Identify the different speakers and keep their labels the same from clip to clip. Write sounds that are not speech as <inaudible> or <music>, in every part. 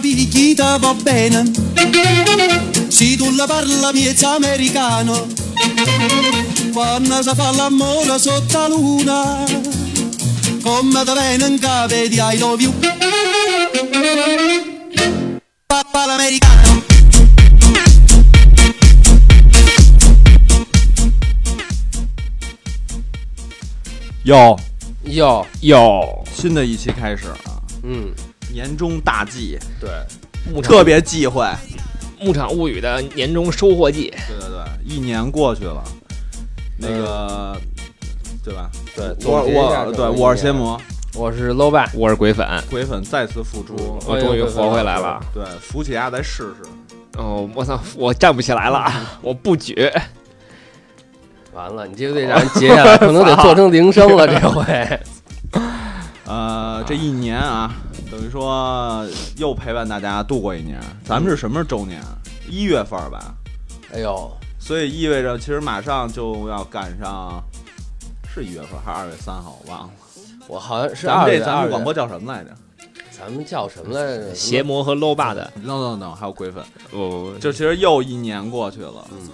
Speaker 1: finita va bene. Se tu la parla miezza americano, quando si fa l'amore sotto la luna, come da venen cave di I love you. Papà l'americano.
Speaker 2: 哟
Speaker 3: 哟，
Speaker 2: 哟，新的一期开始啊，
Speaker 3: 嗯，
Speaker 2: 年终大计，
Speaker 3: 对，牧场
Speaker 2: 特别忌讳。
Speaker 3: 牧场物语的年终收获季，
Speaker 2: 对对对，一年过去了，那个，对吧？
Speaker 3: 对
Speaker 2: 我
Speaker 3: 总结一下
Speaker 2: 我对我是邪魔，
Speaker 3: 我是 low 哎爸，我是鬼粉，
Speaker 2: 鬼粉再次复出，
Speaker 3: 我终于活回来了。
Speaker 2: 对，扶起丫再试试。
Speaker 3: 哦，我操，我站不起来了，
Speaker 4: 嗯
Speaker 3: 我不举。完了，你这得
Speaker 4: <laughs>
Speaker 3: 让人截下来，可能得做成铃声了，这回。
Speaker 2: 呃，这一年啊，等于说又陪伴大家度过一年。咱们是什么周年啊？一月份儿吧，
Speaker 3: 哎呦，
Speaker 2: 所以意味着其实马上就要赶上，是一月份儿还是二月三号？我忘了。
Speaker 4: 我好像是
Speaker 2: 咱们
Speaker 4: 二
Speaker 2: 这
Speaker 4: 月
Speaker 2: 咱
Speaker 4: 二
Speaker 2: 们
Speaker 4: 月
Speaker 2: 广播叫什么来着？
Speaker 4: 咱们叫什么来着？
Speaker 3: 邪魔和 low 爸的，
Speaker 2: no no no，还有鬼粉，
Speaker 3: 哦，
Speaker 2: 就其实又一年过去了，
Speaker 4: 嗯，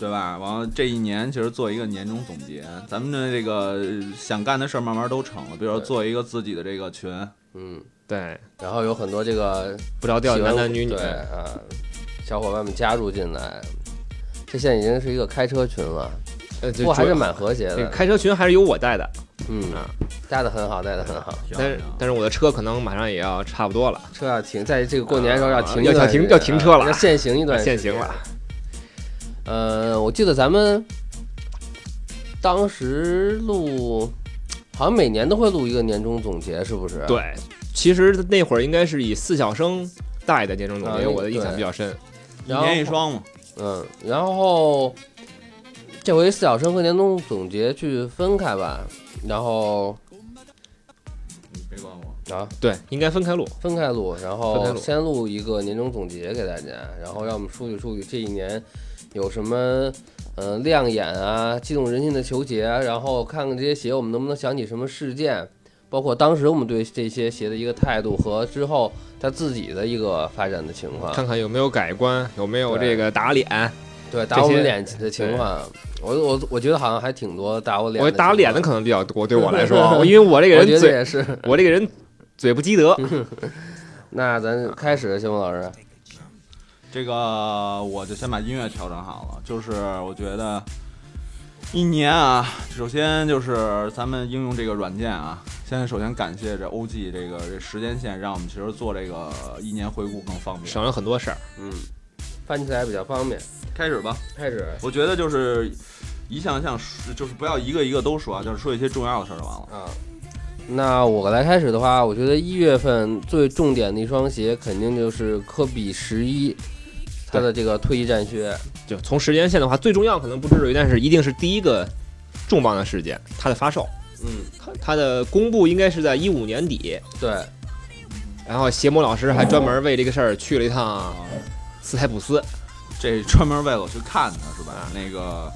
Speaker 2: 对吧？完了这一年其实做一个年终总结，咱们的这个呃想干的事儿慢慢都成了，比如说
Speaker 4: 对
Speaker 2: 做一个自己的这个群，
Speaker 4: 嗯，
Speaker 3: 对，
Speaker 4: 然后有很多这个
Speaker 3: 不着调，
Speaker 4: 喜欢
Speaker 3: 男男女女
Speaker 4: 对，啊，小伙伴们加入进来，这现在已经是一个开车群了，
Speaker 3: 呃，
Speaker 4: 不
Speaker 3: 就
Speaker 4: 过还
Speaker 3: 主
Speaker 4: 是
Speaker 3: 要
Speaker 4: 蛮和谐
Speaker 3: 这个
Speaker 4: 的，
Speaker 3: 开车群还是有我带的，
Speaker 4: 嗯
Speaker 3: 啊，
Speaker 4: 带的很好，带的很好。
Speaker 2: 行
Speaker 3: 但是
Speaker 2: 行
Speaker 3: 但是我的车可能马上也要差不多了，
Speaker 4: 车要停，在这个过年的时候要停一
Speaker 3: 啊要
Speaker 4: 段
Speaker 3: 要
Speaker 4: 时间，
Speaker 3: 停要停车了
Speaker 4: 啊要限行一段时间
Speaker 3: 限行了。。
Speaker 4: 呃，我记得咱们当时录，好像每年都会录一个年终总结，是不是？
Speaker 3: 对，其实那会儿应该是以四小生带的年终总
Speaker 4: 啊
Speaker 3: 结，
Speaker 4: 那
Speaker 3: 我的印象
Speaker 4: 对
Speaker 3: 比较深。
Speaker 2: 一
Speaker 4: 然后
Speaker 2: 年一双嘛，
Speaker 4: 嗯，然后这回四小生和年终总结去分开吧，然后
Speaker 2: 你别管我，
Speaker 4: 啊
Speaker 3: 对，应该分开录。
Speaker 4: 分开录，然
Speaker 3: 分开
Speaker 4: 后
Speaker 3: 录
Speaker 4: 先录一个年终总结给大家，然后让我们梳理梳理这一年有什么呃亮眼啊、激动人心的球鞋啊，然后看看这些鞋我们能不能想起什么事件，包括当时我们对这些鞋的一个态度和之后他自己的一个发展的情况。
Speaker 3: 看看有没有改观，有没有
Speaker 4: 啊对
Speaker 3: 这个打脸。
Speaker 4: 对，
Speaker 3: 这
Speaker 4: 打我
Speaker 3: 些
Speaker 4: 们脸的情况，我我我觉得好像还挺多打我脸
Speaker 3: 我
Speaker 4: 的情况。
Speaker 3: 打脸的可能比较多，对我来说，
Speaker 4: <laughs>
Speaker 3: 我因为我这个
Speaker 4: 我
Speaker 3: 人
Speaker 4: 觉得
Speaker 3: 嘴，
Speaker 4: 也是。
Speaker 3: 我这个人嘴不积德。
Speaker 4: 那咱开始，谢峰老师。
Speaker 2: 这个我就先把音乐调整好了，就是我觉得一年啊，首先就是咱们应用这个软件啊，现在首先感谢这 OG 这个这时间线，让我们其实做这个一年回顾更方便。
Speaker 3: 省了很多事儿，
Speaker 4: 嗯，翻起来比较方便。
Speaker 2: 开始吧，
Speaker 4: 开始，
Speaker 2: 我觉得就是一项项就是不要一个一个都说啊，就是说一些重要的事儿就完了。
Speaker 4: 啊。那我来开始的话，我觉得一月份最重点的一双鞋，肯定就是科比十一，它的这个退役战靴。
Speaker 3: 就从时间线的话，最重要可能不至于，但是一定是第一个重磅的事件，它的发售，
Speaker 4: 嗯，
Speaker 3: 它它的公布应该是在一五年底。
Speaker 4: 对，
Speaker 3: 然后邪魔老师还专门为这个事儿去了一趟
Speaker 2: 啊，
Speaker 3: 斯台普斯，
Speaker 2: 这专门为我去看的是吧？那个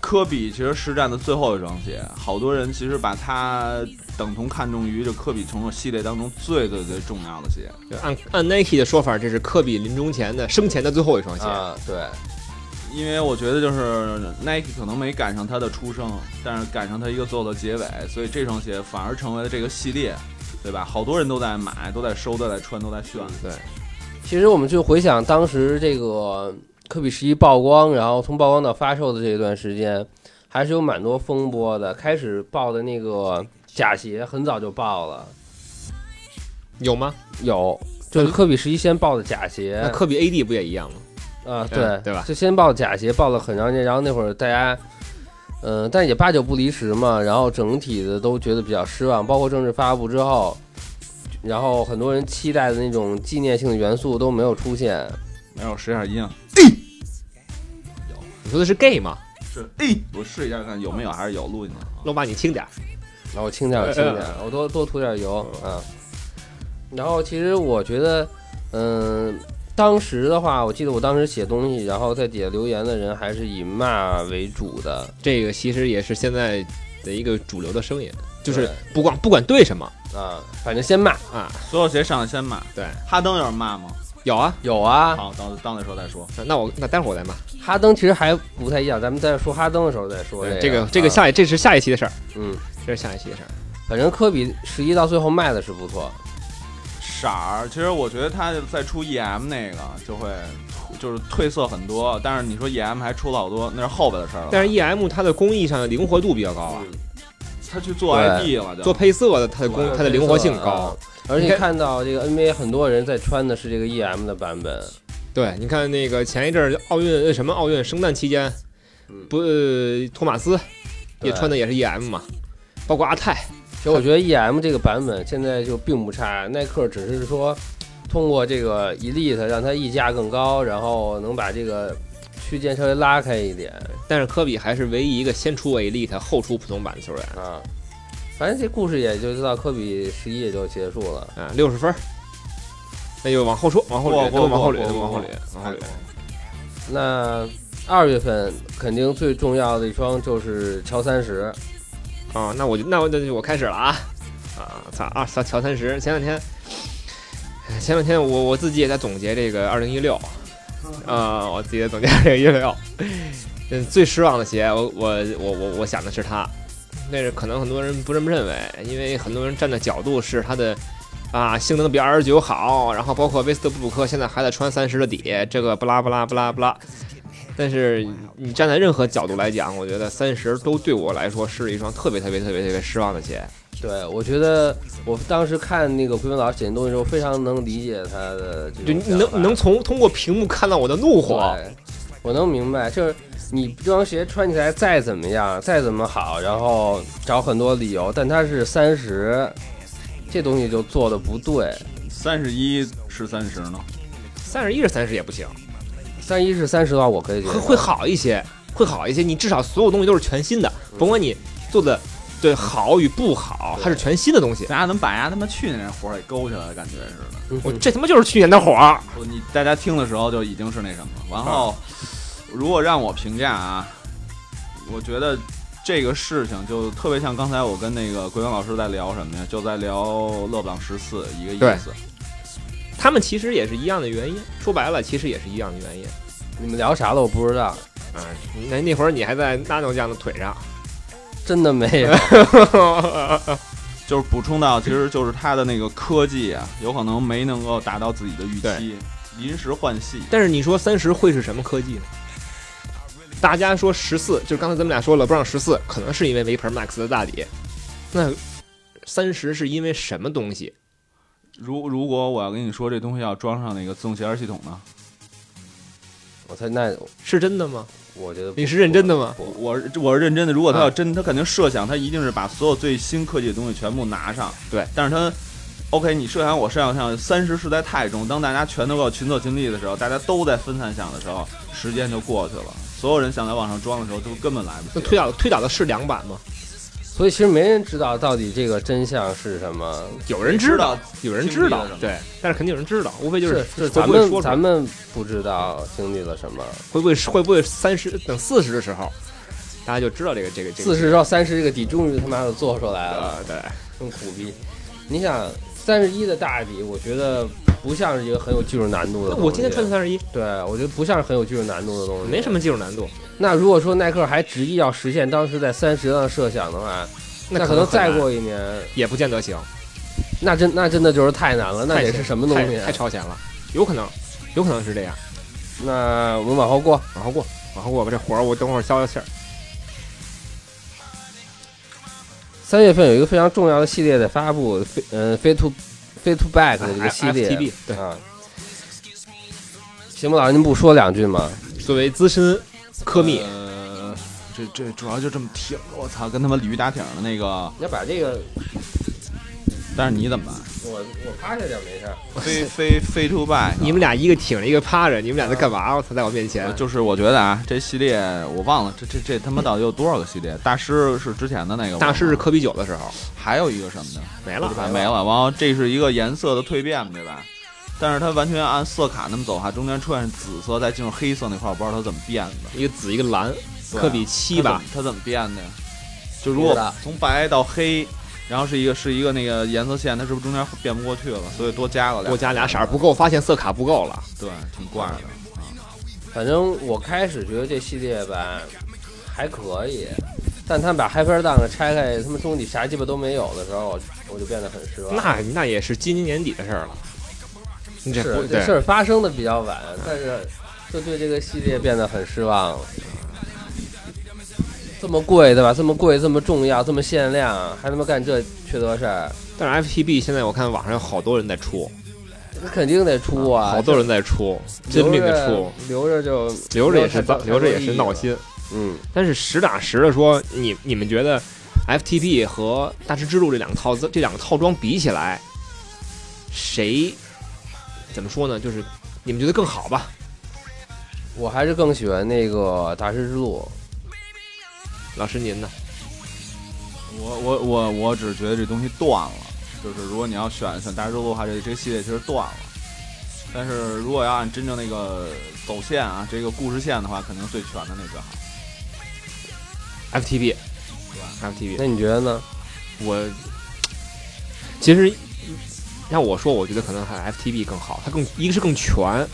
Speaker 2: 科比其实实战的最后一双鞋，啊好多人其实把它等同看重于这科比从这系列当中最最最重要的鞋。
Speaker 3: 就按按 Nike 的说法，这是科比临终前的生前的最后一双鞋。
Speaker 4: 啊，对，
Speaker 2: 因为我觉得就是 Nike 可能没赶上它的出生，但是赶上它一个最后的结尾，所以这双鞋反而成为了这个系列，对吧？好多人都在买，都在收，都在穿，都在炫。
Speaker 3: 对，
Speaker 4: 其实我们去回想当时这个科比十一曝光，然后从曝光到发售的这一段时间，还是有蛮多风波的。开始爆的那个假鞋很早就爆了，
Speaker 3: 有吗？
Speaker 4: 有就是科比十一先爆的假鞋
Speaker 3: 那，科比 AD 不也一样吗？
Speaker 4: 啊，
Speaker 3: 嗯
Speaker 4: 对
Speaker 3: 对吧
Speaker 4: 就先报假鞋，报了很长时间，然后那会儿大家，嗯、但也八九不离十嘛，然后整体的都觉得比较失望，包括正式发布之后，然后很多人期待的那种纪念性的元素都没有出现。
Speaker 2: 没有，实验一样。
Speaker 3: 你说的是 gay 吗？
Speaker 2: 是，哎，我试一下看有没有，还是有录进去啊。
Speaker 3: 老爸，你轻点儿。
Speaker 4: 然后我轻点儿，我轻点儿，我多多涂点儿油啊。然后其实我觉得，嗯、当时的话，我记得我当时写东西，然后在底下留言的人还是以骂为主的，
Speaker 3: 这个其实也是现在的一个主流的声音。就是
Speaker 4: 对
Speaker 3: 不管不管对什么
Speaker 4: 啊，反正先骂
Speaker 3: 啊，
Speaker 2: 所有谁上来先骂？
Speaker 3: 对，
Speaker 2: 哈登有人骂吗？
Speaker 3: 有啊，
Speaker 4: 有啊。
Speaker 2: 好，到到那时候再说。
Speaker 3: 那我那待会儿我再骂。
Speaker 4: 哈登其实还不太一样，咱们在说哈登的时候再说
Speaker 3: 对，
Speaker 4: 这
Speaker 3: 哎这个这
Speaker 4: 啊
Speaker 3: 个下一这是下一期的事儿，
Speaker 4: 嗯，
Speaker 3: 这是下一期的事儿。
Speaker 4: 反正科比十一到最后卖的是不错，
Speaker 2: 色儿，其实我觉得他在出 EM 那个就会就是褪色很多，但是你说 EM 还出了好多，那是后边的事儿了。
Speaker 3: 但是 EM 它的工艺上的灵活度比较高啊，
Speaker 2: 他去做
Speaker 4: 对
Speaker 2: ID 了，就
Speaker 3: 做配色的它的工它的灵活性高
Speaker 4: 啊。。而
Speaker 3: 你
Speaker 4: 且
Speaker 3: 看
Speaker 4: 看到这个 NBA 很多人在穿的是这个 EM 的版本，
Speaker 3: 对，你看那个前一阵儿奥运呃什么奥运圣诞期间
Speaker 4: 嗯，
Speaker 3: 不呃托马斯也
Speaker 4: 对
Speaker 3: 穿的也是 EM 嘛，包括阿泰，
Speaker 4: 其实我觉得 EM 这个版本现在就并不差，耐克只是说通过这个 Elite 让它溢价更高，然后能把这个区间稍微拉开一点
Speaker 3: 但是科比还是唯一一个先出 Elite 后出普通版的球员
Speaker 4: 啊。反正这故事也就知道科比十一也就结束了。
Speaker 3: 啊，六十分儿。那就往后说，往后捋，
Speaker 2: 不
Speaker 3: 都
Speaker 2: 不
Speaker 3: 往后捋，
Speaker 2: 不
Speaker 3: 都
Speaker 2: 不
Speaker 3: 往后捋
Speaker 2: 不，
Speaker 3: 往后捋。
Speaker 4: 那二月份肯定最重要的一双就是乔三十，
Speaker 3: 啊，那我就那我那就我开始了啊啊！操二操乔三十，前两天哎前两天我我自己也在总结这个二零一六啊，我自己也总结二零一六。嗯，最失望的鞋，我我我我我想的是它，但是可能很多人不这么认为，因为很多人站的角度是它的啊性能比二十九好，然后包括威斯特布鲁克现在还在穿三十的底，这个不拉不拉不拉不拉。但是你站在任何角度来讲，我觉得三十都对我来说是一双特别特别特别特别失望的鞋。
Speaker 4: 对我觉得我当时看那个奎文老师写东西的时候，非常能理解他的这
Speaker 3: 就
Speaker 4: 种
Speaker 3: 你能
Speaker 4: 想法
Speaker 3: 你能从通过屏幕看到我的怒火，
Speaker 4: 对，我能明白，就是你这双鞋穿起来再怎么样，再怎么好，然后找很多理由，但它是三十，这东西就做的不对。
Speaker 2: 三十一是三十呢，
Speaker 3: 三十一是三十也不行，
Speaker 4: 三一是三十的话，我可以接
Speaker 3: 会
Speaker 4: 受。
Speaker 3: 会好一些，会好一些。你至少所有东西都是全新的，甭管你做的对好与不好，它是全新的东西。
Speaker 2: 咱俩能把丫他妈去年那活儿给勾起来的感觉似的。
Speaker 4: 嗯，
Speaker 3: 我这他妈就是去年的火儿，
Speaker 2: 我你大家听的时候就已经是那什么了。然
Speaker 3: 啊
Speaker 2: 后，如果让我评价啊，我觉得这个事情就特别像刚才我跟那个桂文老师在聊什么呀，就在聊勒布朗十四一个意思。
Speaker 3: 他们其实也是一样的原因。说白了，其实也是一样的原因。
Speaker 4: 你们聊啥了？我不知道，
Speaker 3: 啊，
Speaker 4: 嗯
Speaker 3: 那那会儿你还在纳豆酱的腿
Speaker 4: <laughs>
Speaker 3: 上，
Speaker 4: 真的没有。
Speaker 2: 就是补充到，其实就是它的那个科技啊，有可能没能够达到自己的预期
Speaker 3: 对，
Speaker 2: 临时换系。
Speaker 3: 但是你说三十会是什么科技呢？大家说十四，就是刚才咱们俩说了，不让十四，可能是因为 Vapor Max 的大底。那三十是因为什么东西？
Speaker 2: 如如果我要跟你说这东西要装上那个自动鞋儿系统呢，
Speaker 4: 我猜那
Speaker 3: 是真的吗？
Speaker 4: 我觉得不
Speaker 3: 你是认真的吗？
Speaker 2: 我我是我是认真的。如果他
Speaker 3: 啊
Speaker 2: 要真，他肯定设想他一定是把所有最新科技的东西全部拿上。
Speaker 3: 对，
Speaker 2: 但是他，OK，你设想我设想上三十实在太重，当大家全都够群策群力的时候，大家都在分散想的时候，时间就过去了。所有人想在往上装的时候，就根本来不
Speaker 3: 那
Speaker 2: 及
Speaker 3: 推。倒推倒的是两版吗？
Speaker 4: 所以其实没人知道到底这个真相是什么。
Speaker 3: 有人
Speaker 2: 知
Speaker 3: 知
Speaker 2: 道
Speaker 3: 道，有人
Speaker 2: 经
Speaker 3: 知
Speaker 2: 历了
Speaker 3: 道
Speaker 2: 什么，
Speaker 3: 对，但是肯定有人知道，无非就是
Speaker 4: 是
Speaker 3: 会
Speaker 4: 咱
Speaker 3: 不会
Speaker 4: 们
Speaker 3: 说出来
Speaker 4: 咱们不知道经历了什么。
Speaker 3: 会不会会不会三十等四十的时候，大家就知道这个这个这个
Speaker 4: 四十到三十这个底终于他妈的做出来了。
Speaker 3: 啊，对，
Speaker 4: 更苦逼。你想，三十一的大底，我觉得不像是一个很有技术难度
Speaker 3: 那
Speaker 4: 的东西。
Speaker 3: 我今天穿的三十一，
Speaker 4: 对，我觉得不像是很有技术难度的东西。
Speaker 3: 没什么技术难度，
Speaker 4: 那如果说耐克还执意要实现当时在三十上设想的话，那
Speaker 3: 可
Speaker 4: 能
Speaker 3: 很
Speaker 4: 再
Speaker 3: 难
Speaker 4: 过一年，
Speaker 3: 也不见得行。
Speaker 4: 那真那真的就是太难了。那
Speaker 3: 太
Speaker 4: 得是什么东西
Speaker 3: 太
Speaker 4: 啊？
Speaker 3: 太超前了，有可能，有可能是这样。
Speaker 4: 那我们往后过。
Speaker 3: 往后过，往后过吧，这活儿我等会儿消消气儿。
Speaker 4: 三月份有一个非常重要的系列的发布，非嗯非 to 非 to back 的这个系列
Speaker 3: FTB 对，
Speaker 4: 啊。行不，老师您不说两句吗？
Speaker 3: 作为资深科密，
Speaker 4: 嗯
Speaker 2: 呃，这这主要就这么听，我操，跟他妈鲤鱼打挺的那个。
Speaker 4: 你要把这个
Speaker 2: 但是你怎么办？
Speaker 4: 我我趴下点没事儿。
Speaker 2: 飞飞飞 to back，
Speaker 3: 你们俩一个挺着一个趴着，你们俩在干嘛？我操，在我面前，
Speaker 2: 就是我觉得啊，这系列我忘了，这这这他妈到底有多少个系列？大师是之前的那个吗，
Speaker 3: 大师是科比九的时候
Speaker 2: 还有一个什么呢？
Speaker 3: 没了
Speaker 2: 对，吧？没了。然后这是一个颜色的蜕变，对吧？但是它完全按色卡那么走哈，中间出现紫色，再进入黑色那块儿，我不知道它怎么变的。
Speaker 3: 一个紫一个
Speaker 4: 啊
Speaker 3: 蓝，科比七
Speaker 2: 它怎
Speaker 3: 吧
Speaker 2: 么，它怎么变的呀？就如果
Speaker 4: 不知道
Speaker 2: 从白到黑，然后是一个是一个那个颜色线，它是不是中间变不过去了？所以多加了俩，
Speaker 3: 我加俩色儿不够，发现色卡不够了。
Speaker 2: 对，挺怪的。
Speaker 4: 反正我开始觉得这系列吧还可以，但他们把 Hyper Dunk 拆开，他们中底啥鸡巴都没有的时候，我我就变得很失望。
Speaker 3: 那那也是今年年底的事儿了。你这不
Speaker 4: 啊是
Speaker 3: 对
Speaker 4: 这事儿发生的比较晚，但是就对这个系列变得很失望了。这么贵对吧？这么贵，这么重要，这么限量，还他妈干这缺德事儿，
Speaker 3: 但是 FTB 现在我看网上有好多人在出，
Speaker 4: 那肯定得出啊！
Speaker 3: 好多人在出，
Speaker 4: 这
Speaker 3: 拼命的出，
Speaker 4: 留着留着就
Speaker 3: 留着也是
Speaker 4: 啊太
Speaker 3: 闹，留着也是闹。
Speaker 4: 太多意义了
Speaker 3: 心。
Speaker 4: 嗯，
Speaker 3: 但是实打实的说，你你们觉得 FTP 和大师之路这两套这两个套装比起来，谁怎么说呢？就是你们觉得更好吧？
Speaker 4: 我还是更喜欢那个大师之路。
Speaker 3: 老师您呢？
Speaker 2: 我我我我只是觉得这东西断了，就是如果你要选选大师之路的话，这这个系列其实断了。但是如果要按真正那个走线啊，这个故事线的话，肯定最全的那最好。
Speaker 3: FTB，，FTB，
Speaker 4: 那你觉得呢？
Speaker 3: 我其实让我说，我觉得可能还 FTB 更好，它更一个是更全，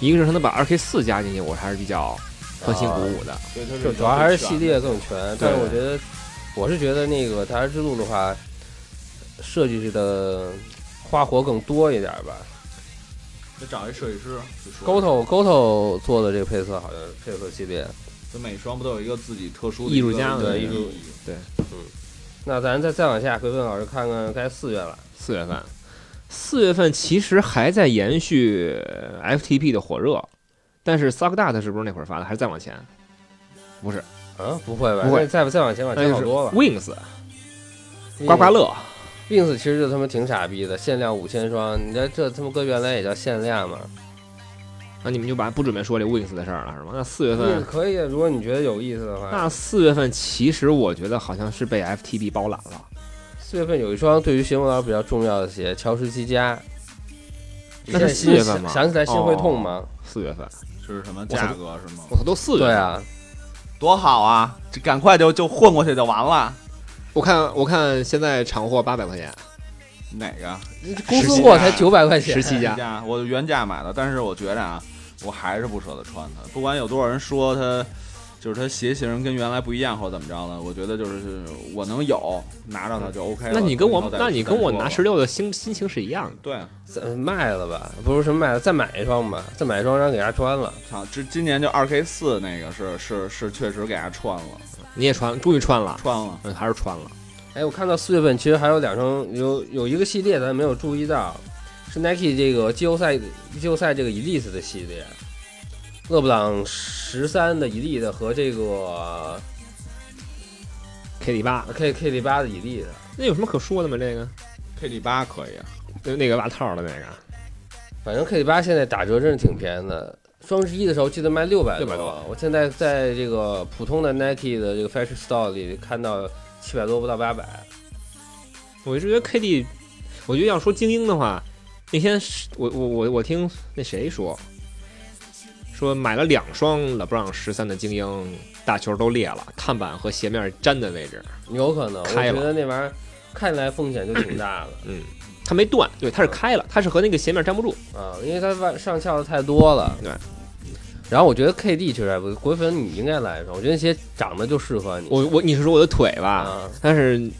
Speaker 3: 一个是它能把 2K 四加进去，我还是比较欢欣鼓舞的。
Speaker 2: 所以它
Speaker 4: 就主要还是系列更全，但
Speaker 3: 对
Speaker 4: 是我觉得，我是觉得那个《达人之路》的话，设计的花活更多一点吧。
Speaker 2: 就找一设计师就说
Speaker 4: GoTo GoTo 做的这个配色好像是配色系列，
Speaker 2: 就每双不都有一个自己特殊的
Speaker 3: 艺术家
Speaker 2: 一个
Speaker 3: 对
Speaker 2: 一个
Speaker 3: 艺术
Speaker 4: 那咱再再往下，回问老师看看，该四月了。
Speaker 3: 四月份，四月份其实还在延续呃 FTP 的火热，但是 Suck Dat 是不是那会儿发的，还是再往前？
Speaker 4: 啊，不会吧？
Speaker 3: 不会
Speaker 4: 那再再往前往
Speaker 3: 那
Speaker 4: 前
Speaker 3: 就
Speaker 4: 好
Speaker 3: 是
Speaker 4: 多了。
Speaker 3: Wings 刮刮乐，
Speaker 4: Wings 其实就他妈挺傻逼的，限量五千双，你这这他妈搁原来也叫限量嘛？
Speaker 3: 那你们就把不准备说这 Wings 的事儿了是吗？那四月
Speaker 4: 嗯，
Speaker 3: 份，
Speaker 4: 可以啊，如果你觉得有意思的话。
Speaker 3: 那四月份其实我觉得好像是被 FTP 包揽了。
Speaker 4: 四月份有一双对于邪魔岛比较重要的鞋，乔十七加。
Speaker 3: 那是四月份吗
Speaker 4: 想想起来心会痛吗？
Speaker 3: 四月份，
Speaker 2: 是什么价格是吗？
Speaker 3: 我操，都四月份
Speaker 4: 对，啊，
Speaker 2: 多好啊！这赶快就就混过去就完了。
Speaker 3: 我看我看现在厂货八百块钱，
Speaker 2: 哪个？
Speaker 4: 公司货才九百块
Speaker 3: 啊
Speaker 4: 钱，
Speaker 3: 十七
Speaker 2: 原
Speaker 3: 家，
Speaker 2: 价，我原价买的，但是我觉着啊，我还是不舍得穿它。不管有多少人说它，就是它鞋型跟原来不一样或怎么着呢，我觉得就是我能有拿着它就 OK 了。
Speaker 3: 那你跟
Speaker 2: 以后
Speaker 3: 我
Speaker 2: 再
Speaker 3: 那你跟我
Speaker 2: 再说
Speaker 3: 拿
Speaker 2: 吧
Speaker 3: 十六的心心情是一样的。
Speaker 2: 对，
Speaker 4: 呃卖了吧？不是什么卖了，再买一双吧，再买一双让给他穿了。
Speaker 2: 操，这今年就二 K 四那个是是是确实给它穿了
Speaker 3: 你也穿，终于穿了，
Speaker 2: 穿了，
Speaker 3: 嗯，还是穿了。
Speaker 4: 哎，我看到四月份其实还有两双，有有一个系列咱没有注意到，是 Nike 这个季后赛季后赛这个 Elite 的系列，勒布朗十三的 Elite 和这个啊
Speaker 3: K D 八，
Speaker 4: K K D 八的 Elite。
Speaker 3: 那有什么可说的吗？这个
Speaker 2: KD 八可以啊，
Speaker 3: 那那个袜套的那个，
Speaker 4: 反正 K D 八现在打折真是挺便宜的，双十一的时候记得卖六百
Speaker 3: 600多
Speaker 4: 我现在在这个普通的 Nike 的这个 Fashion Store 里看到七百多不到八百。
Speaker 3: 我就觉得 KD，我觉得要说精英的话，那天是我我我我听那谁说，说买了两双 LeBron 十三的精英，大球都裂了，看板和鞋面粘的位置，
Speaker 4: 有可能，我
Speaker 3: 开
Speaker 4: 觉
Speaker 3: 了
Speaker 4: 得那玩意儿看起来风险就挺大了
Speaker 3: 嗯，它没断，对，它是开了，它是和那个鞋面粘不住。
Speaker 4: 啊，因为它外上翘的太多了。
Speaker 3: 对。
Speaker 4: 然后我觉得 KD 确实还不错，国粉你应该来一双，我觉得那鞋长得就适合你。
Speaker 3: 我我你是说我的腿吧？
Speaker 4: 啊，
Speaker 3: 但是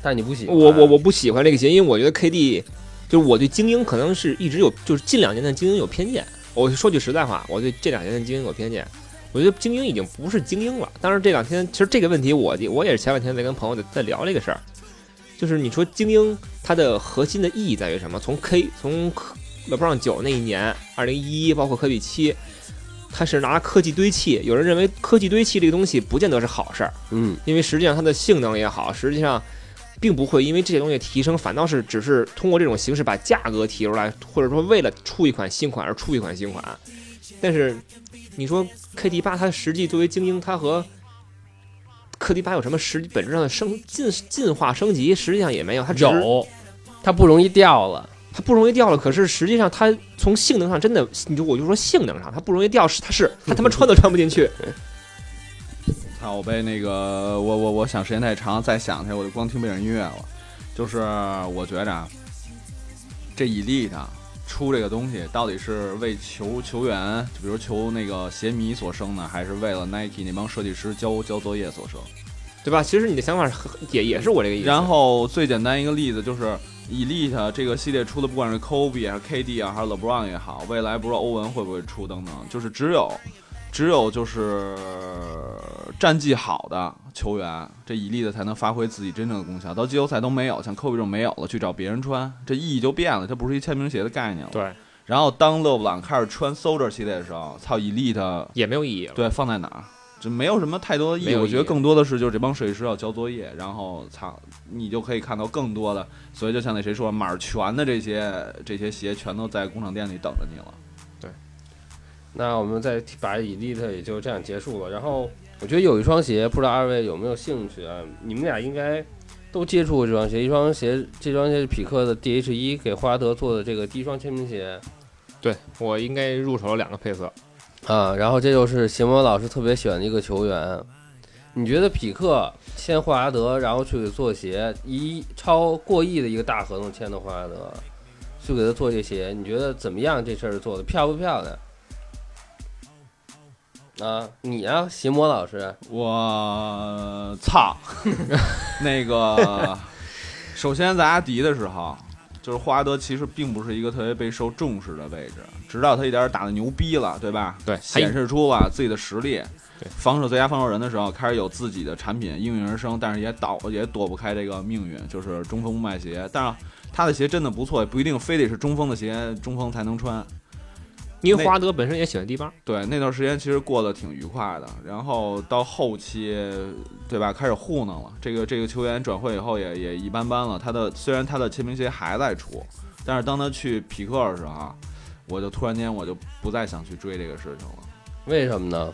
Speaker 4: 但你不喜欢。
Speaker 3: 我我我不喜欢这个鞋，因为我觉得 KD 就是我对精英可能是一直有，就是近两年的精英有偏见。我说句实在话，我对这两年的精英有偏见。我觉得精英已经不是精英了。当然这两天其实这个问题我我也是前两天在跟朋友在在聊这个事儿，就是你说精英它的核心的意义在于什么？从 K 从科 LeBron 九那一年，二零一一，包括科比七。它是拿科技堆砌，有人认为科技堆砌这个东西不见得是好事儿，
Speaker 4: 嗯，
Speaker 3: 因为实际上它的性能也好，实际上并不会因为这些东西提升，反倒是只是通过这种形式把价格提出来，或者说为了出一款新款而出一款新款。但是你说 KD 八它实际作为精英，它和科迪八有什么实际本质上的升进进化升级？实际上也没有，它只是
Speaker 4: 有，它不容易掉了。
Speaker 3: 它不容易掉了。可是实际上它从性能上真的，你就我就说性能上它不容易掉，是它是它他妈穿都穿不进去。
Speaker 2: 操，我被那个我我我想时间太长，再想去我就光听背景音乐了。就是我觉着啊，这 elite 啊出这个东西到底是为球球员，就比如求那个鞋迷所生呢，还是为了 Nike 那帮设计师交交作业所生？
Speaker 3: 对吧？其实你的想法是很也也是我这个意思。
Speaker 2: 然后最简单一个例子就是，Elite 这个系列出的，不管是 Kobe 还是 KD 啊，还是 LeBron 也好，未来不知道欧文会不会出等等，就是只有只有就是战绩好的球员，这 Elite 才能发挥自己真正的功效。到季后赛都没有，像 Kobe 这种没有了，去找别人穿，这意义就变了，它不是一签名鞋的概念了。
Speaker 3: 对，
Speaker 2: 然后当勒布朗开始穿 Soldier 系列的时候，操 Elite
Speaker 3: 也没有意义了。
Speaker 2: 对，放在哪儿？这没有什么太多的意
Speaker 3: 没
Speaker 2: 义，
Speaker 3: 有
Speaker 2: 我
Speaker 3: 意
Speaker 2: 觉得
Speaker 3: 义
Speaker 2: 更多的是就是这帮设计师要交作业，然后操，你就可以看到更多的。所以就像那谁说，码儿全的这些这些鞋全都在工厂店里等着你了。
Speaker 4: 那我们再提把 Elite 也就这样结束了。然后我觉得有一双鞋，不知道二位有没有兴趣啊？你们俩应该都接触过这双鞋。一双鞋，这双鞋是匹克的 DH 一给霍华德做的这个第一双签名鞋
Speaker 3: 对我应该入手了两个配色，
Speaker 4: 啊。然后这就是邪魔老师特别喜欢的一个球员。你觉得匹克签霍华德，然后去给做鞋，一超过亿的一个大合同签的霍华德，去给他做这鞋，你觉得怎么样？这事儿做的漂不漂亮？啊，你啊，邪魔老师，
Speaker 2: 我操， <laughs> 那个，首先在阿迪的时候，就是霍华德其实并不是一个特别被受重视的位置，直到他一点儿打的牛逼了，对吧？
Speaker 3: 对
Speaker 2: 显示出了自己的实力。
Speaker 3: 对
Speaker 2: 防守最佳防守人的时候，开始有自己的产品应运而生，但是也倒也躲不开这个命运，就是中锋不卖鞋。但是他的鞋真的不错，也不一定非得是中锋的鞋，中锋才能穿。
Speaker 3: 因
Speaker 2: 那
Speaker 3: 为华德本身也喜欢迪巴，
Speaker 2: 对，那段时间其实过得挺愉快的，然后到后期，对吧？开始糊弄了。这个这个球员转会以后也也一般般了。他的虽然他的签名鞋还在出，但是当他去匹克的时候啊，我就突然间我就不再想去追这个事情了。
Speaker 4: 为什么呢？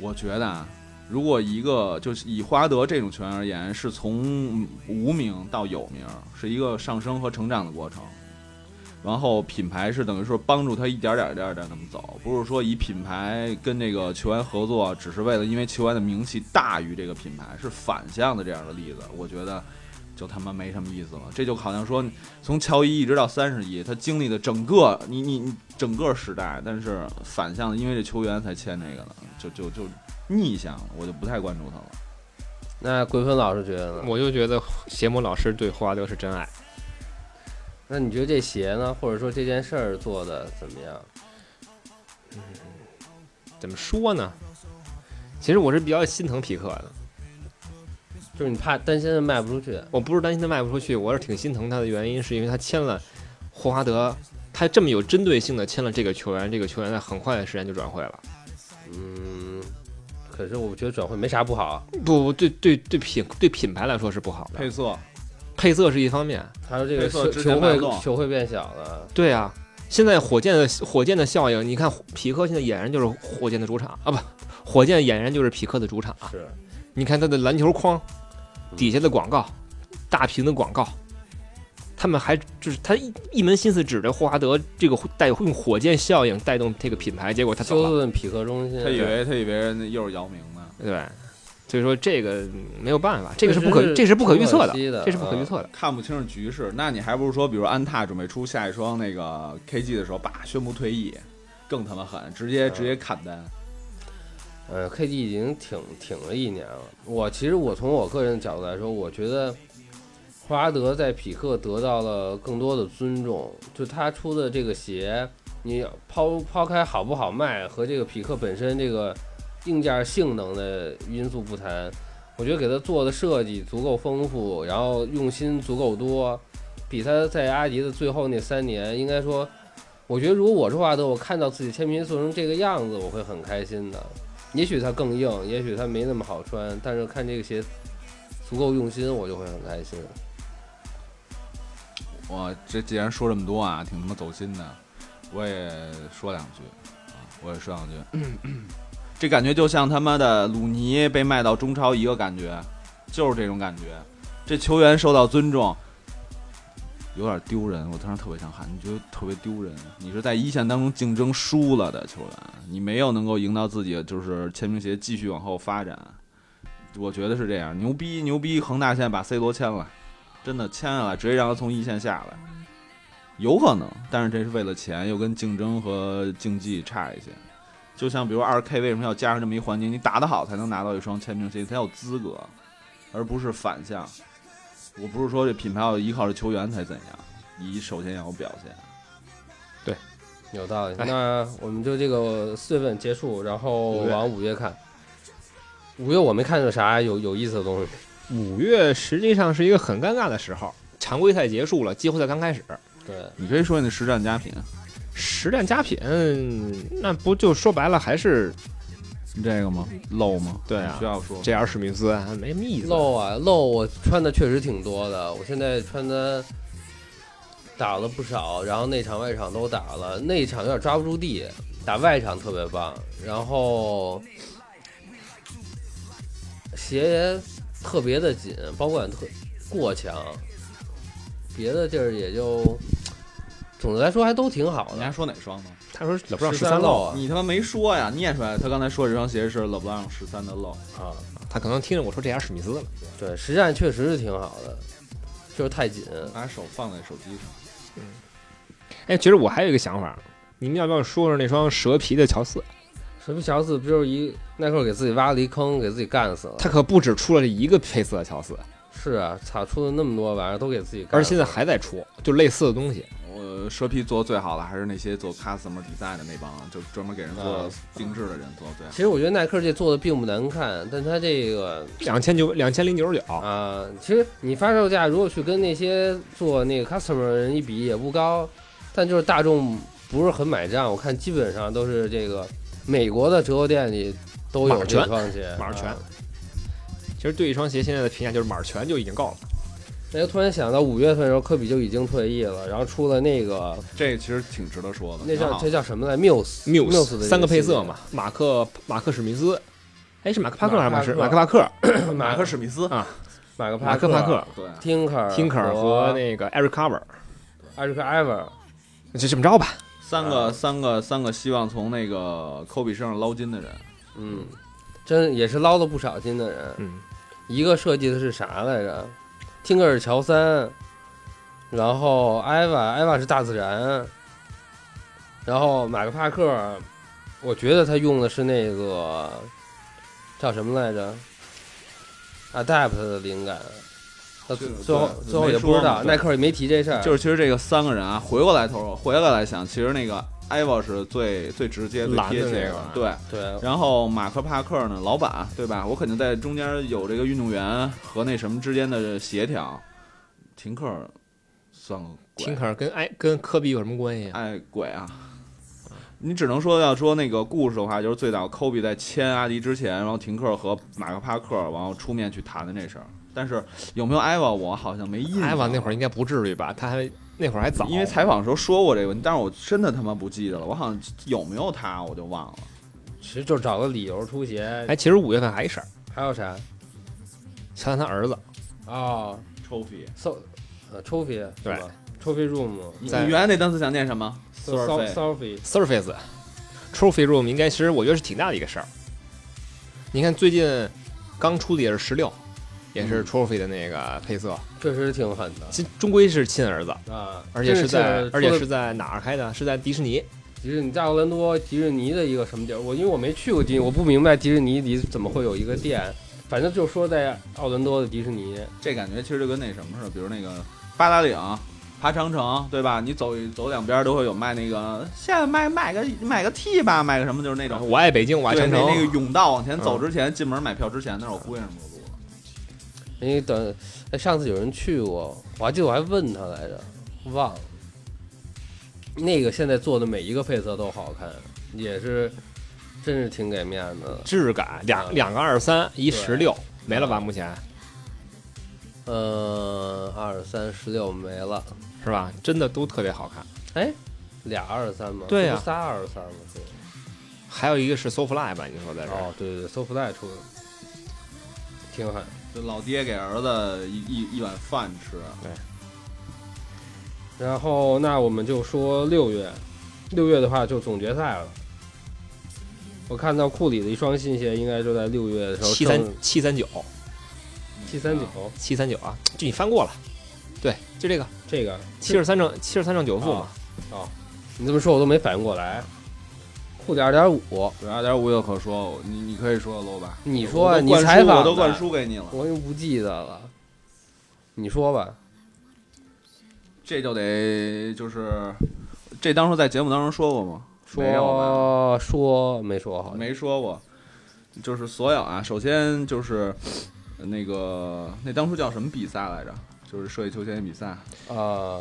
Speaker 2: 我觉得啊，如果一个就是以花德这种球员而言，是从无名到有名，是一个上升和成长的过程。然后品牌是等于说帮助他一点点儿一点儿一点儿那么走，不是说以品牌跟这个球员合作，只是为了因为球员的名气大于这个品牌，是反向的这样的例子。我觉得就他妈没什么意思了。这就好像说从乔伊一直到三十一，他经历的整个你你你整个时代，但是反向的，因为这球员才签这个的，就就就逆向，我就不太关注他了。
Speaker 4: 那桂芬老师觉得呢？
Speaker 3: 我就觉得邪魔老师对霍华德是真爱。
Speaker 4: 那你觉得这鞋呢，或者说这件事儿做的怎么样？
Speaker 3: 怎么说呢？其实我是比较心疼匹克的，
Speaker 4: 就是你怕担心的卖不出去，
Speaker 3: 我不是担心他卖不出去，我是挺心疼他的原因是因为他签了霍华德，他这么有针对性的签了这个球员，这个球员在很快的时间就转会了。
Speaker 4: 嗯，可是我觉得转会没啥不好，啊
Speaker 3: 不不，对对对品对品牌来说是不好的，
Speaker 2: 配色，
Speaker 3: 配色是一方面，
Speaker 4: 还有这个
Speaker 2: 没错
Speaker 4: 球
Speaker 2: 之
Speaker 4: 球
Speaker 2: 前买
Speaker 4: 会
Speaker 2: 不动
Speaker 4: 球会变小了，
Speaker 3: 对啊，现在火箭的火箭的效应，你看匹克现在俨然就是火箭的主场啊，不，火箭俨然就是匹克的主场啊。
Speaker 4: 是
Speaker 3: 你看他的篮球框
Speaker 4: 嗯
Speaker 3: 底下的广告，大屏的广告，他们还就是他一一门心思指着霍华德这个带用火箭效应带动这个品牌，结果他走
Speaker 4: 休
Speaker 3: 了，
Speaker 4: 顿匹克中心，
Speaker 2: 他以为他以为那又是姚明呢。
Speaker 3: 对。所以说这个嗯没有办法，这个是不
Speaker 4: 确实
Speaker 3: 可
Speaker 4: 是
Speaker 3: 这是不可预测的
Speaker 4: 可惜的，
Speaker 3: 这是不可预测的。
Speaker 2: 看不清是局势，那你还不如说，比如安踏准备出下一双那个 KG 的时候，叭宣布退役，更他妈狠，直接直接砍单。
Speaker 4: 呃，KD 已经挺挺了一年了。我其实我从我个人的角度来说，我觉得霍华德在匹克得到了更多的尊重，就他出的这个鞋，你抛抛开好不好卖和这个匹克本身这个硬件性能的因素不谈，我觉得给他做的设计足够丰富，然后用心足够多，比他在阿迪的最后那三年，应该说。我觉得如果我是霍华德，我看到自己签名做成这个样子，我会很开心的。也许它更硬，也许它没那么好穿，但是看这个鞋足够用心，我就会很开心。
Speaker 2: 我这既然说这么多啊，挺他妈走心的，我也说两句啊，我也说两句。这感觉就像他妈的鲁尼被卖到中超一个感觉，就是这种感觉。这球员受到尊重，有点丢人。我当时特别想喊，你觉得特别丢人？你是在一线当中竞争输了的球员，你没有能够赢到自己，就是签名鞋继续往后发展。我觉得是这样，牛逼牛逼！恒大现在把 C 罗签了，真的签下来，直接让他从一线下来，有可能，但是这是为了钱，又跟竞争和竞技差一些。就像比如二 K 为什么要加上这么一环节？你打得好才能拿到一双签名鞋，才有资格，而不是反向。我不是说这品牌要依靠这球员才怎样，你首先要有表现。
Speaker 4: 有道理。
Speaker 3: 哎
Speaker 4: 那我们就这个四月份结束，然后
Speaker 2: 五月
Speaker 4: 往五月看。五月我没看着啥有有意思的东西，
Speaker 3: 五月实际上是一个很尴尬的时候，常规赛结束了，季后赛刚开始，
Speaker 4: 对，
Speaker 2: 你可以说你的实战佳品，
Speaker 3: 实战佳品，那不就说白了还是
Speaker 2: 你这个吗？漏吗？
Speaker 3: 对啊
Speaker 2: 需要说。
Speaker 3: 这样史密斯没什么意思。
Speaker 4: 露啊露，我穿的确实挺多的，我现在穿的打了不少，然后内场外场都打了，内场有点抓不住地，打外场特别棒，然后鞋也特别的紧，包管特过强，别的地儿也就总的来说还都挺好
Speaker 2: 你
Speaker 4: 的
Speaker 2: 还。说哪双呢？
Speaker 3: 他说老布朗
Speaker 4: 十
Speaker 3: 十
Speaker 4: 三
Speaker 3: 三
Speaker 4: 漏
Speaker 3: 漏，
Speaker 4: 啊
Speaker 2: 你他妈没说呀！念出来，他刚才说这双鞋是勒布朗十三的漏。
Speaker 4: 啊，
Speaker 3: 他可能听着我说这样史密斯了。
Speaker 4: 对，实战确实是挺好的，就是太紧。
Speaker 2: 把手放在手机上，
Speaker 3: 哎，其实我还有一个想法，你们要不要说说那双蛇皮的乔四？
Speaker 4: 什么乔四不就是一耐克给自己挖了一坑，给自己干死了？
Speaker 3: 他可不止出了这一个配色的乔四，
Speaker 4: 是啊，擦出了那么多玩意儿，都给自己干了。
Speaker 3: 而且现在还在出，就类似的东西。
Speaker 2: 我蛇皮做最好的还是那些做 customer design 的那帮，就专门给人做
Speaker 4: 嗯
Speaker 2: 定制的人做最好。
Speaker 4: 其实我觉得耐克这做的并不难看，但它这个
Speaker 3: 两千九两千零九十九，
Speaker 4: 啊、其实你发售价如果去跟那些做那个 customer 的人一比也不高，但就是大众不是很买账。我看基本上都是这个美国的折扣店里都
Speaker 3: 马
Speaker 4: 有
Speaker 3: 儿
Speaker 4: 这
Speaker 3: 拳
Speaker 4: 双鞋，
Speaker 3: 马儿拳
Speaker 4: 啊
Speaker 3: 其实对一双鞋现在的评价就是马儿全就已经够了。
Speaker 4: 那就突然想到五月份的时候，科比就已经退役了，然后出了那个
Speaker 3: 啊
Speaker 2: 这其实挺值得说的。
Speaker 4: 那
Speaker 2: 挺
Speaker 4: 叫
Speaker 2: 好
Speaker 4: 这叫什么来？Muse 的一
Speaker 3: 三个配
Speaker 4: 系列
Speaker 3: 色嘛，，马克马克史密斯，哎是马克帕克还是马克马
Speaker 4: 马克
Speaker 3: 克帕克？
Speaker 4: 马克
Speaker 2: 史密斯
Speaker 3: 啊
Speaker 4: 马克帕
Speaker 3: 马克帕
Speaker 4: 克、
Speaker 3: 克、
Speaker 2: 对，
Speaker 4: Tinker、
Speaker 3: Tinker 和那个 Eric Carver，
Speaker 4: Eric Ever，
Speaker 3: 就这么着吧。
Speaker 2: 三个三个三个希望从那个科比身上捞金的人，
Speaker 4: 嗯，真也是捞了不少金的人。
Speaker 3: 嗯，
Speaker 4: 一个设计的是啥来着？听个是乔三，然后艾娃，艾娃是大自然，然后马克帕克，我觉得他用的是那个叫什么来着？Adapt 的灵感。那
Speaker 2: 这个
Speaker 4: 最后
Speaker 2: 对
Speaker 4: 最后
Speaker 2: 没
Speaker 4: 也不知
Speaker 2: 说嘛
Speaker 4: 道，
Speaker 2: 对
Speaker 4: 耐克也没提这事儿。
Speaker 2: 就是其实这个三个人啊，回过来头回过来想，其实那个 i v a 是最最直接、最
Speaker 3: 蓝的
Speaker 2: 贴切
Speaker 3: 那
Speaker 2: 的嗯
Speaker 3: 个
Speaker 2: 对。
Speaker 4: 对，
Speaker 2: 然后马克帕克呢，老板对吧？我肯定在中间有这个运动员和那什么之间的协调。停克尔算个鬼，
Speaker 3: Tinker 跟埃跟科比有什么关系啊？
Speaker 2: 爱鬼啊！你只能说要说那个故事的话，就是最早科比在签阿迪之前，然后停克尔和马克帕克然后出面去谈的这事儿。但是有没有艾娃，我好像没印象。
Speaker 3: 艾娃那会儿应该不至于吧？他还那会儿还早，
Speaker 2: 因为采访的时候说过这个问题，但是我真的他妈不记得了，我好像有没有他我就忘了。
Speaker 4: 其实就是找个理由出鞋。
Speaker 3: 哎，其实五月份还一事儿，
Speaker 4: 还有啥？
Speaker 3: 乔丹他儿子
Speaker 4: 哦，
Speaker 2: 抽皮，
Speaker 4: 搜呃 trophy 是
Speaker 3: 对
Speaker 4: 吧？trophy room
Speaker 2: 你
Speaker 3: 在
Speaker 2: 原来那单词想念什么
Speaker 4: s o
Speaker 2: Surface
Speaker 4: s o p h y
Speaker 3: Surface Trophy Room 应该其实我觉得是挺大的一个事儿。你看最近刚出的也是十六，也
Speaker 2: 嗯
Speaker 3: 是 Trophy 的那个配色，
Speaker 4: 确实挺狠
Speaker 3: 其终归是亲儿子，
Speaker 4: 的啊！
Speaker 3: 而且是在而且
Speaker 4: 说
Speaker 3: 是在哪儿开的？是在迪士尼。
Speaker 4: 迪士尼在奥兰多迪士尼的一个什么地儿？我因为我没去过迪，我不明白迪士尼里怎么会有一个店。反正就说在奥兰多的迪士尼，
Speaker 2: 这感觉其实就跟那什么似的，比如那个八达岭、爬长城，对吧？你走一走两边都会有卖那个，现在卖卖个买个 T 吧，买个什么就是那种。
Speaker 3: 我爱北京，我爱
Speaker 2: 对，嗯
Speaker 3: 长
Speaker 2: 那
Speaker 3: 城。
Speaker 2: 那个甬道往前走之前，进门买票之前，那是我姑爷什么路了。
Speaker 4: 因为等哎上次有人去过，我还记得我还问他来着，忘了。那个现在做的每一个配色都好看，也是真是挺给面子的。
Speaker 3: 质感，
Speaker 2: 嗯
Speaker 3: 两两个二十三，一十六，没了吧？目前
Speaker 4: 嗯，二三十六没了，
Speaker 3: 是吧？真的都特别好看。
Speaker 4: 哎，俩二三吗？
Speaker 3: 对呀
Speaker 4: 这不仨二三吗？是
Speaker 3: 还有一个是 SoFly 吧？你说在这儿
Speaker 4: 哦，对对对，SoFly 出的，挺狠。
Speaker 2: 就老爹给儿子一一一碗饭吃，啊
Speaker 4: 然后那我们就说六月，六月的话就总决赛了。我看到库里的一双新鞋，应该就在六月的时候
Speaker 3: 七三七三九
Speaker 4: 七三九
Speaker 3: 七三九啊，就你翻过了，对，就这个
Speaker 4: 这个
Speaker 3: 七十三正七十三正九负
Speaker 2: 哦
Speaker 3: 嘛，
Speaker 4: 你这么说我都没反应过来。库里二点五，
Speaker 5: 二点五有可说，你你可以说喽吧？
Speaker 4: 你
Speaker 2: 我
Speaker 4: 说啊
Speaker 2: 都
Speaker 4: 你
Speaker 2: 灌输
Speaker 4: 采访
Speaker 2: 我都
Speaker 4: 的
Speaker 2: 灌输给你了，
Speaker 4: 我又不记得了。你说吧，
Speaker 2: 这就得就是这当初在节目当中说过吗？没有吧？
Speaker 4: 说说没说好像？
Speaker 2: 没说过，就是所有啊，首先就是呃那个那当初叫什么比赛来着？就是设计球鞋比赛
Speaker 4: 啊，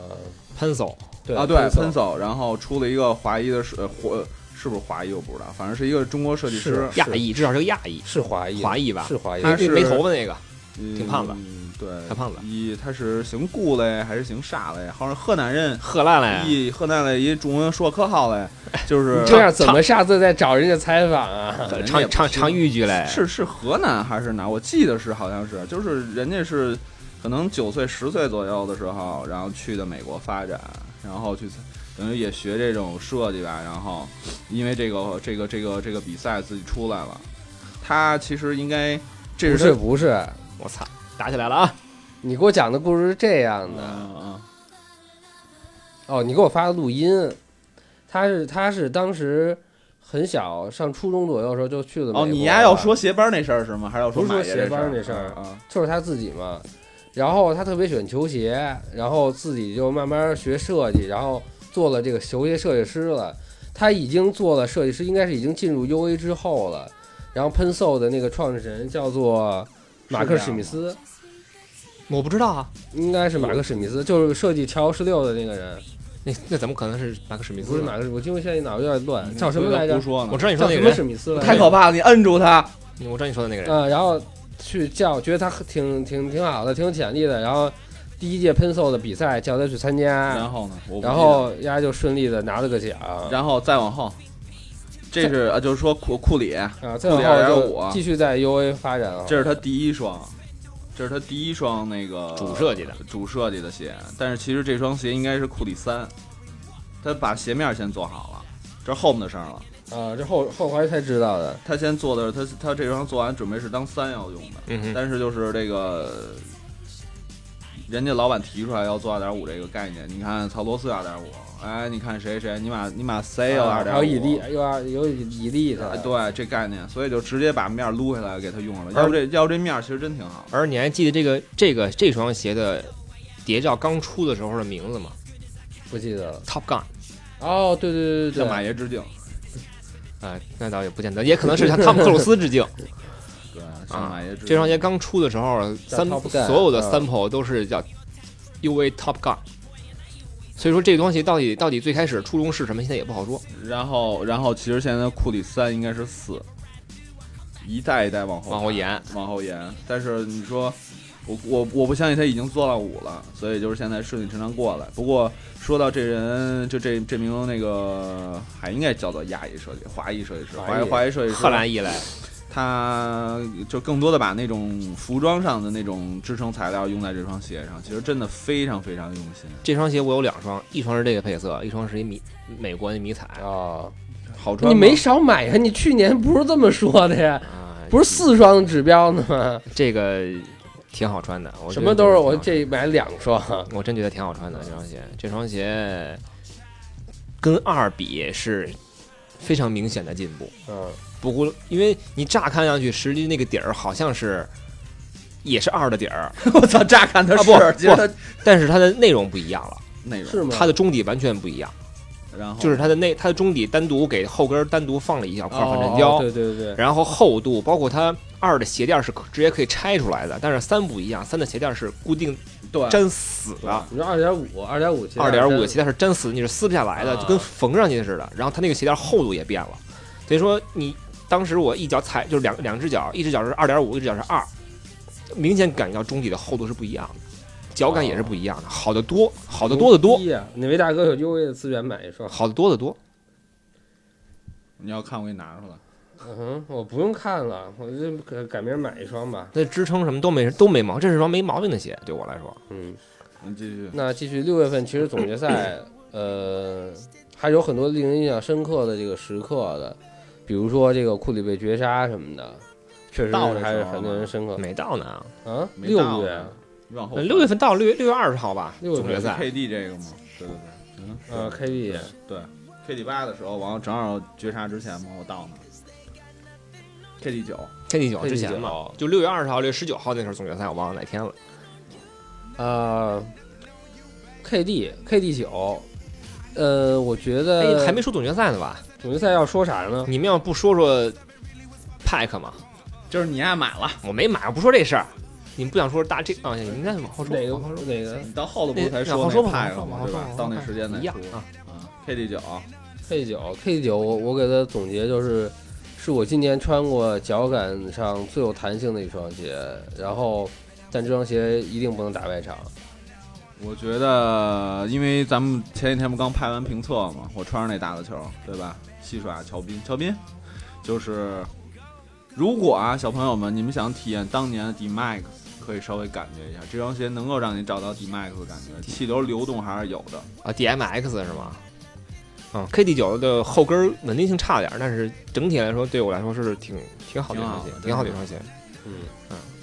Speaker 3: 潘总
Speaker 4: 对
Speaker 2: 啊，对，
Speaker 4: 分
Speaker 2: 喷手，然后出了一个华裔的设呃华是不是华裔我不知道，反正是一个中国设计师
Speaker 4: 是，
Speaker 3: 亚裔，至少是个亚裔，
Speaker 4: 是华裔的，
Speaker 3: 华裔吧
Speaker 4: 是华裔的，
Speaker 2: 他是
Speaker 3: 没头发那个，
Speaker 2: 挺
Speaker 3: 挺胖的，
Speaker 2: 嗯对，
Speaker 3: 大胖子
Speaker 2: 以他是行固嘞还是行煞嘞？好像河南人，
Speaker 3: 贺烂了哎呀，
Speaker 2: 一河南嘞一中文说可好嘞，就是呃
Speaker 4: 这样怎么下次再找人家采访啊？
Speaker 2: 人家也不
Speaker 3: 呃唱唱
Speaker 2: 行
Speaker 3: 唱豫剧嘞，
Speaker 2: 是是河南还是哪儿？我记得是好像是，就是人家是可能九岁十岁左右的时候，然后去的美国发展，然后去等于也学这种设计吧，然后因为这个这个这个这个比赛自己出来了。他其实应该这是
Speaker 4: 不是不是，
Speaker 3: 我操，打起来了啊！
Speaker 4: 你给我讲的故事是这样
Speaker 2: 他
Speaker 4: 的
Speaker 2: 嗯
Speaker 4: 哦，你给我发的录音，他是他是当时很小，上初中左右的时候就去了
Speaker 2: 嗯哦，
Speaker 4: 美国
Speaker 2: 你丫
Speaker 4: 了
Speaker 2: 要
Speaker 3: 啊
Speaker 2: 说鞋班那事儿是吗？还是要
Speaker 4: 不是
Speaker 2: 买
Speaker 4: 说
Speaker 2: 鞋这
Speaker 4: 鞋
Speaker 2: 事
Speaker 4: 班
Speaker 2: 儿
Speaker 4: 那事儿
Speaker 2: 啊？
Speaker 4: 就是他自己嘛。然后他特别喜欢球鞋，然后自己就慢慢学设计，然后做了这个球鞋设计师了。他已经做了设计师，应该是已经进入 U A 之后了。然后 Pencil 的那个创始人叫做马克史密斯，
Speaker 3: 我不知道啊，
Speaker 4: 应该是马克史密斯，就是设计乔十六的那个人，
Speaker 3: 那那怎么可能是马克史密
Speaker 4: 不
Speaker 3: 斯
Speaker 4: 是
Speaker 3: 呢？
Speaker 4: 马克史，我因为现在脑子有点乱，叫什么
Speaker 2: 嗯不
Speaker 4: 来着
Speaker 2: 胡？说呢
Speaker 3: 我，知道你说
Speaker 4: 叫
Speaker 3: 的那
Speaker 4: 什么
Speaker 3: 个
Speaker 4: 史
Speaker 3: 人，
Speaker 4: 密斯来着？
Speaker 2: 太可怕了！你摁住他，
Speaker 3: 我知道你说的那个人，
Speaker 4: 嗯，然后去叫，觉得他挺挺挺好的，挺有潜力的。然后第一届 Pencil 的比赛叫他去参加
Speaker 2: 然，后呢？我不
Speaker 4: 嗯然后丫就顺利的拿了个奖。
Speaker 2: 记得然后再往后，这是啊，就是说库库里，
Speaker 4: 啊，再
Speaker 2: 库里
Speaker 4: 往后
Speaker 2: 2.5
Speaker 4: 就继续在 UA 发展了。
Speaker 2: 这是他第一双，这是他第一双那个
Speaker 3: 主设计的
Speaker 2: 主设计的鞋，但是其实这双鞋应该是库里三，他把鞋面先做好了，这是后面的事儿了。
Speaker 4: 啊，这后后来才知道的。
Speaker 2: 他先做的是他他这双做完准备是当三要用的，
Speaker 3: 嗯哼，
Speaker 2: 但是就是这个。人家老板提出来要做二点五这个概念，你看曹罗斯二点五，哎，你看谁谁，你把你把 C 又二
Speaker 4: 啊
Speaker 2: 哎点
Speaker 4: 还
Speaker 2: 五，
Speaker 4: 有伊利，有二有伊利的
Speaker 2: 哎，，对这概念，所以就直接把面撸下来给他用上了。要不这要不这面儿其实真挺好的，
Speaker 3: 而你还记得这个这个这双鞋的谍照刚出的时候的名字吗
Speaker 4: 不记得了。
Speaker 3: ？Top Gun
Speaker 4: 哦，对对对
Speaker 2: 向马
Speaker 4: 对
Speaker 2: 爷致敬。
Speaker 3: 啊，那倒也不见得，也可能是向汤姆克鲁斯致敬
Speaker 2: 对，上
Speaker 3: 啊
Speaker 2: 海也。
Speaker 3: 这双鞋刚出的时候，
Speaker 4: 叫
Speaker 3: 三
Speaker 4: Top Gun，
Speaker 3: 所有的
Speaker 4: 嗯
Speaker 3: sample 都是叫 UA Top Gun，所以说这个东西到底到底最开始初衷是什么，现在也不好说。
Speaker 2: 然后然后其实现在库里三应该是四，一代一代往后
Speaker 3: 往后延，
Speaker 2: 往后延。但是你说我我我不相信他已经做到五了，所以就是现在顺理成章过来。不过说到这人，就这这名那个还应该叫做亚裔设计华裔设计师，华
Speaker 4: 华
Speaker 2: 裔
Speaker 4: 裔
Speaker 2: 华裔设计师，
Speaker 3: 贺兰一来，
Speaker 2: 他就更多的把那种服装上的那种支撑材料用在这双鞋上，其实真的非常非常用心。
Speaker 3: 这双鞋我有两双，一双是这个配色，一双是一迷美国那迷彩。
Speaker 4: 啊，
Speaker 2: 好穿
Speaker 4: 你
Speaker 2: 吗
Speaker 4: 没少买呀？你去年不是这么说的呀？
Speaker 3: 啊，
Speaker 4: 不是四双指标呢吗？
Speaker 3: 这个挺好穿的，我
Speaker 4: 什
Speaker 3: 觉
Speaker 4: 么
Speaker 3: 得
Speaker 4: 都是
Speaker 3: 挺好
Speaker 4: 我
Speaker 3: 穿的
Speaker 4: 这买两双，
Speaker 3: <laughs> 我真觉得挺好穿的这双鞋，这双鞋跟二比是非常明显的进步。
Speaker 4: 嗯，
Speaker 3: 不过，因为你乍看上去，实际那个底儿好像是也是二的底
Speaker 4: <laughs>
Speaker 3: 儿，
Speaker 2: 我操，乍看他
Speaker 3: 啊
Speaker 2: 是，
Speaker 3: 不
Speaker 2: 觉得他
Speaker 3: 但是它的内容不一样了，
Speaker 2: 内容
Speaker 4: 是吗？
Speaker 3: 它的中底完全不一样，
Speaker 2: 然
Speaker 4: 哦
Speaker 2: 后
Speaker 3: 就是它的内它的中底单独给后跟儿单独放了一小块反衬胶，
Speaker 4: 哦对对对，
Speaker 3: 然后厚度包括它二的鞋垫儿是可直接可以拆出来的，但是三不一样，三的鞋垫儿是固定
Speaker 2: 对
Speaker 3: 粘死的。
Speaker 4: 你说二点五，二点五，
Speaker 3: 二点五的鞋带是粘死，你是撕不下来的，
Speaker 4: 啊
Speaker 3: 就跟缝上去似的。然后它那个鞋带厚度也变了，所以说你当时我一脚踩就是两两只脚，一只脚是二点五，一只脚是二，明显感觉到中底的厚度是不一样的，脚感也是不一样的，好的多，好的多的多，
Speaker 4: 牛逼呀！哪啊位大哥有优惠的资源买一双？
Speaker 3: 好的多的多。
Speaker 2: 你要看我给你拿出来。
Speaker 4: 嗯哼，我不用看了，我就改改明儿买一双吧。
Speaker 3: 那支撑什么都没都没毛病，这是双没毛病的鞋，对我来说，
Speaker 4: 嗯，
Speaker 2: 嗯，继续。
Speaker 4: 那继续六月份，其实总决赛，呃，还有很多令人印象深刻的这个时刻的。比如说这个库里被绝杀什么的，确实
Speaker 2: 到的时候
Speaker 4: 还是很令人深刻。
Speaker 3: 没到呢，
Speaker 4: 啊，
Speaker 2: 没
Speaker 4: 六
Speaker 2: 到
Speaker 4: 月
Speaker 2: 呢你往后
Speaker 3: 呃六月份到六月六月二十号吧，
Speaker 4: 哦六月份
Speaker 3: 总决赛
Speaker 2: KD 这个吗？对对对，嗯，
Speaker 4: 啊，KD
Speaker 2: 对，KD 八的时候，完了正好绝杀之前嘛，我到呢。KD 九，
Speaker 3: KD 九之前
Speaker 4: KD
Speaker 3: 嘛，就六月二十号、六月十九号那时候总决赛，我忘了哪天了。
Speaker 4: 啊，KD KD 九，呃，我觉
Speaker 3: 哎，
Speaker 4: 得
Speaker 3: 还没说总决赛呢吧？
Speaker 4: 总决赛要说啥呢？
Speaker 3: 你们要不说说派克吗？
Speaker 2: 就是你爱买了，
Speaker 3: 我没买，我不说这事儿。你们不想说大这啊？你们再往后说，
Speaker 4: 哪个
Speaker 3: 往后说
Speaker 4: 哪个
Speaker 2: 你到后头不
Speaker 3: 那
Speaker 2: 是才
Speaker 3: 往哎后
Speaker 2: 说那
Speaker 3: 说吧
Speaker 2: 派
Speaker 3: 往后
Speaker 2: 了吗？
Speaker 3: 说往
Speaker 2: 对
Speaker 3: 后
Speaker 2: 吧
Speaker 3: 说？
Speaker 2: 到那时间
Speaker 3: 一
Speaker 2: 内
Speaker 3: 样啊。
Speaker 2: ，KD 九，
Speaker 4: K 九 K 九，我我给它总结就是，是我今年穿过脚感上最有弹性的一双鞋，然后但这双鞋一定不能打败场。
Speaker 2: 我觉得，因为咱们前几天不刚拍完评测嘛，我穿上那打的球，对吧？戏耍乔斌，乔斌就是，如果啊，小朋友们，你们想体验当年的 D Max，可以稍微感觉一下，这双鞋能够让你找到 D Max 的感觉，气流流动还是有的。
Speaker 3: 啊，DMX 是吗？嗯，KD 九的后跟儿稳定性差点儿，但是整体来说对我来说是挺挺好的一双鞋
Speaker 2: 挺好，的
Speaker 3: 挺好的一双鞋。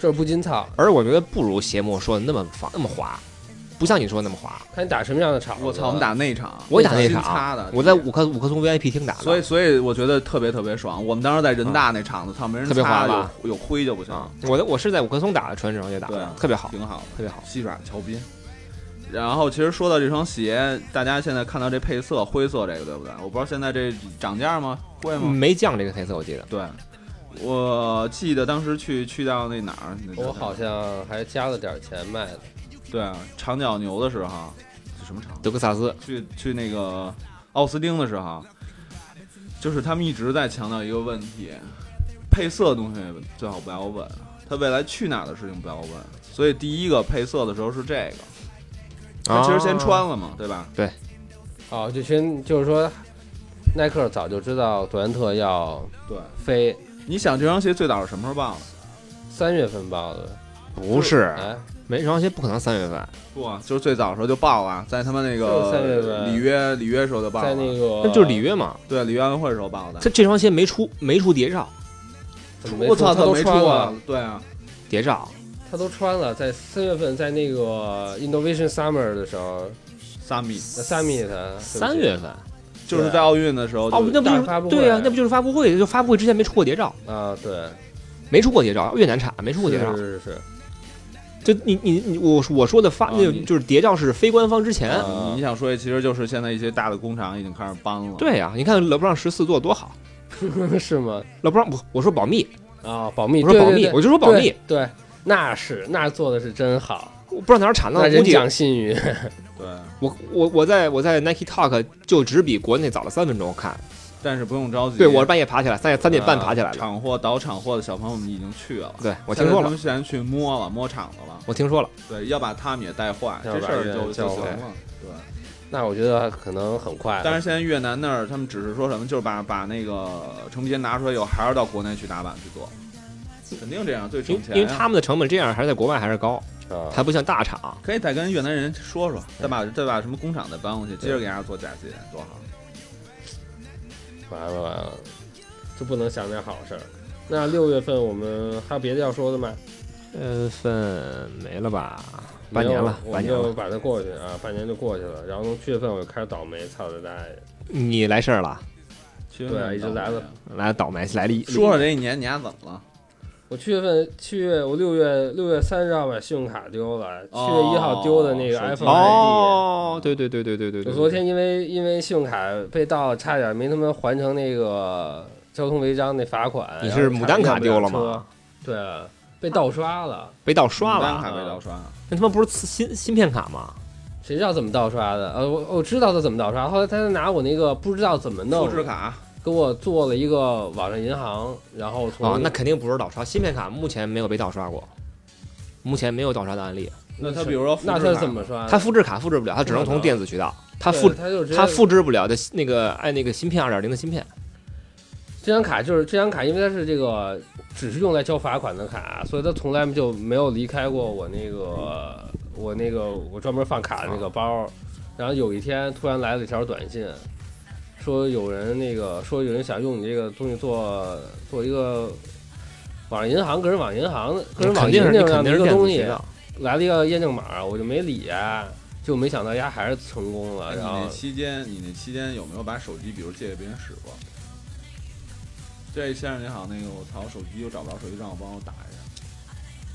Speaker 4: 这儿不禁操，
Speaker 3: 而我觉得不如鞋墨说的那么滑，那么滑，不像你说的那么滑。
Speaker 4: 看你打什么样的场子。
Speaker 2: 我操，我们打内场，
Speaker 3: 我打那
Speaker 2: 新
Speaker 3: 场
Speaker 2: 擦的，
Speaker 3: 我在五棵五棵松 VIP 厅打的，
Speaker 2: 所以所以我觉得特别特别爽。我们当时在人大那场子，操，没人
Speaker 3: 嗯特别
Speaker 2: 擦
Speaker 3: 滑吧
Speaker 2: 有有灰就不行，
Speaker 3: 啊，我的我是在五棵松打的，穿这双鞋打
Speaker 2: 对
Speaker 3: 的
Speaker 2: 啊，
Speaker 3: 特别好，
Speaker 2: 挺好的。
Speaker 3: 特别好。
Speaker 2: 戏耍乔斌。然后其实说到这双鞋，大家现在看到这配色灰色这个对不对？我不知道现在这涨价吗？贵吗？
Speaker 3: 没降这个配色，我记得。
Speaker 2: 对，我记得当时去去到那哪儿，那
Speaker 3: 哦
Speaker 4: 我好像还加了点钱卖的。
Speaker 2: 对啊，长脚牛的时候，这什么长？
Speaker 3: 德克萨斯，
Speaker 2: 去去那个奥斯汀的时候，就是他们一直在强调一个问题：配色的东西最好不要问，啊他未来去哪儿的事情不要问。所以第一个配色的时候是这个，他其实
Speaker 3: 啊
Speaker 2: 先穿了嘛，对吧？
Speaker 4: 哦，这群就是说，耐克早就知道杜兰特要
Speaker 2: 对。
Speaker 4: 飞，
Speaker 2: 你想这双鞋最早是什么时候报的？
Speaker 4: 三月份报的。
Speaker 3: 不是，
Speaker 4: 哎，
Speaker 3: 没这双鞋不可能三月份，
Speaker 2: 不啊，就是最早的时候就报了，在他们那
Speaker 4: 就是三月份
Speaker 2: 个里约里约时候就报了，
Speaker 4: 在那个
Speaker 3: 那就是里约嘛。
Speaker 2: 对里约奥运会时候报的
Speaker 3: 这。这双鞋没出没出谍照，
Speaker 4: 怎么没
Speaker 2: 我操，
Speaker 4: 他
Speaker 2: 怎
Speaker 4: 都
Speaker 2: 么没出
Speaker 4: 穿
Speaker 2: 啊
Speaker 4: 了，？
Speaker 2: 对啊，
Speaker 3: 谍照
Speaker 4: 他都穿了，在四月份在那个 Innovation Summer 的时候，
Speaker 2: 萨米
Speaker 4: 那 Summit 对不起
Speaker 3: 三月份。
Speaker 2: 就是在奥运的时候就
Speaker 3: 哦，那不就
Speaker 4: 大发布
Speaker 3: 是
Speaker 4: 会
Speaker 3: 对呀、那不就是发布会？就发布会之前没出过谍照，
Speaker 4: 啊，对，
Speaker 3: 没出过谍照，越南产没出过谍照
Speaker 4: 是。是是，
Speaker 3: 就你你你，我我说的发
Speaker 2: 啊
Speaker 3: 那个
Speaker 2: 你
Speaker 3: 就是谍照是非官方之前。
Speaker 2: 啊你想说的其实就是现在一些大的工厂已经开始搬了，，
Speaker 3: 对呀、你看勒布朗十四做得多好，
Speaker 4: 是是吗？
Speaker 3: 勒布朗不，我说保密，
Speaker 4: 啊，保密，
Speaker 3: 我说
Speaker 4: 对
Speaker 3: 保
Speaker 4: 对
Speaker 3: 密
Speaker 4: 对
Speaker 3: 我就说保密
Speaker 4: 对，对，那是那做的是真好，
Speaker 3: 我不知道哪儿产的，
Speaker 4: 那
Speaker 3: 我估
Speaker 4: 人
Speaker 3: 计
Speaker 4: 讲信誉，
Speaker 2: 对，
Speaker 3: 我我我在我在 Nike Talk 就只比国内早了三分钟看，
Speaker 2: 但是不用着急，
Speaker 3: 对我是半夜爬起来，三三点半爬起来
Speaker 2: 呃
Speaker 3: 的，
Speaker 2: 厂货倒厂货的小朋友们已经去了，
Speaker 3: 对我听
Speaker 2: 现在
Speaker 3: 说
Speaker 2: 他
Speaker 3: 了，
Speaker 2: 们现在去摸了摸厂子了，
Speaker 3: 我听说了，
Speaker 2: 对，要把他们也带坏，
Speaker 4: 要
Speaker 2: 这
Speaker 4: 把
Speaker 2: 事儿
Speaker 4: 人
Speaker 2: 就
Speaker 4: 教
Speaker 2: 就行
Speaker 4: 坏
Speaker 2: 了，对。
Speaker 4: 那我觉得可能很快了，
Speaker 2: 但是现在越南那儿，他们只是说什么，就是把把那个成品鞋拿出来以后，还是到国内去打版去做，肯定这样最
Speaker 3: 因
Speaker 2: 省
Speaker 3: 为
Speaker 2: 钱呀、啊
Speaker 3: 因为他们的成本这样还是在国外还是高，
Speaker 4: 啊，
Speaker 3: 还不像大厂。
Speaker 2: 可以再跟越南人说说，再把再把什么工厂再搬过去，接着给人家做假鞋，多好！
Speaker 4: 完了完了，就不能想点好事儿。那六月份我们还有别的要说的吗？
Speaker 3: 呃，份没了吧？
Speaker 4: 没
Speaker 3: 半
Speaker 4: 有
Speaker 3: 年了，
Speaker 4: 我
Speaker 3: 半
Speaker 4: 们
Speaker 3: 年
Speaker 4: 就
Speaker 3: 了，
Speaker 4: 把它过去啊，半年就过去了。然后从七月份我就开始倒霉，操他大爷！
Speaker 3: 你来事儿了，
Speaker 2: 对
Speaker 4: 对一直来了。
Speaker 3: 来倒霉来了一
Speaker 2: 说说这一年你丫怎么了？
Speaker 4: 我七月份，七月我六月六月三十号把信用卡丢了，七月一号丢的那个
Speaker 2: 手机
Speaker 4: iPhone ID，、
Speaker 3: 哦，对对对对对对
Speaker 4: 我
Speaker 3: 对，
Speaker 4: 昨天因为因为信用卡被盗，差点没他妈还成那个交通违章那罚款。
Speaker 3: 你
Speaker 4: 然
Speaker 3: 是
Speaker 4: 后
Speaker 3: 牡丹卡丢了
Speaker 4: 差点
Speaker 3: 吗？
Speaker 4: 不上车？对，啊被盗刷了。
Speaker 3: 被盗刷
Speaker 2: 单
Speaker 3: 了，啊
Speaker 2: 卡被盗刷，
Speaker 3: 那他妈不是磁芯芯片卡吗？
Speaker 4: 谁知道怎么盗刷的？呃，我我知道他怎么盗刷，后来他拿我那个不知道怎么弄
Speaker 2: 复，制卡，
Speaker 4: 给我做了一个网上银行，然后从、
Speaker 3: 啊，那肯定不是盗刷，芯片卡目前没有被盗刷过，目前没有盗刷的案例。
Speaker 2: 那他比如说复制
Speaker 4: 那
Speaker 2: 卡，
Speaker 4: 他是怎么刷的？
Speaker 3: 它复制卡复制不了，它只能从电子渠道，它
Speaker 4: 对
Speaker 3: 复
Speaker 4: 他就直接
Speaker 3: 它复制不了的那个按那个芯片二点零的芯片。
Speaker 4: 这张卡就是这张卡，因为它是这个只是用来交罚款的卡，所以它从来就没有离开过我那个我那个我专门放卡的那个包。然后有一天突然来了一条短信，说有人那个说有人想用你这个东西做做一个网银行个人网银行的个人网
Speaker 3: 肯
Speaker 4: 银
Speaker 3: 定是
Speaker 4: 那
Speaker 3: 你
Speaker 4: 样
Speaker 3: 肯定
Speaker 4: 的一
Speaker 3: 是
Speaker 4: 个
Speaker 3: 电
Speaker 4: 东
Speaker 3: 子渠
Speaker 4: 西，
Speaker 3: 道，
Speaker 4: 来了一个验证码，我就没理呀，就没想到丫还是成功了，
Speaker 2: 哎你
Speaker 4: 然后
Speaker 2: 那期间，你那期间有没有把手机，比如借给别人使过？这先生您好，那个我操，我手机又找不着手机，让我帮我打一下。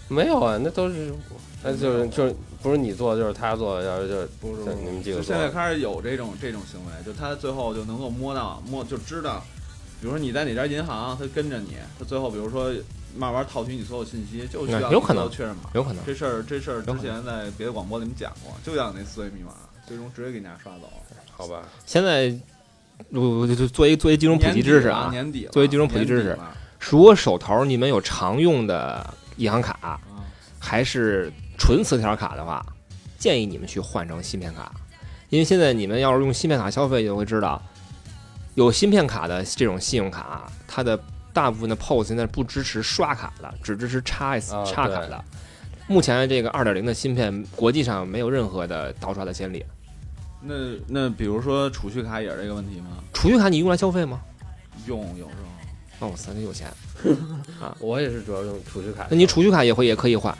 Speaker 4: 没有啊，那都是那就是就是不是你做的就是他做的，要是啊就是
Speaker 2: 不是，
Speaker 4: 像
Speaker 2: 不
Speaker 4: 你们
Speaker 2: 是
Speaker 4: 几
Speaker 2: 就
Speaker 4: 个做
Speaker 2: 现在
Speaker 4: 的，
Speaker 2: 开始有这种这种行为，就他最后就能够摸到摸就知道，比如说你在哪家银行，他跟着你，他最后比如说慢慢套取你所有信息，就需要
Speaker 3: 嗯
Speaker 2: 你
Speaker 3: 有可
Speaker 2: 最后
Speaker 3: 能
Speaker 2: 确认码。
Speaker 3: 有可能。
Speaker 2: 这事儿这事儿
Speaker 3: 有
Speaker 2: 之
Speaker 3: 可
Speaker 2: 前在别的广播里面讲过，就讲那四维密码，最终直接给人家刷走。
Speaker 4: 好吧？
Speaker 3: 现在我我就就做一做一金融普及
Speaker 2: 年底
Speaker 3: 知识
Speaker 2: 了
Speaker 3: 啊，
Speaker 2: 年底了
Speaker 3: 作为金融普及
Speaker 2: 年
Speaker 3: 知
Speaker 2: 底
Speaker 3: 识
Speaker 2: 了
Speaker 3: 如果手头你们有常用的银行卡，
Speaker 2: 啊，
Speaker 3: 还是纯磁条卡的话，建议你们去换成芯片卡，因为现在你们要是用芯片卡消费，就会知道，有芯片卡的这种信用卡，它的大部分的 POS 现在不支持刷卡
Speaker 2: 啊
Speaker 3: 的，只支持 x S
Speaker 4: 啊
Speaker 3: x 卡
Speaker 4: 对
Speaker 3: 的。目前这个二点零的芯片，国际上没有任何的盗刷的先例。
Speaker 2: 那那比如说储蓄卡也是这个问题吗？
Speaker 3: 储蓄卡你用来消费吗？哦
Speaker 2: 用有时候
Speaker 3: 那我操，你有钱。
Speaker 4: 我也是主要用储蓄卡，
Speaker 3: 那你储蓄卡也会也可以换，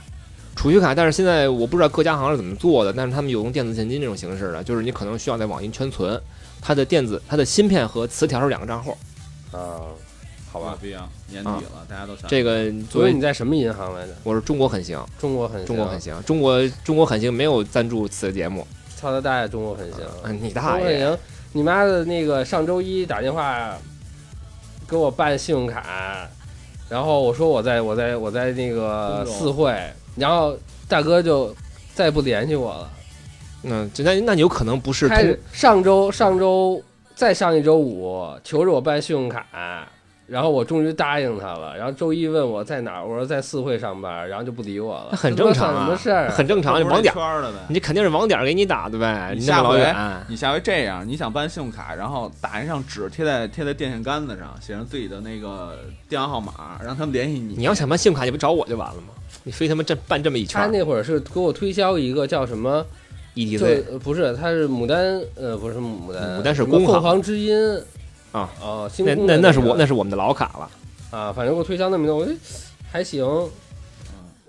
Speaker 3: 储蓄卡，但是现在我不知道各家行是怎么做的，但是他们有用电子现金这种形式的，就是你可能需要在网银圈存，它的电子它的芯片和磁条是两个账户，
Speaker 4: 啊，好吧？
Speaker 2: 不一样，年底了，大家都想
Speaker 3: 啊这个作
Speaker 4: 所以
Speaker 3: 为
Speaker 4: 你在什么银行来着？
Speaker 3: 我是中国很行，
Speaker 4: 中国很
Speaker 3: 中
Speaker 2: 啊
Speaker 3: 国很行，中国中国很行没有赞助此节目，
Speaker 4: 操他大爷，中国很行，
Speaker 2: 啊
Speaker 3: 嗯，你
Speaker 4: 中国
Speaker 3: 大
Speaker 4: 很
Speaker 3: 爷，
Speaker 4: 行！你妈的那个上周一打电话给我办信用卡，然后我说我在我在我在那个四惠，然后大哥就再也不联系我了。
Speaker 3: 嗯，就那那有可能不是
Speaker 4: 开
Speaker 3: 通
Speaker 4: 始上周上周再上一周五求着我办信用卡，然后我终于答应他了。然后周一问我在哪儿，我说在四惠上班，然后就不理我了。
Speaker 3: 那很
Speaker 4: 这他妈
Speaker 3: 正常
Speaker 4: 算
Speaker 3: 啊
Speaker 4: 什么事儿？
Speaker 3: 很正常，
Speaker 2: 这
Speaker 3: 你
Speaker 2: 不是
Speaker 3: 网
Speaker 2: 一
Speaker 3: 点
Speaker 2: 圈，儿的呗。
Speaker 3: 你肯定是网点给你打的呗，
Speaker 2: 你
Speaker 3: 你那
Speaker 2: 下
Speaker 3: 么老
Speaker 2: 回
Speaker 3: 远，
Speaker 2: 你下回这样，你想办信用卡，然后打一张纸贴在贴在电线杆子上，写上自己的那个电话号码，让他们联系你。
Speaker 3: 你要想办信用卡，你不找我就完了吗？你非他妈这办这么一圈儿
Speaker 4: 他
Speaker 3: ，E
Speaker 4: 那会儿是给我推销一个叫什么？就
Speaker 3: ，ETC
Speaker 4: 呃不是，他是牡丹，呃，不是牡丹，
Speaker 3: 牡丹是
Speaker 4: 什么
Speaker 3: 工行
Speaker 4: 凤凰之音
Speaker 3: 啊
Speaker 4: 哦，星
Speaker 3: 那
Speaker 4: 空
Speaker 3: 那
Speaker 4: 的
Speaker 3: 那是我
Speaker 4: 个
Speaker 3: 那是我们的老卡了。
Speaker 4: 啊，反正给我推销那么多，我觉得还行，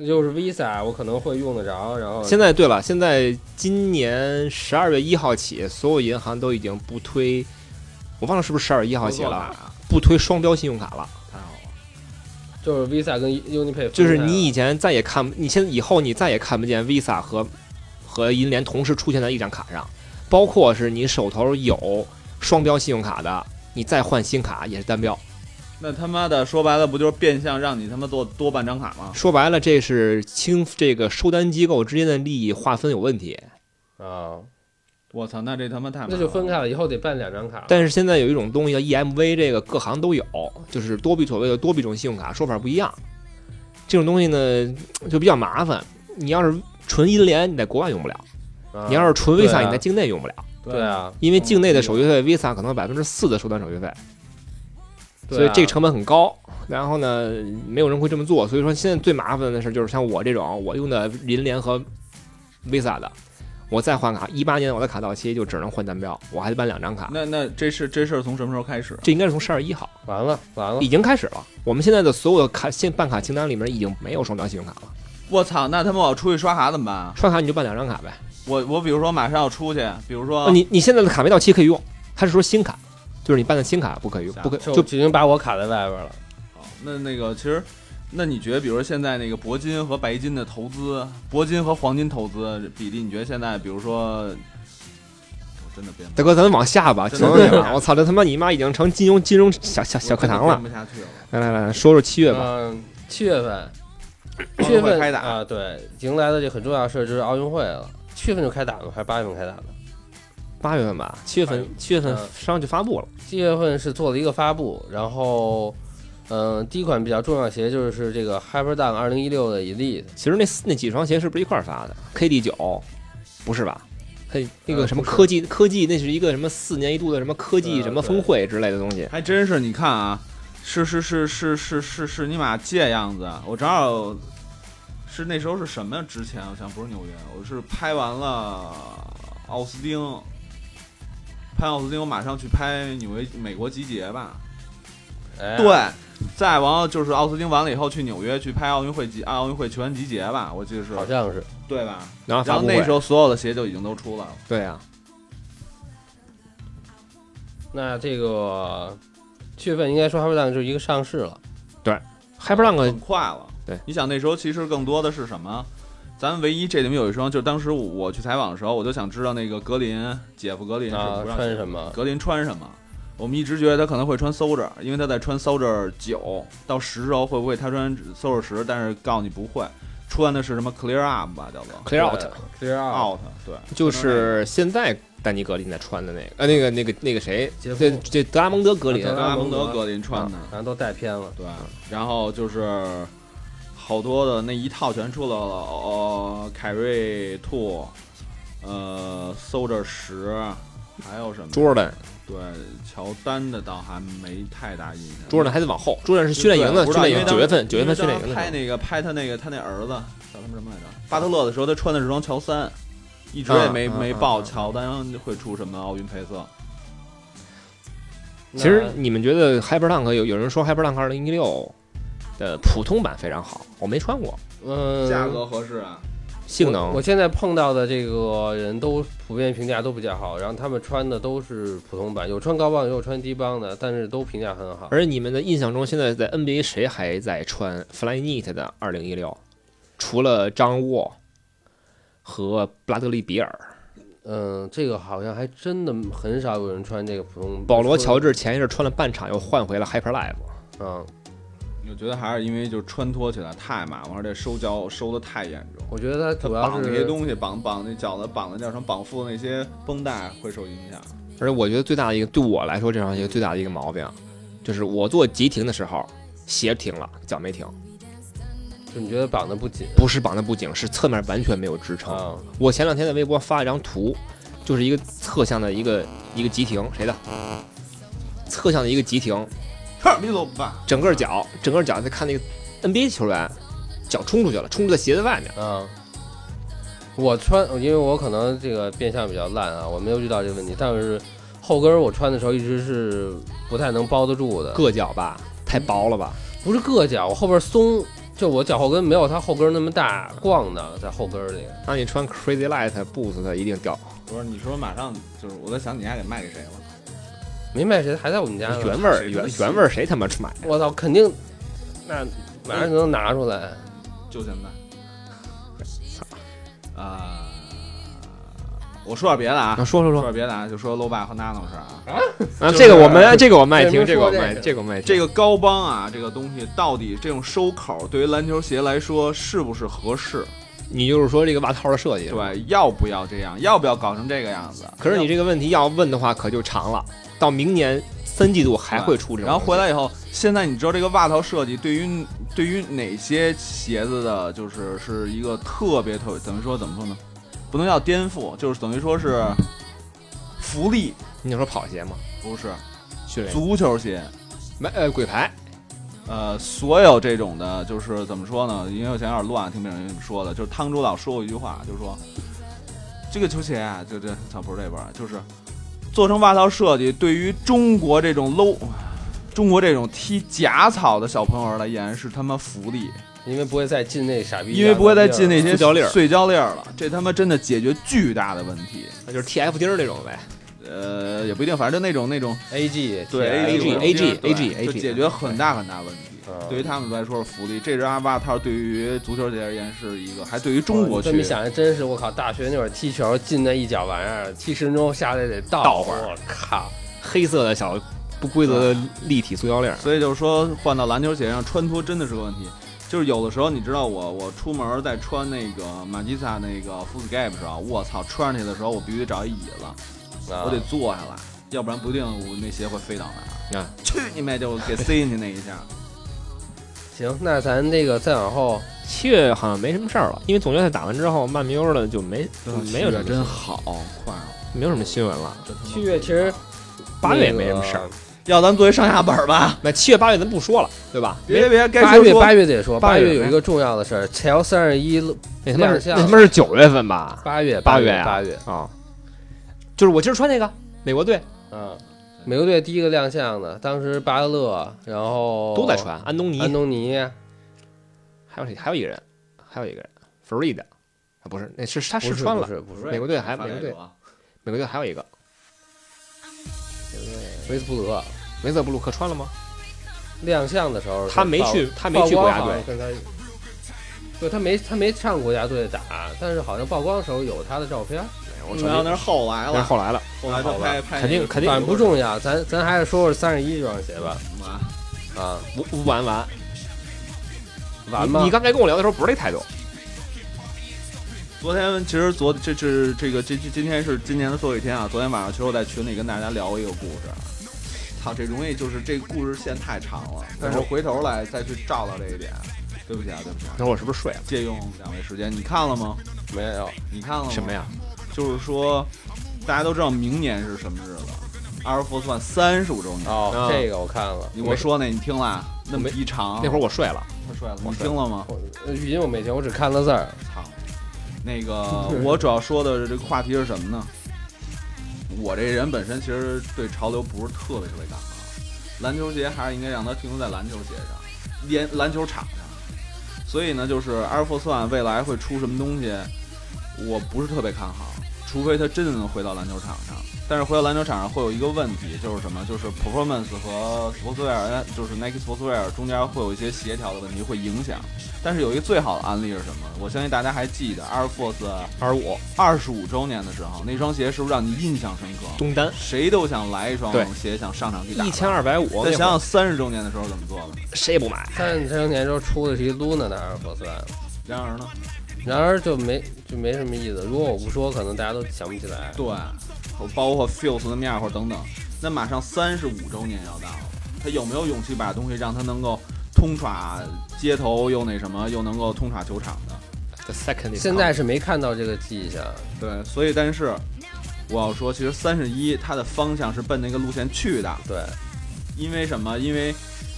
Speaker 4: 就是 Visa 我可能会用得着，然后
Speaker 3: 呃现在对了，现在今年十二月一号起，所有银行都已经不推，我忘了是不是十二月一号起了，不推双标信用卡了。
Speaker 2: 太好了，
Speaker 4: 就是 Visa 跟 UniPay，
Speaker 3: 就是
Speaker 4: 分开
Speaker 3: 你以
Speaker 4: 了
Speaker 3: 前再也看，你现在以后你再也看不见 Visa 和和银联同时出现在一张卡上，包括是你手头有双标信用卡的，你再换新卡也是单标。
Speaker 2: 那他妈的说白了不就是变相让你他妈多多办张卡吗？
Speaker 3: 说白了，这是清这个收单机构之间的利益划分有问题。
Speaker 4: 啊，
Speaker 2: 我操，那这他妈太麻烦
Speaker 4: 那
Speaker 2: 了
Speaker 4: 就分开了，以后得办两张卡，
Speaker 3: 但是现在有一种东西叫 EMV，这个各行都有，就是多币所谓的多币种信用卡说法不一样。这种东西呢，就比较麻烦。你要是纯银联，你在国外用不了；
Speaker 4: 啊
Speaker 3: 你要是纯
Speaker 4: 对
Speaker 3: Visa，、
Speaker 4: 啊
Speaker 3: 你在境内用不了，
Speaker 4: 对啊，
Speaker 3: 因为境内的手续费 Visa 可能百分之四的收单手续费，所
Speaker 4: 对
Speaker 3: 以
Speaker 4: 啊
Speaker 3: 这个成本很高。然后呢，没有人会这么做。所以说，现在最麻烦的事就是像我这种，我用的银联和 Visa 的，我再换卡，一八年我的卡到期就只能换单标，我还得办两张卡。
Speaker 2: 那那这事这事儿从什么时候开始？
Speaker 3: 这应该是从十二一号。
Speaker 4: 完了完了
Speaker 3: 已，经开始了。我们现在的所有的卡现办卡清单里面已经没有双标信用卡了，
Speaker 2: 我操，那他妈我要出去刷卡怎么办啊？
Speaker 3: 刷卡你就办两张卡呗。
Speaker 2: 我我比如说马上要出去，比如说
Speaker 3: 呃你你现在的卡没到期可以用，他是说新卡，就是你办的新卡不可以用，不可以
Speaker 4: 啊
Speaker 3: 就
Speaker 4: 就已经把我卡在外边了，
Speaker 2: 好，啊那那个其实，那你觉得，比如说现在那个铂金和白金的投资，铂金和黄金投资比例，你觉得现在，比如说，我真的编不
Speaker 3: 大哥，咱们往下吧，求求你了！我操，这他妈你妈已经成金融金融小小小课堂
Speaker 2: 我真
Speaker 3: 了
Speaker 2: 的。编不下去了。
Speaker 3: 来来来，说说七月吧，
Speaker 4: 嗯，七
Speaker 3: <clears throat>
Speaker 4: 月份，
Speaker 2: 奥运会
Speaker 4: 七月份
Speaker 2: 开打
Speaker 4: 啊，对，迎来了这很重要的事儿，就是奥运会了。七月份就开打了吗，还是八月份开打的？
Speaker 3: 八月份吧，七月份
Speaker 4: 哎
Speaker 3: 七月份
Speaker 4: 嗯
Speaker 3: 商就发布了，
Speaker 4: 七月份是做了一个发布，然后，嗯、第一款比较重要的鞋就是这个 Hyperdunk 二零一六的 Elite，
Speaker 3: 其实那四那几双鞋是不是一块儿发的？KD 九，不是吧？嘿，那个
Speaker 4: 呃
Speaker 3: 什么
Speaker 4: 不是
Speaker 3: 科技科技，那是一个什么四年一度的什么科技
Speaker 4: 呃
Speaker 3: 什么
Speaker 4: 对
Speaker 3: 峰会之类的东西。
Speaker 2: 还真是，你看啊，是是是是是是是尼玛这样子。啊我正好是那时候是什么呀？之前好像不是纽约，我是拍完了奥斯汀，潘奥斯汀，我马上去拍纽约美国集结吧。
Speaker 4: 哎，
Speaker 2: 对，再完了就是奥斯汀完了以后去纽约去拍奥运会集啊奥运会球员集结吧，我记得是
Speaker 4: 好像是
Speaker 2: 对吧？
Speaker 3: 然
Speaker 2: 然
Speaker 3: 后发
Speaker 2: 后
Speaker 3: 布
Speaker 2: 那
Speaker 3: 会
Speaker 2: 时候所有的鞋就已经都出来了。
Speaker 3: 对啊，
Speaker 4: 那这个七月份应该说 h a p p 就是一个上市了，
Speaker 3: Hyperlunk
Speaker 2: 很快了。
Speaker 3: 对，
Speaker 2: 你想那时候其实更多的是什么？咱唯一这里面有一双，就是当时我去采访的时候，我就想知道那个格林姐夫格林是
Speaker 4: 啊
Speaker 2: 不，让
Speaker 4: 穿什么？
Speaker 2: 格林穿什么。我们一直觉得他可能会穿 Soldier，因为他在穿 Soldier 九到十时候会不会他穿 Soldier 十？但是告诉你不会，穿的是什么 Clear Up 吧，叫做
Speaker 3: Clear Out
Speaker 4: Clear Out，
Speaker 2: Out，对，
Speaker 3: 就是现在丹尼格林在穿的那个，呃，那个那个那个谁，
Speaker 4: 杰夫
Speaker 3: 这这德拉蒙德啊格林
Speaker 4: 啊
Speaker 2: 格
Speaker 4: 德
Speaker 2: 拉蒙德格林穿的，
Speaker 4: 然啊后都带偏了。
Speaker 2: 对，然后就是好多的那一套全出来了，呃，凯瑞兔，呃，Soldier 十，还有什么？
Speaker 3: ，Jordan
Speaker 2: 对，乔丹的倒还没太大印象。
Speaker 3: Jordan 还得往后，Jordan 是训练营的，
Speaker 2: 对
Speaker 3: 训练营九月份九月份训练
Speaker 2: 因为当时
Speaker 3: 营的时
Speaker 2: 拍
Speaker 3: 候，
Speaker 2: 那个拍他那个他那儿子叫他们什么来着？巴特勒的时候，他穿的是双乔三，一直也没、
Speaker 3: 啊啊
Speaker 2: 没
Speaker 3: 啊
Speaker 2: 报
Speaker 3: 啊
Speaker 2: 乔丹会出什么奥运配色。
Speaker 3: 其实你们觉得 Hyperlunk 有有人说 Hyperlunk 二零一六的普通版非常好，我没穿过，
Speaker 4: 那，
Speaker 3: 呃
Speaker 4: 嗯，
Speaker 2: 价格合适啊？
Speaker 3: 性
Speaker 4: 我
Speaker 3: 能
Speaker 4: 我现在碰到的这个人都普遍评价都比较好，然后他们穿的都是普通版，有穿高帮，也有穿低帮的，但是都评价很好。
Speaker 3: 而你们的印象中，现在在 NBA 谁还在穿 Flyknit 的二零一六？除了张沃和布拉德利比尔，
Speaker 4: 嗯，这个好像还真的很少有人穿这个普通。
Speaker 3: 保罗·乔，治前一阵穿了半场，又换回了 Hyperlife。
Speaker 4: 嗯，
Speaker 2: 我觉得还是因为就是穿脱起来太麻烦，而且收脚收的太严重。
Speaker 4: 我觉得他
Speaker 2: 他
Speaker 4: 主要
Speaker 2: 绑那些
Speaker 4: 是
Speaker 2: 东西，绑绑那脚的绑的叫什么绑腹那些绷带会受影响。
Speaker 3: 而且我觉得最大的一个对我来说，这双鞋最大的一个毛病，就是我做急停的时候，鞋停了，脚没停，
Speaker 4: 就你觉得绑的不紧
Speaker 3: 不是绑的不紧，是侧面完全没有支撑。
Speaker 4: 啊，
Speaker 3: 我前两天在微博发了一张图，就是一个侧向的一个一个急停，谁的？侧向的一个急停，
Speaker 2: 米罗吧，
Speaker 3: 整个脚，整个脚在看那个 NBA 球员，脚冲出去了，冲出在鞋子外面。
Speaker 4: 啊。我穿，因为我可能这个变相比较烂啊，我没有遇到这个问题，但是后跟儿我穿的时候一直是不太能包得住的，
Speaker 3: 硌脚吧，太薄了吧？
Speaker 4: 不是硌脚，我后边松，就我脚后跟没有它后跟那么大逛的，在后跟里。
Speaker 3: 那你穿 Crazy Light Boost 的一定掉。
Speaker 2: 不是你说马上就是我在想你家给卖给谁了？
Speaker 4: 没卖谁，还在我们家呢。
Speaker 3: 原味儿，原原味儿谁他妈啊买？
Speaker 4: 我操，肯定，那马上就能拿出来。
Speaker 2: 就现在。 <laughs> 啊、我说点别的啊，
Speaker 3: 啊，说说
Speaker 2: 说
Speaker 3: 说
Speaker 2: 点别的啊，就说 low 爸和 nano 事儿啊。
Speaker 3: 啊，
Speaker 2: 就是
Speaker 3: 这个我们这个我卖
Speaker 4: 为什么
Speaker 3: 听，这个我
Speaker 4: 说
Speaker 3: 卖
Speaker 4: 这个
Speaker 3: 这个我卖
Speaker 2: 这
Speaker 3: 个
Speaker 2: 个高帮啊，这个东西到底这种收口对于篮球鞋来说是不是合适？
Speaker 3: 你就是说这个袜套的设计。。
Speaker 2: 对，要不要这样？要不要搞成这个样子？
Speaker 3: 可是你这个问题要问的话，可就长了。到明年三季度还会出这种东西。
Speaker 2: 然后回来以后，现在你知道这个袜套设计对于对于哪些鞋子的，就是是一个特别特别怎么说怎么说呢？不能叫颠覆，就是等于说是福利，
Speaker 3: 你说跑鞋吗？
Speaker 2: 不是
Speaker 3: 训练
Speaker 2: 足球鞋。
Speaker 3: 买呃鬼牌
Speaker 2: 呃，所有这种的，就是怎么说呢？因为我前有点乱，听别人说的，就是汤主老说过一句话，就是说这个球鞋啊，就这操不是这本儿，就是做成袜套设计，对于中国这种 low，中 <laughs> 国这种踢假草的小朋友而来言是他妈福利，
Speaker 4: 因为不会再进那傻逼，
Speaker 2: 因为不会再进那些
Speaker 3: <laughs> 塑胶粒儿
Speaker 2: 碎胶粒儿了，这他妈真的解决巨大的问题。
Speaker 3: 那就是 TFD 儿那种呗。
Speaker 2: 呃，也不一定，反正就那种那种
Speaker 4: AG
Speaker 2: 对哎
Speaker 3: AG
Speaker 4: A G，啊嗯
Speaker 3: AG
Speaker 2: 对
Speaker 3: AG
Speaker 2: 就解决很大很大问题。对于他们来说是福利，这只阿瓦套对于足球界而言是一个，还对于中国
Speaker 4: 哦这么
Speaker 2: 区，
Speaker 4: 想，真是我靠！大学那会儿踢球进那一脚玩意儿，踢十分钟下来得倒
Speaker 3: 倒会儿
Speaker 4: 我靠！
Speaker 3: 黑色的小不规则的立体塑胶粒儿。
Speaker 2: 所以就是说换到篮球鞋上穿脱真的是个问题。就是有的时候，你知道我我出门在穿那个马吉萨那个 Footscape 的时候，我操，穿上去的时候我必须找一椅子，
Speaker 4: 啊
Speaker 2: 我得坐下来，要不然不定我那鞋会飞到哪儿
Speaker 3: 啊。
Speaker 2: 去你妹！就给塞进去那一下，
Speaker 4: 行，那咱这个再往后，
Speaker 3: 七月好像没什么事儿了，因为总决赛打完之后，慢悠悠的就没没有
Speaker 2: 这
Speaker 3: 什
Speaker 2: 真
Speaker 3: 么
Speaker 2: 好快啊！
Speaker 3: 没有什么新闻了。
Speaker 4: 七月其实
Speaker 3: 八月也没什么事儿。
Speaker 2: 要咱作为上下本儿吧，
Speaker 3: 那七月八月咱不说了，对吧？
Speaker 2: 别别别，该
Speaker 4: 八
Speaker 2: 说
Speaker 4: 月
Speaker 2: 说
Speaker 4: 八月得说，
Speaker 3: 八
Speaker 4: 八
Speaker 3: 月
Speaker 4: 月有一个重要的事儿，乔三十一
Speaker 3: 那他妈
Speaker 4: 亮
Speaker 3: 是
Speaker 4: 相
Speaker 3: 那他妈是九月份吧？
Speaker 4: 八月
Speaker 3: 八
Speaker 4: 月
Speaker 3: 啊
Speaker 4: 八月
Speaker 3: 啊，就是我今儿穿那个美国队
Speaker 4: 啊，美国队第一个亮相的，当时巴特勒，然后
Speaker 3: 都在传，安东尼，
Speaker 4: 哦安东尼，
Speaker 3: 还有谁？还有一个人，还有一个人，Freed，啊，不是，那是他
Speaker 4: 不
Speaker 3: 试
Speaker 4: 是
Speaker 3: 穿
Speaker 4: 不
Speaker 3: 了，
Speaker 4: 是不是
Speaker 3: 美国队
Speaker 2: 哎
Speaker 3: 还美
Speaker 5: 美
Speaker 3: 国
Speaker 5: 国
Speaker 3: 队
Speaker 5: 队，啊
Speaker 3: 美国队还有一个
Speaker 4: 维斯布鲁克
Speaker 3: 梅泽布鲁克穿了吗？
Speaker 4: 亮相的时候，
Speaker 3: 他没去
Speaker 4: 曝
Speaker 3: 他没去国家队，
Speaker 4: 曝光好像跟他对他没他没上国家队打，但是好像曝光的时候有他的照片，
Speaker 2: 我传嗯到那是后来
Speaker 3: 但是
Speaker 2: 了，
Speaker 3: 后来了，
Speaker 2: 后来他拍拍那个
Speaker 3: 肯定肯定
Speaker 4: 反正不重要，咱咱还是说说三十一这双鞋吧，
Speaker 2: 嘛
Speaker 4: 啊，
Speaker 3: 不不玩完。
Speaker 4: 完
Speaker 3: 你
Speaker 4: 吗
Speaker 3: 你？刚才跟我聊的时候不是这态度，
Speaker 2: 昨天其实昨这是这个这这今天是今年的最后一天啊！昨天晚上其实我在群里跟大家聊一个故事，操，这容易就是这故事线太长了，但是回头来再去照到这一点，对不起啊，对不起、啊，
Speaker 3: 那会儿是不是睡了？
Speaker 2: 借用两位时间，你看了吗？
Speaker 4: 没有，
Speaker 2: 你看了吗？
Speaker 3: 什么？呀？
Speaker 2: 就是说，大家都知道明年是什么日子，阿尔弗算三十五周年。
Speaker 3: 啊，
Speaker 4: 哦这个我看了，
Speaker 2: 我说那你听了？啊那么一长，
Speaker 4: 哦
Speaker 3: 那会儿我睡了，
Speaker 2: 太帅了，
Speaker 3: 我
Speaker 2: 你
Speaker 3: 睡
Speaker 2: 听了吗？
Speaker 4: 我呃语音我没听，我只看了字儿。
Speaker 2: 操！那个，我主要说的这个话题是什么呢？我这人本身其实对潮流不是特别特别感冒，篮球鞋还是应该让它停留在篮球鞋上，连篮球场上。所以呢，就是 Air Force One 未来会出什么东西，我不是特别看好，除非它真的能回到篮球场上。但是回到篮球场上会有一个问题，就是什么？就是 performance 和 sportswear，就是 Nike sportswear 中间会有一些协调的问题，会影响。但是有一个最好的案例是什么？我相信大家还记得 Air Force
Speaker 3: 二十五
Speaker 2: 二十五周年的时候，那双鞋是不是让你印象深刻？
Speaker 3: 东单
Speaker 2: 谁都想来一双
Speaker 3: 对
Speaker 2: 鞋，想上场去打。
Speaker 3: 一千。二百五，
Speaker 2: 再想
Speaker 3: 那会儿
Speaker 2: 想三十周年的时候怎么做的？
Speaker 3: 谁也不买，
Speaker 4: 三十周年时候出的是一 Luna 的阿尔法斯兰，
Speaker 2: 然而呢？
Speaker 4: 然而就没就没什么意思。如果我不说，可能大家都想不起来。
Speaker 2: 对，包括 Fuse 的面或者等等。那马上三十五周年要到了，他有没有勇气把东西让他能够通耍街头，又那什么，又能够通耍球场呢？
Speaker 3: The second is
Speaker 4: 现在是没看到这个迹象，
Speaker 2: 对，所以但是我要说，其实三十一它的方向是奔那个路线去的。
Speaker 4: 对，
Speaker 2: 因为什么？因为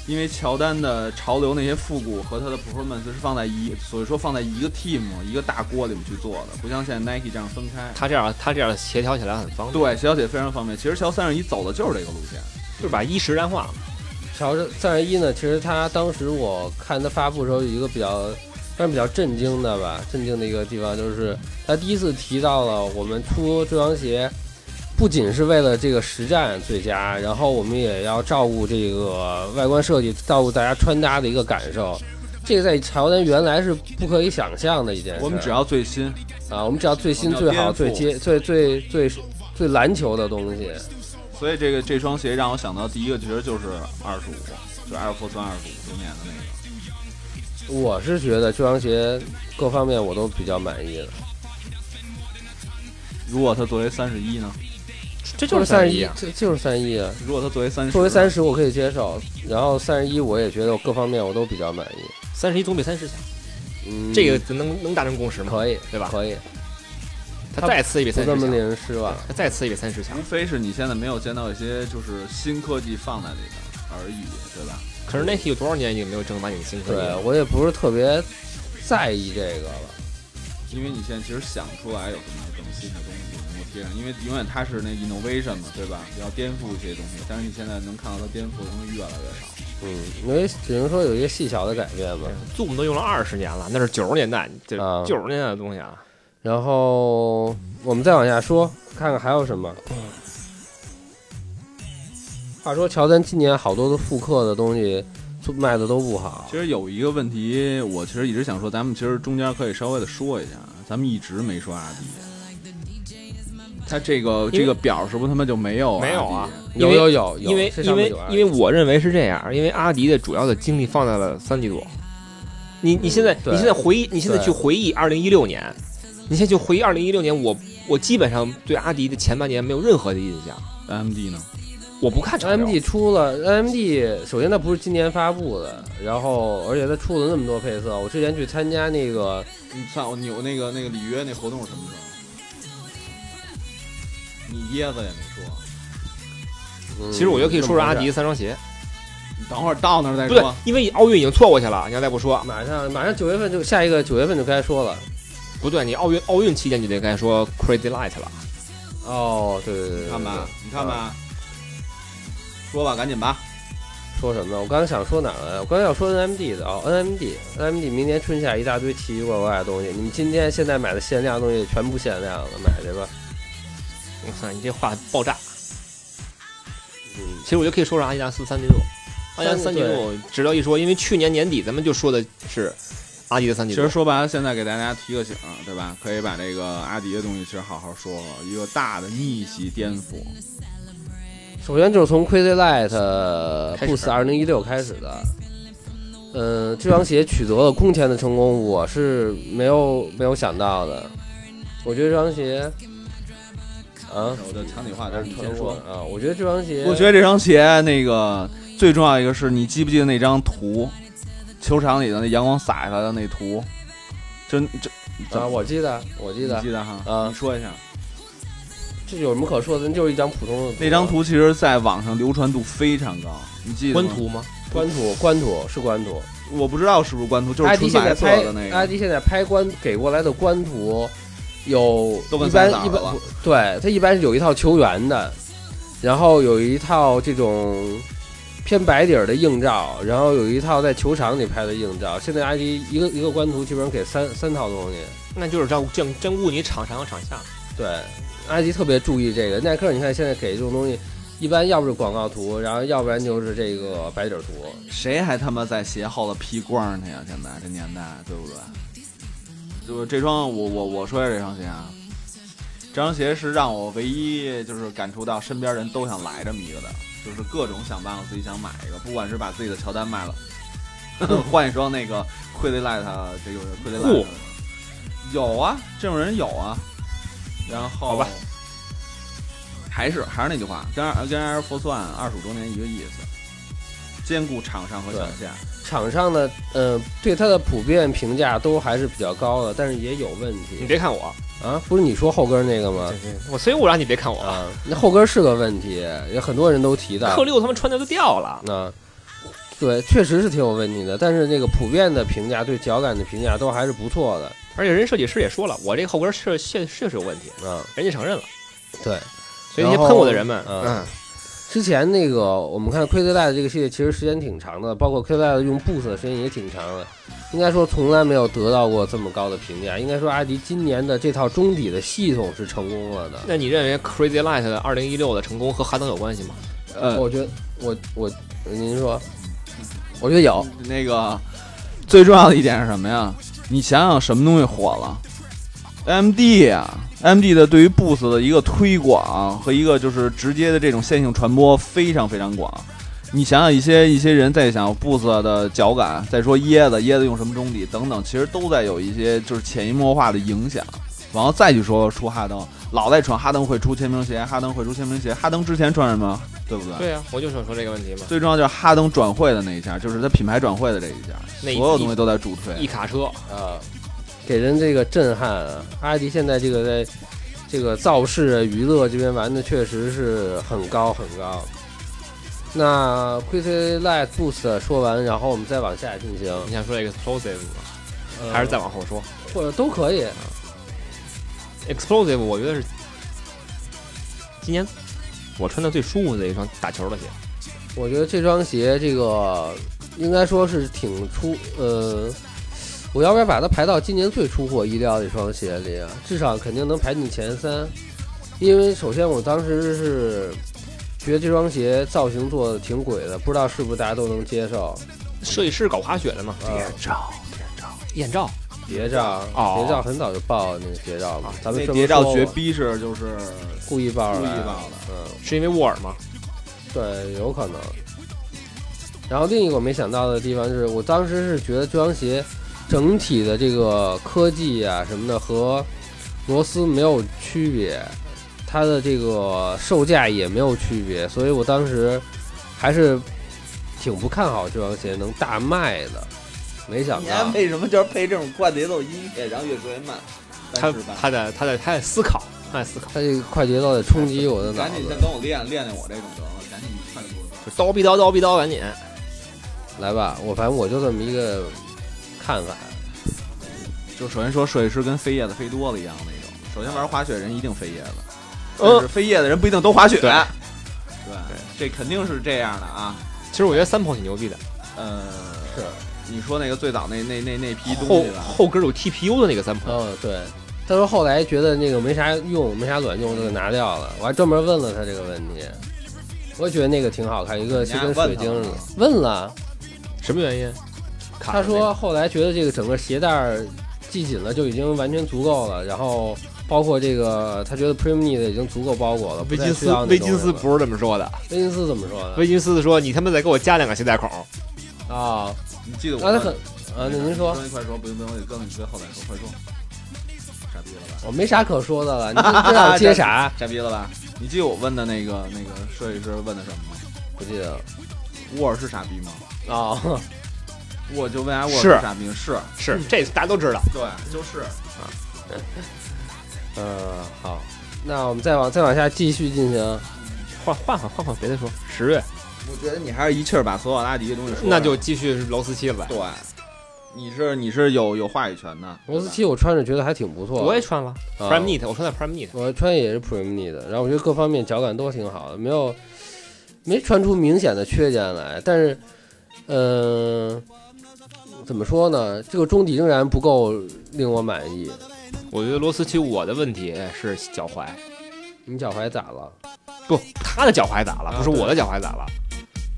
Speaker 2: 因为乔丹的潮流那些复古和他的 performance 是放在一，所以说放在一个 team 一个大锅里面去做的，不像现在 Nike 这样分开。
Speaker 3: 他这样他这样协调起来很方便，
Speaker 2: 对，小姐非常方便。其实乔三十一走的就是这个路线。
Speaker 3: 就是把一实战化了。
Speaker 4: 乔治三十一呢，其实他当时我看他发布的时候有一个比较，但是比较震惊的吧，震惊的一个地方就是他第一次提到了我们出这双鞋，不仅是为了这个实战最佳，然后我们也要照顾这个外观设计，照顾大家穿搭的一个感受。这个在乔丹原来是不可以想象的一件事。
Speaker 2: 我们只要最新，
Speaker 4: 啊，我们只要最新、
Speaker 2: 我
Speaker 4: 最
Speaker 2: 们
Speaker 4: 好、
Speaker 2: 要
Speaker 4: 最
Speaker 2: 颠
Speaker 4: 接、最最最最篮球的东西。
Speaker 2: 所以这个这双鞋让我想到第一个其实就是二十五，就 Air Force 二十五周年的那个。
Speaker 4: 我是觉得这双鞋各方面我都比较满意的。
Speaker 2: 如果它作为三十一呢？
Speaker 3: 这
Speaker 4: 就是
Speaker 3: 三
Speaker 4: 三
Speaker 3: 十
Speaker 4: 十
Speaker 3: 一
Speaker 4: 一，，这就是三十一啊。
Speaker 2: 如果它作为三十，
Speaker 4: 作为三，十我可以接受，然后三十一我也觉得我各方面我都比较满意。
Speaker 3: 三十一总比三十强，
Speaker 4: 嗯，
Speaker 3: 这个能能达成共识吗？
Speaker 4: 可以，
Speaker 3: 对吧
Speaker 4: 可以，
Speaker 3: 他再次也比
Speaker 4: 不
Speaker 3: 三
Speaker 4: 这
Speaker 3: 十
Speaker 4: 么令
Speaker 3: 强，啊
Speaker 4: 人失望。
Speaker 3: 他再次也比三十强
Speaker 2: 无。非是你现在没有见到一些就是新科技放在里面而已，对吧？
Speaker 3: 可是 Nike 有多少年已经没有正儿八经新科技
Speaker 4: 对
Speaker 3: 了？
Speaker 4: 我也不是特别在意这个了。
Speaker 2: 因为你现在其实想不出来有什么更新的东西能够贴上，因为永远它是那 innovation 嘛，对吧？要颠覆一些东西，但是你现在能看到它颠覆的东西越来越少。
Speaker 4: 嗯，因为只能说有一些细小的改变吧。
Speaker 3: Zoom 都用了二十年了，那是九十年代，这
Speaker 4: 啊
Speaker 3: 九十年代的东西啊。
Speaker 4: 然后我们再往下说，看看还有什么。话说乔丹今年好多的复刻的东西出卖的都不好
Speaker 2: 其，实有一个问题，我其实一直想说，咱们其实中间可以稍微的说一下，咱们一直没说阿迪。他这个
Speaker 3: 因为
Speaker 2: 这个表是不是他妈就没有？
Speaker 3: 没有啊，因
Speaker 4: 有
Speaker 3: 为
Speaker 4: 有有有，
Speaker 3: 因为
Speaker 4: 这
Speaker 3: 因
Speaker 4: 上面
Speaker 3: 为
Speaker 4: 有啊
Speaker 3: 因为我认为是这样，因为阿迪的主要的精力放在了三季度。你你现在、
Speaker 4: 嗯对
Speaker 3: 你现在回忆，你现在
Speaker 4: 对
Speaker 3: 去回忆二零一六年，你现在去回忆二零一六年，我我基本上对阿迪的前半年没有任何的印象，
Speaker 2: AMD 呢？
Speaker 3: 我不看潮流
Speaker 4: AMD 出了 AMD，首先它不是今年发布的，然后而且它出了那么多配色。我之前去参加那个
Speaker 2: 你算我扭那个那个里约那活动是什么时候？你椰子也没说，
Speaker 4: 嗯
Speaker 3: 其实我觉得可以说说阿迪的三双鞋，
Speaker 2: 你等会儿到那儿再
Speaker 3: 不对
Speaker 2: 说。，
Speaker 3: 因为奥运已经错过去了，你要再不说，
Speaker 4: 马上马上九月份就下一个九月份就该说了，
Speaker 3: 不对，你奥运奥运期间你就该说 Crazy Light 了，
Speaker 4: 哦，对对对对，
Speaker 2: 你看吧
Speaker 4: 对，
Speaker 2: 你看吧，说吧，赶紧吧。
Speaker 4: 说什么呢？我刚才想说哪儿来着？我刚才要说 NMD 的哦，NMD，NMD 明年春夏一大堆奇奇怪怪的东西，你们今天现在买的限量的东西全不限量了，买去吧。
Speaker 3: 我操，你这话爆炸！
Speaker 4: 嗯，
Speaker 3: 其实我觉得可以说说阿迪达斯三零六，阿迪达斯三零六值得一说，因为去年年底咱们就说的是阿迪的三
Speaker 2: 其
Speaker 3: 零
Speaker 2: 实
Speaker 3: 六，
Speaker 2: 说白了，现在给大家提个醒，啊对吧？可以把这个阿迪的东西其实好好说说，一个大的逆袭颠覆。
Speaker 4: 首先就是从 Crazy Light
Speaker 3: 开
Speaker 4: Boost
Speaker 3: 始
Speaker 4: 二零一六开始的。嗯，这双鞋取得了空前的成功，我是没有没有想到的。我觉得这双鞋，啊，
Speaker 2: 我就抢你话，但
Speaker 4: 但
Speaker 2: 是
Speaker 4: 是
Speaker 2: 你先说。
Speaker 4: 啊，我觉得这双鞋，
Speaker 2: 我觉得这双鞋那个最重要一个是你记不记得那张图，球场里的那阳光洒下来的那图，真这
Speaker 4: 啊，我记得，我记
Speaker 2: 你
Speaker 4: 得
Speaker 2: 记得哈？呃
Speaker 4: 啊
Speaker 2: 你说一下，
Speaker 4: 这有什么可说的？就是一张普通的啊
Speaker 2: 那张图其实在网上流传度非常高，你记得
Speaker 3: 官
Speaker 2: 吗？
Speaker 3: 图吗？
Speaker 4: 官图，官图是官图。
Speaker 2: 我不知道是不是官图，就是
Speaker 4: 艾迪
Speaker 2: 纯
Speaker 4: 现在
Speaker 2: 白色
Speaker 4: 拍
Speaker 2: 的那
Speaker 4: 艾
Speaker 2: 个，
Speaker 4: 迪现在拍官给过来的官图有
Speaker 2: 都
Speaker 4: 一
Speaker 2: 跟
Speaker 4: 般
Speaker 2: 三档
Speaker 4: 一
Speaker 2: 的
Speaker 4: 般
Speaker 2: 了，
Speaker 4: 对他一般是有一套球员的，然后有一套这种偏白底儿的硬照，然后有一套在球场里拍的硬照。现在艾迪一个一个官图基本上给三三套东西，
Speaker 3: 那就是照真真顾你场上和场下。
Speaker 4: 对，埃及特别注意这个。耐克，你看现在给这种东西，一般要不是广告图，然后要不然就是这个白底儿图。
Speaker 2: 谁还他妈在鞋后头披光去呀？现在这年代，对不对？就是这双，我我我说一下这双鞋啊，这双鞋是让我唯一就是感触到身边人都想来这么一个的，就是各种想办法自己想买一个，不管是把自己的乔丹卖了， <laughs> 换一双那个 q u i l i t 这个 q u i l i
Speaker 3: 嚯
Speaker 2: t 有啊，这种人有啊。然后
Speaker 3: 好吧，
Speaker 2: 还是还是那句话，跟跟 Air Force One 二十五周年一个意思，兼顾场上和场下。
Speaker 4: 场上呢，呃，对它的普遍评价都还是比较高的，但是也有问
Speaker 3: 你
Speaker 4: 题
Speaker 3: 别看我，
Speaker 4: 啊。不是你说后跟那个吗？
Speaker 3: 我所以我让你别看我。
Speaker 4: 啊，那后跟是个问题，也很多人都提到
Speaker 3: <laughs> 克。六他们穿的都掉了，
Speaker 4: 啊，对，确实是挺有问题的，但是那个普遍的评价对脚感的评价都还是不错的
Speaker 3: 而且人设计师也说了，我这个后跟是确确实有问题，
Speaker 4: 啊。
Speaker 3: 人家承认了。
Speaker 4: 对，
Speaker 3: 所以那些
Speaker 4: 然后
Speaker 3: 喷我的人们，
Speaker 4: 嗯
Speaker 3: 嗯，
Speaker 4: 之前那个我们看 Crazy Light 这个系列，其实时间挺长的，包括 Crazy Light 用 Boost 的时间也挺长的，应该说从来没有得到过这么高的评价。应该说，阿迪今年的这套中底的系统是成功了的。
Speaker 3: 那你认为 Crazy Light 的二零一六的成功和哈登有关系吗？
Speaker 2: 呃，
Speaker 4: 我觉得，我我您说，我觉得有，
Speaker 2: 那个最重要的一点是什么呀？你想想什么东西火了？MD 啊，MD 的对于 Boost 的一个推广和一个就是直接的这种线性传播非常非常广。你想想一些一些人在想 Boost 的脚感，再说椰子，椰子用什么中底等等，其实都在有一些就是潜移默化的影响。然后再去说出哈登，老在传哈登会出签名鞋，哈登会出签名鞋，哈登之前穿什么，对不对？
Speaker 3: 对啊，我就想说这个问题嘛。
Speaker 2: 最重要就是哈登转会的那一家，就是他品牌转会的这一家，
Speaker 3: 那一
Speaker 2: 所有东西都在助推。
Speaker 3: 一卡车，呃
Speaker 4: 啊，给人这个震撼啊！阿迪现在这个在这个造势啊娱乐这边玩的确实是很高很高。那 Crazy Light Boost 说完，然后我们再往下进行，
Speaker 3: 你想说 explosive 吗？
Speaker 4: 呃
Speaker 3: 还是再往后说
Speaker 4: 或者都可以。
Speaker 3: explosive？我觉得是今年我穿的最舒服的一双打球的鞋。
Speaker 4: 我觉得这双鞋这个应该说是挺出呃，我要不然把它排到今年最出乎我意料的一双鞋里啊，至少肯定能排进前三。因为首先我当时是觉得这双鞋造型做的挺鬼的，不知道是不是大家都能接受。
Speaker 3: 设计师搞滑雪的嘛，
Speaker 4: 呃
Speaker 3: 照，谍照，艳照，
Speaker 4: 谍照，
Speaker 3: 哦
Speaker 4: 谍照很早就爆了那个谍照嘛，咱们
Speaker 2: 啊那
Speaker 4: 这么
Speaker 2: 谍照
Speaker 4: 说
Speaker 2: 绝
Speaker 4: 过
Speaker 2: 逼是就是
Speaker 4: 故意爆出
Speaker 2: 故意
Speaker 4: 来的
Speaker 2: 爆的
Speaker 4: 嗯。
Speaker 3: 是因为沃尔吗？
Speaker 4: 对，有可能。然后另一个我没想到的地方就是，我当时是觉得这双鞋整体的这个科技啊什么的和罗斯没有区别，它的这个售价也没有区别，所以我当时还是挺不看好这双鞋能大卖的。没想到，
Speaker 2: 为什么就是配这种快节奏音乐，然后越说越慢？
Speaker 3: 他他在他在他在思考，他在思考，
Speaker 4: 它这个快节奏得冲击我的脑
Speaker 2: 赶紧
Speaker 4: 子
Speaker 2: 先。跟我练练练我这种得了，赶紧快速。
Speaker 3: 就叨逼叨叨逼叨，赶紧。
Speaker 4: 来吧，我反正我就这么一个看法。
Speaker 2: 就首先说设计师跟飞叶子飞多了一样那种，首先玩滑雪人一定飞叶子，但是飞叶的人不一定都滑雪。
Speaker 3: 对
Speaker 2: 对这肯定是这样的啊。
Speaker 3: 其实我觉得三炮挺牛逼的，
Speaker 2: 呃，是你说那个最早那那那那批东
Speaker 3: 后
Speaker 2: 西吧？
Speaker 3: 后跟有 TPU 的那个三炮，
Speaker 4: 嗯，对。他说后来觉得那个没啥用，没啥卵用，就给拿掉了。我还专门问了他这个问题，我也觉得那个挺好看，一个是跟水晶似的。问了，
Speaker 3: 什么原因？卡
Speaker 4: 他
Speaker 3: 着那个
Speaker 4: 说后来觉得这个整个鞋带儿系紧了就已经完全足够了，然后包括这个他觉得 Premier 的已经足够包裹了。
Speaker 3: 威
Speaker 4: 不再
Speaker 3: 金
Speaker 4: 需
Speaker 3: 斯
Speaker 4: 要那
Speaker 3: 威
Speaker 4: 东
Speaker 3: 金
Speaker 4: 西
Speaker 3: 斯
Speaker 4: 了
Speaker 3: 不是这么说的，
Speaker 4: 威金斯怎么说的？
Speaker 3: 威金斯说你他妈再给我加两个鞋带孔，
Speaker 4: 啊，
Speaker 2: 你记得我
Speaker 4: 那
Speaker 2: 问
Speaker 4: 他很
Speaker 3: 呃
Speaker 4: 啊，那您说
Speaker 2: 说一块说，不用不用，我告诉你最后再说，快说。傻逼了吧？
Speaker 4: 我没啥可说的了，你
Speaker 3: <laughs>
Speaker 4: 不知道接啥？
Speaker 2: 傻逼了吧？你记得我问的那个那个设计师问的什么吗？
Speaker 4: 不记得了
Speaker 2: 沃尔是傻逼吗？
Speaker 4: 啊，
Speaker 2: 我就问下沃尔
Speaker 3: 是
Speaker 2: 是傻逼吗，是
Speaker 3: 是这大家都知道。
Speaker 2: 对，就是。
Speaker 4: 嗯，好，那我们再往再往下继续进行。
Speaker 3: 换换换换换别的说，十月
Speaker 2: 我觉得你还是一气儿把所有拉迪的东西说了。
Speaker 3: 那就继续劳斯七了呗。
Speaker 2: 对，你是你是有有话语权的。
Speaker 4: 螺丝七我穿着觉得还挺不错的，
Speaker 3: 我也穿了
Speaker 4: 啊
Speaker 3: Prime Knit，我穿的 Prime Knit。
Speaker 4: 我穿也是 Prime 的，然后我觉得各方面脚感都挺好的，没有没穿出明显的缺点来。但是，嗯、怎么说呢？这个中底仍然不够令我满意。
Speaker 3: 我觉得罗斯奇我的问题是脚踝，
Speaker 4: 你脚踝咋了？
Speaker 3: 不，他的脚踝咋了？
Speaker 4: 啊
Speaker 3: 不是我的
Speaker 4: 对
Speaker 3: 脚踝咋了？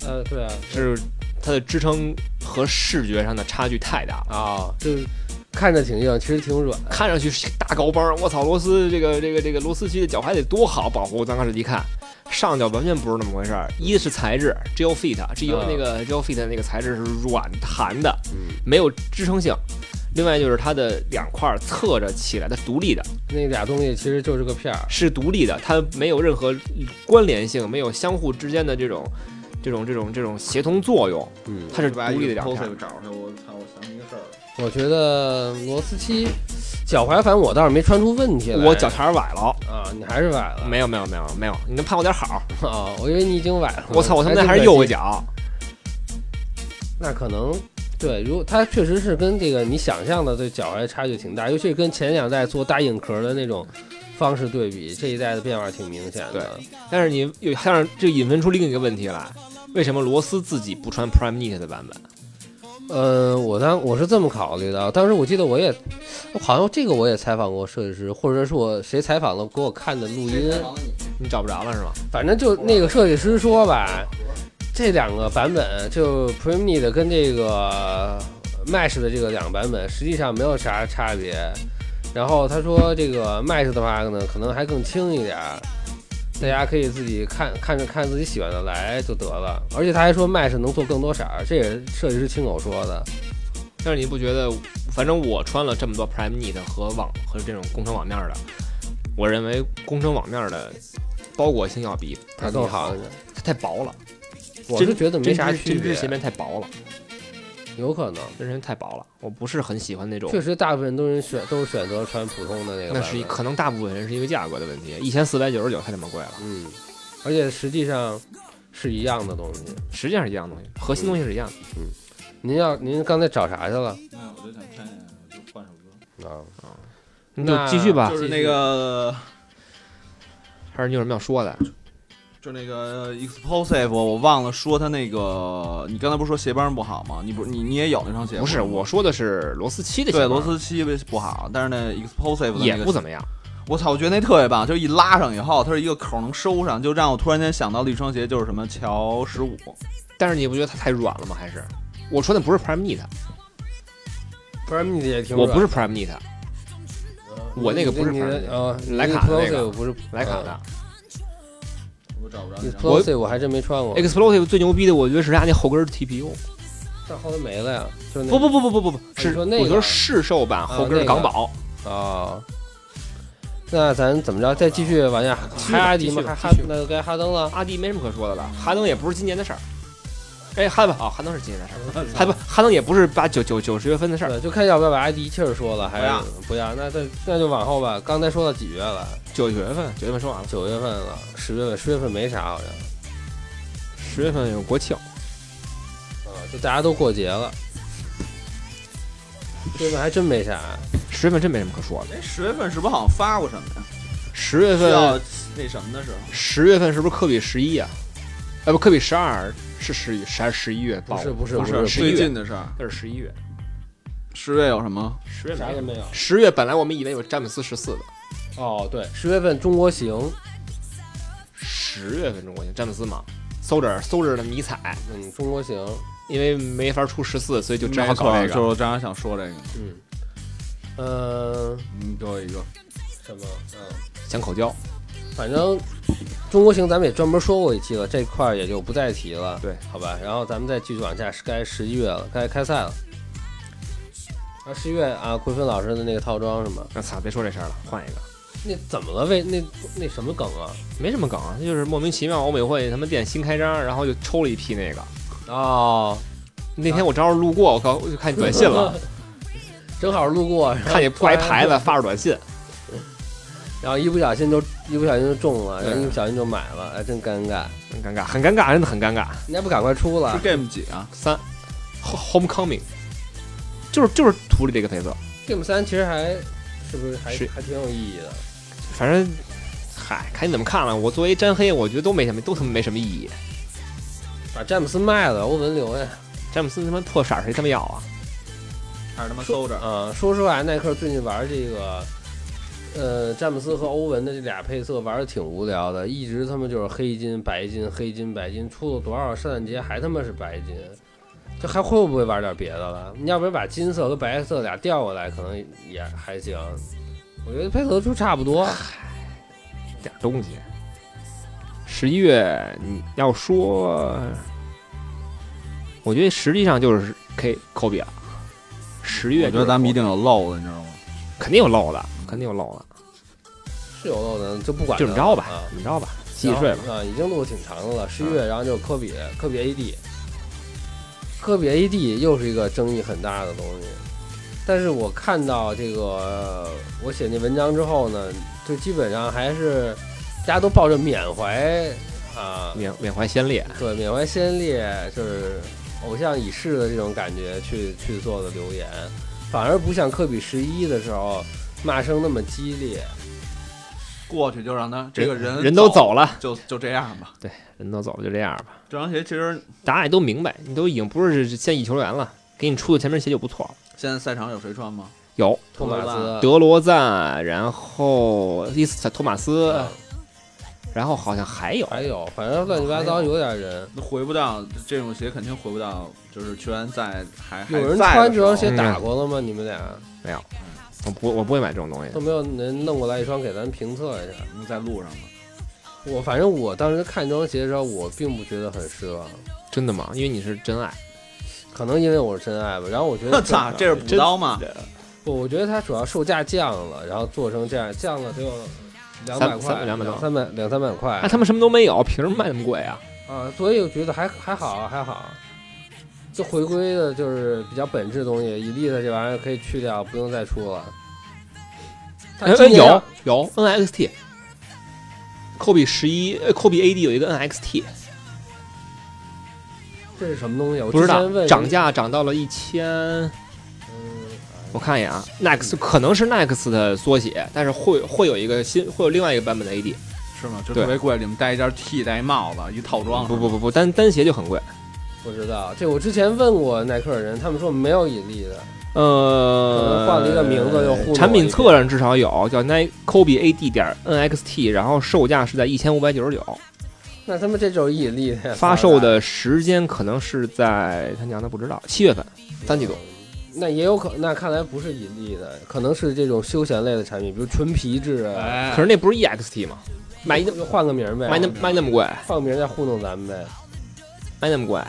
Speaker 4: 呃，对啊，
Speaker 3: 是他的支撑和视觉上的差距太大了。
Speaker 4: 啊，就是看着挺硬，其实挺软。
Speaker 3: 看上去是个大高帮儿，我操，罗斯这个这个这个罗斯奇的脚踝得多好保护！我刚开始一看，上脚完全不是那么回事儿。一是材质，Gel Fit，Gel、
Speaker 4: 啊
Speaker 3: 那个 Gel Fit 那个材质是软弹的，
Speaker 4: 嗯，
Speaker 3: 没有支撑性。另外就是它的两块儿侧着起来的独立的，
Speaker 4: 那俩东西其实就是个片儿。
Speaker 3: 是独立的，它没有任何关联性，没有相互之间的这种、这种、这种、这种协同作用，
Speaker 4: 嗯，
Speaker 3: 它是独
Speaker 2: 把
Speaker 3: 立的两
Speaker 2: pose
Speaker 3: 片儿。
Speaker 2: 找出来，我操！我想起一个事儿了，
Speaker 4: 我觉得螺丝七脚踝，反正我倒是没穿出问题来。
Speaker 3: 我脚茬儿崴了，
Speaker 4: 啊，你还是崴了。
Speaker 3: 没有没有没有没有，你能判我点好？
Speaker 4: 啊，我以为你已经崴了。
Speaker 3: 我操，我他妈那
Speaker 4: 还真
Speaker 3: 还是
Speaker 4: 可
Speaker 3: 右
Speaker 4: 惜
Speaker 3: 个脚，
Speaker 4: 那可能对，如果它确实是跟这个你想象的对脚踝差距挺大，尤其是跟前两代做大硬壳的那种方式对比，这一代的变化挺明显的。
Speaker 3: 但是你又像是这引申出另一个问题来，为什么罗斯自己不穿 Prime Knit 的版本？
Speaker 4: 呃，我当我是这么考虑的，当时我记得我也，我好像这个我也采访过设计师，或者是我谁采访了给我看的录音，
Speaker 3: 你找不着了是吗？
Speaker 4: 反正就那个设计师说吧，这两个版本就 Prime 的跟这个 Mesh 的这个两个版本实际上没有啥差别。然后他说这个 Mesh 的话呢，可能还更轻一点儿，大家可以自己看看着看自己喜欢的来就得了。而且他还说 Mesh 能做更多色儿，这也是设计师亲口说的。
Speaker 3: 但是你不觉得，反正我穿了这么多 Prime Knit 和网和这种工程网面儿的，我认为工程网面儿的包裹性要比 Prime
Speaker 4: 它
Speaker 3: Knit
Speaker 4: 更好一点，
Speaker 3: 它太薄了，
Speaker 4: 我
Speaker 3: 针
Speaker 4: 是觉得没
Speaker 3: 针
Speaker 4: 啥
Speaker 3: 织
Speaker 4: 区
Speaker 3: 针织鞋
Speaker 4: 别，
Speaker 3: 面太薄了，
Speaker 4: 有可能。
Speaker 3: 针织鞋太薄了，我不是很喜欢那种
Speaker 4: 确。实，大部分都是选都是选择穿普通的那个
Speaker 3: 那
Speaker 4: 版本。
Speaker 3: 是一可能大部分人是一个价格的问题，一千四百九十九太他妈贵了，
Speaker 4: 嗯，而且实际上是一样的东西。
Speaker 3: 实际上是一样东西，核心东西是一样的。
Speaker 4: 您要您刚才找啥去了
Speaker 2: 那我就想看，我就换首歌，
Speaker 4: 啊？
Speaker 3: 你嗯就继续吧
Speaker 2: 就是
Speaker 4: 继
Speaker 2: 那
Speaker 4: 续
Speaker 2: 个
Speaker 3: 还是你有什么要说的？
Speaker 2: 就那个 explosive，我忘了说他那个，你刚才不是说鞋帮不好吗？你不你你也有那双鞋吗
Speaker 3: 不是，我说的是罗斯七的鞋
Speaker 2: 对
Speaker 3: 帮
Speaker 2: 罗斯七不好，但是那 explosive 的那个
Speaker 3: 也不怎么样。
Speaker 2: 我操，我觉得那特别棒，就一拉上以后，它是一个口能收上，就让我突然间想到了一双鞋，就是什么乔十五，
Speaker 3: 但是你不觉得它太软了吗？还是我穿的不是 Prime Knit，
Speaker 4: 不然你也挺
Speaker 3: 我
Speaker 4: 软
Speaker 3: 不是 Prime Knit，我那个不是
Speaker 4: 你的
Speaker 3: Prime
Speaker 4: 啊，
Speaker 3: 莱卡呃的那个
Speaker 4: 我不是
Speaker 3: 莱卡的。
Speaker 2: 我找不着
Speaker 4: 嗯 Explosive 我还哎真没穿
Speaker 3: 呃
Speaker 4: 过，
Speaker 3: Explosive 最牛逼的，我觉得是它那后跟 TPU。
Speaker 4: 但后来没了呀。就那
Speaker 3: 不不不不不不不，是
Speaker 4: 你说那个
Speaker 3: 我觉得市售版后跟港宝。
Speaker 4: 啊。那咱怎么着？再啊继续往下，还阿迪
Speaker 3: 继
Speaker 4: 吗？
Speaker 3: 续
Speaker 4: 还 <laughs> 哈
Speaker 3: 继续
Speaker 4: 那就该哈登了。
Speaker 3: 阿迪没什么可说的了，哈登也不是今年的事儿。哎，哈登啊，哈登是今年的事儿，哈不，哈登也不是八九九九十月份的事儿，
Speaker 4: 对，就看要不要把阿迪一气儿说了，还
Speaker 3: 不
Speaker 4: 是
Speaker 3: 要
Speaker 4: 不要？那再那就往后吧。刚才说到几月了？
Speaker 3: 九九月份九月份说完了，
Speaker 4: 九月份了，十月份，十月份没啥好像。
Speaker 3: 十月份有国庆，
Speaker 4: 啊，就大家都过节了。十月份还真没啥。
Speaker 3: 十月份真没什么可说的。
Speaker 2: 哎，十月份是不是好像发过什么呀？
Speaker 3: 十月
Speaker 2: 需要
Speaker 3: 份
Speaker 2: 那什么的时候，
Speaker 3: 十月份是不是科比十一啊？哎不，科比十二是十一，还是十一月
Speaker 4: 不
Speaker 3: 爆？
Speaker 4: 是不是
Speaker 3: 不
Speaker 4: 不
Speaker 3: 是
Speaker 4: 是
Speaker 3: 不
Speaker 4: 不
Speaker 3: 是
Speaker 4: 是
Speaker 2: 最近的事儿，
Speaker 3: 那是十一月。
Speaker 2: 十月有什么？
Speaker 3: 十月
Speaker 6: 啥也没有。
Speaker 3: 十月本来我们以为有詹姆斯十四的，
Speaker 6: 哦，对，
Speaker 4: 十月份中国行，
Speaker 3: 十月份中国行詹姆斯嘛，搜着搜着的迷彩，
Speaker 4: 嗯，中国行，
Speaker 3: 因为没法出十四，所以就只好
Speaker 2: 没错
Speaker 3: 搞这
Speaker 2: 就是
Speaker 3: 个。
Speaker 2: 我正好想说这个，
Speaker 4: 嗯，呃，
Speaker 2: 你给我一个。
Speaker 4: 什么？嗯，
Speaker 3: 想口交，
Speaker 4: 反正中国行咱们也专门说过一期了，这块儿也就不再提了，
Speaker 3: 对，
Speaker 4: 好吧。然后咱们再继续往下，是该十一月了，该开赛了。啊，十一月啊，奎芬老师的那个套装是吗？
Speaker 3: 我操，别说这事儿了，换一个。
Speaker 4: 那怎么了？为那那什么梗啊？
Speaker 3: 没什么梗，就是莫名其妙，欧美会他妈店新开张，然后就抽了一批那个。
Speaker 4: 哦，
Speaker 3: 那天我正好路过，我靠，我就看你短信 <laughs> 了，
Speaker 4: <laughs> 正好路过，
Speaker 3: 看你挂一牌子，发着短信。
Speaker 4: 然后一不小心就一不小心就中了，
Speaker 3: 对
Speaker 4: 然后一不小心就买了，哎，真尴尬！
Speaker 3: 很尴尬，很尴尬，真的很尴尬。
Speaker 4: 你还不赶快出
Speaker 3: <laughs>
Speaker 4: 了
Speaker 2: 是？Game 几啊？
Speaker 3: 三，ho-，Homecoming，就是就是图里这个配色，
Speaker 4: Game 三其实还是不是还
Speaker 3: 是
Speaker 4: 还挺有意义的？
Speaker 3: 反正，嗨，看你怎么看了。我作为沾黑，我觉得都没什么，都他妈没什么意义。
Speaker 4: 把詹姆斯卖了，欧文留下。
Speaker 3: 詹姆斯他妈破色儿，谁他妈要啊？
Speaker 2: 还是他妈搜着？
Speaker 4: 啊、说实话，耐克最近玩这个，呃，詹姆斯和欧文的这俩配色玩的挺无聊的，一直他妈就是黑金白金黑金白金，出了多少圣诞节还他妈是白金，这还会不会玩点别的了？你要不然把金色和白色俩调过来，可能也还行。我觉得配色就差不多。
Speaker 3: 点儿东西。十一月你要说，我觉得实际上就是 K 科比了。十一月
Speaker 2: 我觉得咱们一定有漏的，你知道吗？
Speaker 3: 肯定有漏的，肯定有漏的，
Speaker 4: 是有漏的，就不管
Speaker 3: 就这么着吧
Speaker 4: 啊，
Speaker 3: 怎么着吧，洗洗睡吧。
Speaker 4: 啊，已经录得挺长的了。十一月，然后就是科比，科比 AD，科比 AD 又是一个争议很大的东西。但是我看到这个，呃我写那文章之后呢，就基本上还是大家都抱着缅怀啊，
Speaker 3: 缅缅怀先烈，
Speaker 4: 对，缅怀先烈，就是偶像已逝的这种感觉去去做的留言，反而不像科比十一的时候骂声那么激烈。
Speaker 2: 过去就让他这个人
Speaker 3: 人都走了，
Speaker 2: 就就这样吧。
Speaker 3: 人都走了，就这样吧。
Speaker 2: 这双鞋其实
Speaker 3: 大家也都明白，你都已经不是现役球员了，给你出的前面鞋就不错了。
Speaker 2: 现在赛场有谁穿吗？
Speaker 3: 有
Speaker 4: 托马
Speaker 2: 呃
Speaker 4: 斯，
Speaker 3: 德罗赞，然后伊斯托马斯，
Speaker 2: 呃
Speaker 3: 然后好像还有
Speaker 4: 还有，反正乱七八糟有点人。
Speaker 2: 那回不到这种鞋，肯定回不到，就是球员在还
Speaker 4: 有
Speaker 2: 还
Speaker 4: 人
Speaker 2: 在
Speaker 4: 穿
Speaker 2: 的
Speaker 4: 这
Speaker 2: 时候
Speaker 4: 双鞋打过了吗？你们俩
Speaker 3: 没有？我不我不会买这种东西
Speaker 4: 都。没有人弄过来一双给咱评测一下。
Speaker 2: 嗯在路上嘛。
Speaker 4: 我反正我当时看这双鞋的时候，我并不觉得很失望，
Speaker 3: 真的吗？因为你是真爱。
Speaker 4: 可能因为我是真爱吧。然后我觉
Speaker 2: 我 <laughs>
Speaker 3: <laughs>
Speaker 4: 得，
Speaker 2: 操，这是补刀
Speaker 4: 啊
Speaker 2: 吗？
Speaker 4: 我我觉得它主要售价降了，然后做成这样，降了得有两百块，
Speaker 3: 三两百多
Speaker 4: 两三百两三百块
Speaker 3: 哎那、他们什么都没有，凭什么卖那么贵啊？
Speaker 4: 啊，所以我觉得还还好还好。就回归的就是比较本质的东西，伊利的这玩意儿可以去掉，不用再出了。它
Speaker 3: 哎哎，
Speaker 4: 今年
Speaker 3: 有有 NXT，科比十一，呃科比 AD 有一个 NXT，
Speaker 4: 这是什么东西？我
Speaker 3: 不
Speaker 4: 之
Speaker 3: 知道
Speaker 4: 前问
Speaker 3: 涨价涨到了一千，
Speaker 4: 嗯
Speaker 3: 我看一眼啊，Next 可能是 Next 的缩写，但是会会有一个新，会有另外一个版本的 AD。
Speaker 2: 是吗？就
Speaker 3: 对
Speaker 2: 特别贵，里面戴一件 T，戴一帽子，一套装。
Speaker 3: 不不不不，单单鞋就很贵。
Speaker 4: 不知道，这我之前问过耐克的人，他们说没有引力的。
Speaker 3: 呃，
Speaker 4: 能换了一个名字又糊弄我一遍
Speaker 3: 产品册上至少有叫 Nike Kobe AD 点 NXT，然后售价是在一千五百九十九。
Speaker 4: 那他们这就是引力的呀
Speaker 3: 发售的时间可能是在他娘的不知道七月份，三季度。
Speaker 4: 那也有可，那看来不是引力的，可能是这种休闲类的产品，比如纯皮质啊，
Speaker 2: 哎，
Speaker 3: 可是那不是 EXT 吗？买一那
Speaker 4: 就换个名儿呗，
Speaker 3: 卖那卖那么贵，
Speaker 4: 换个名儿再糊弄咱们呗。
Speaker 3: 卖那么贵，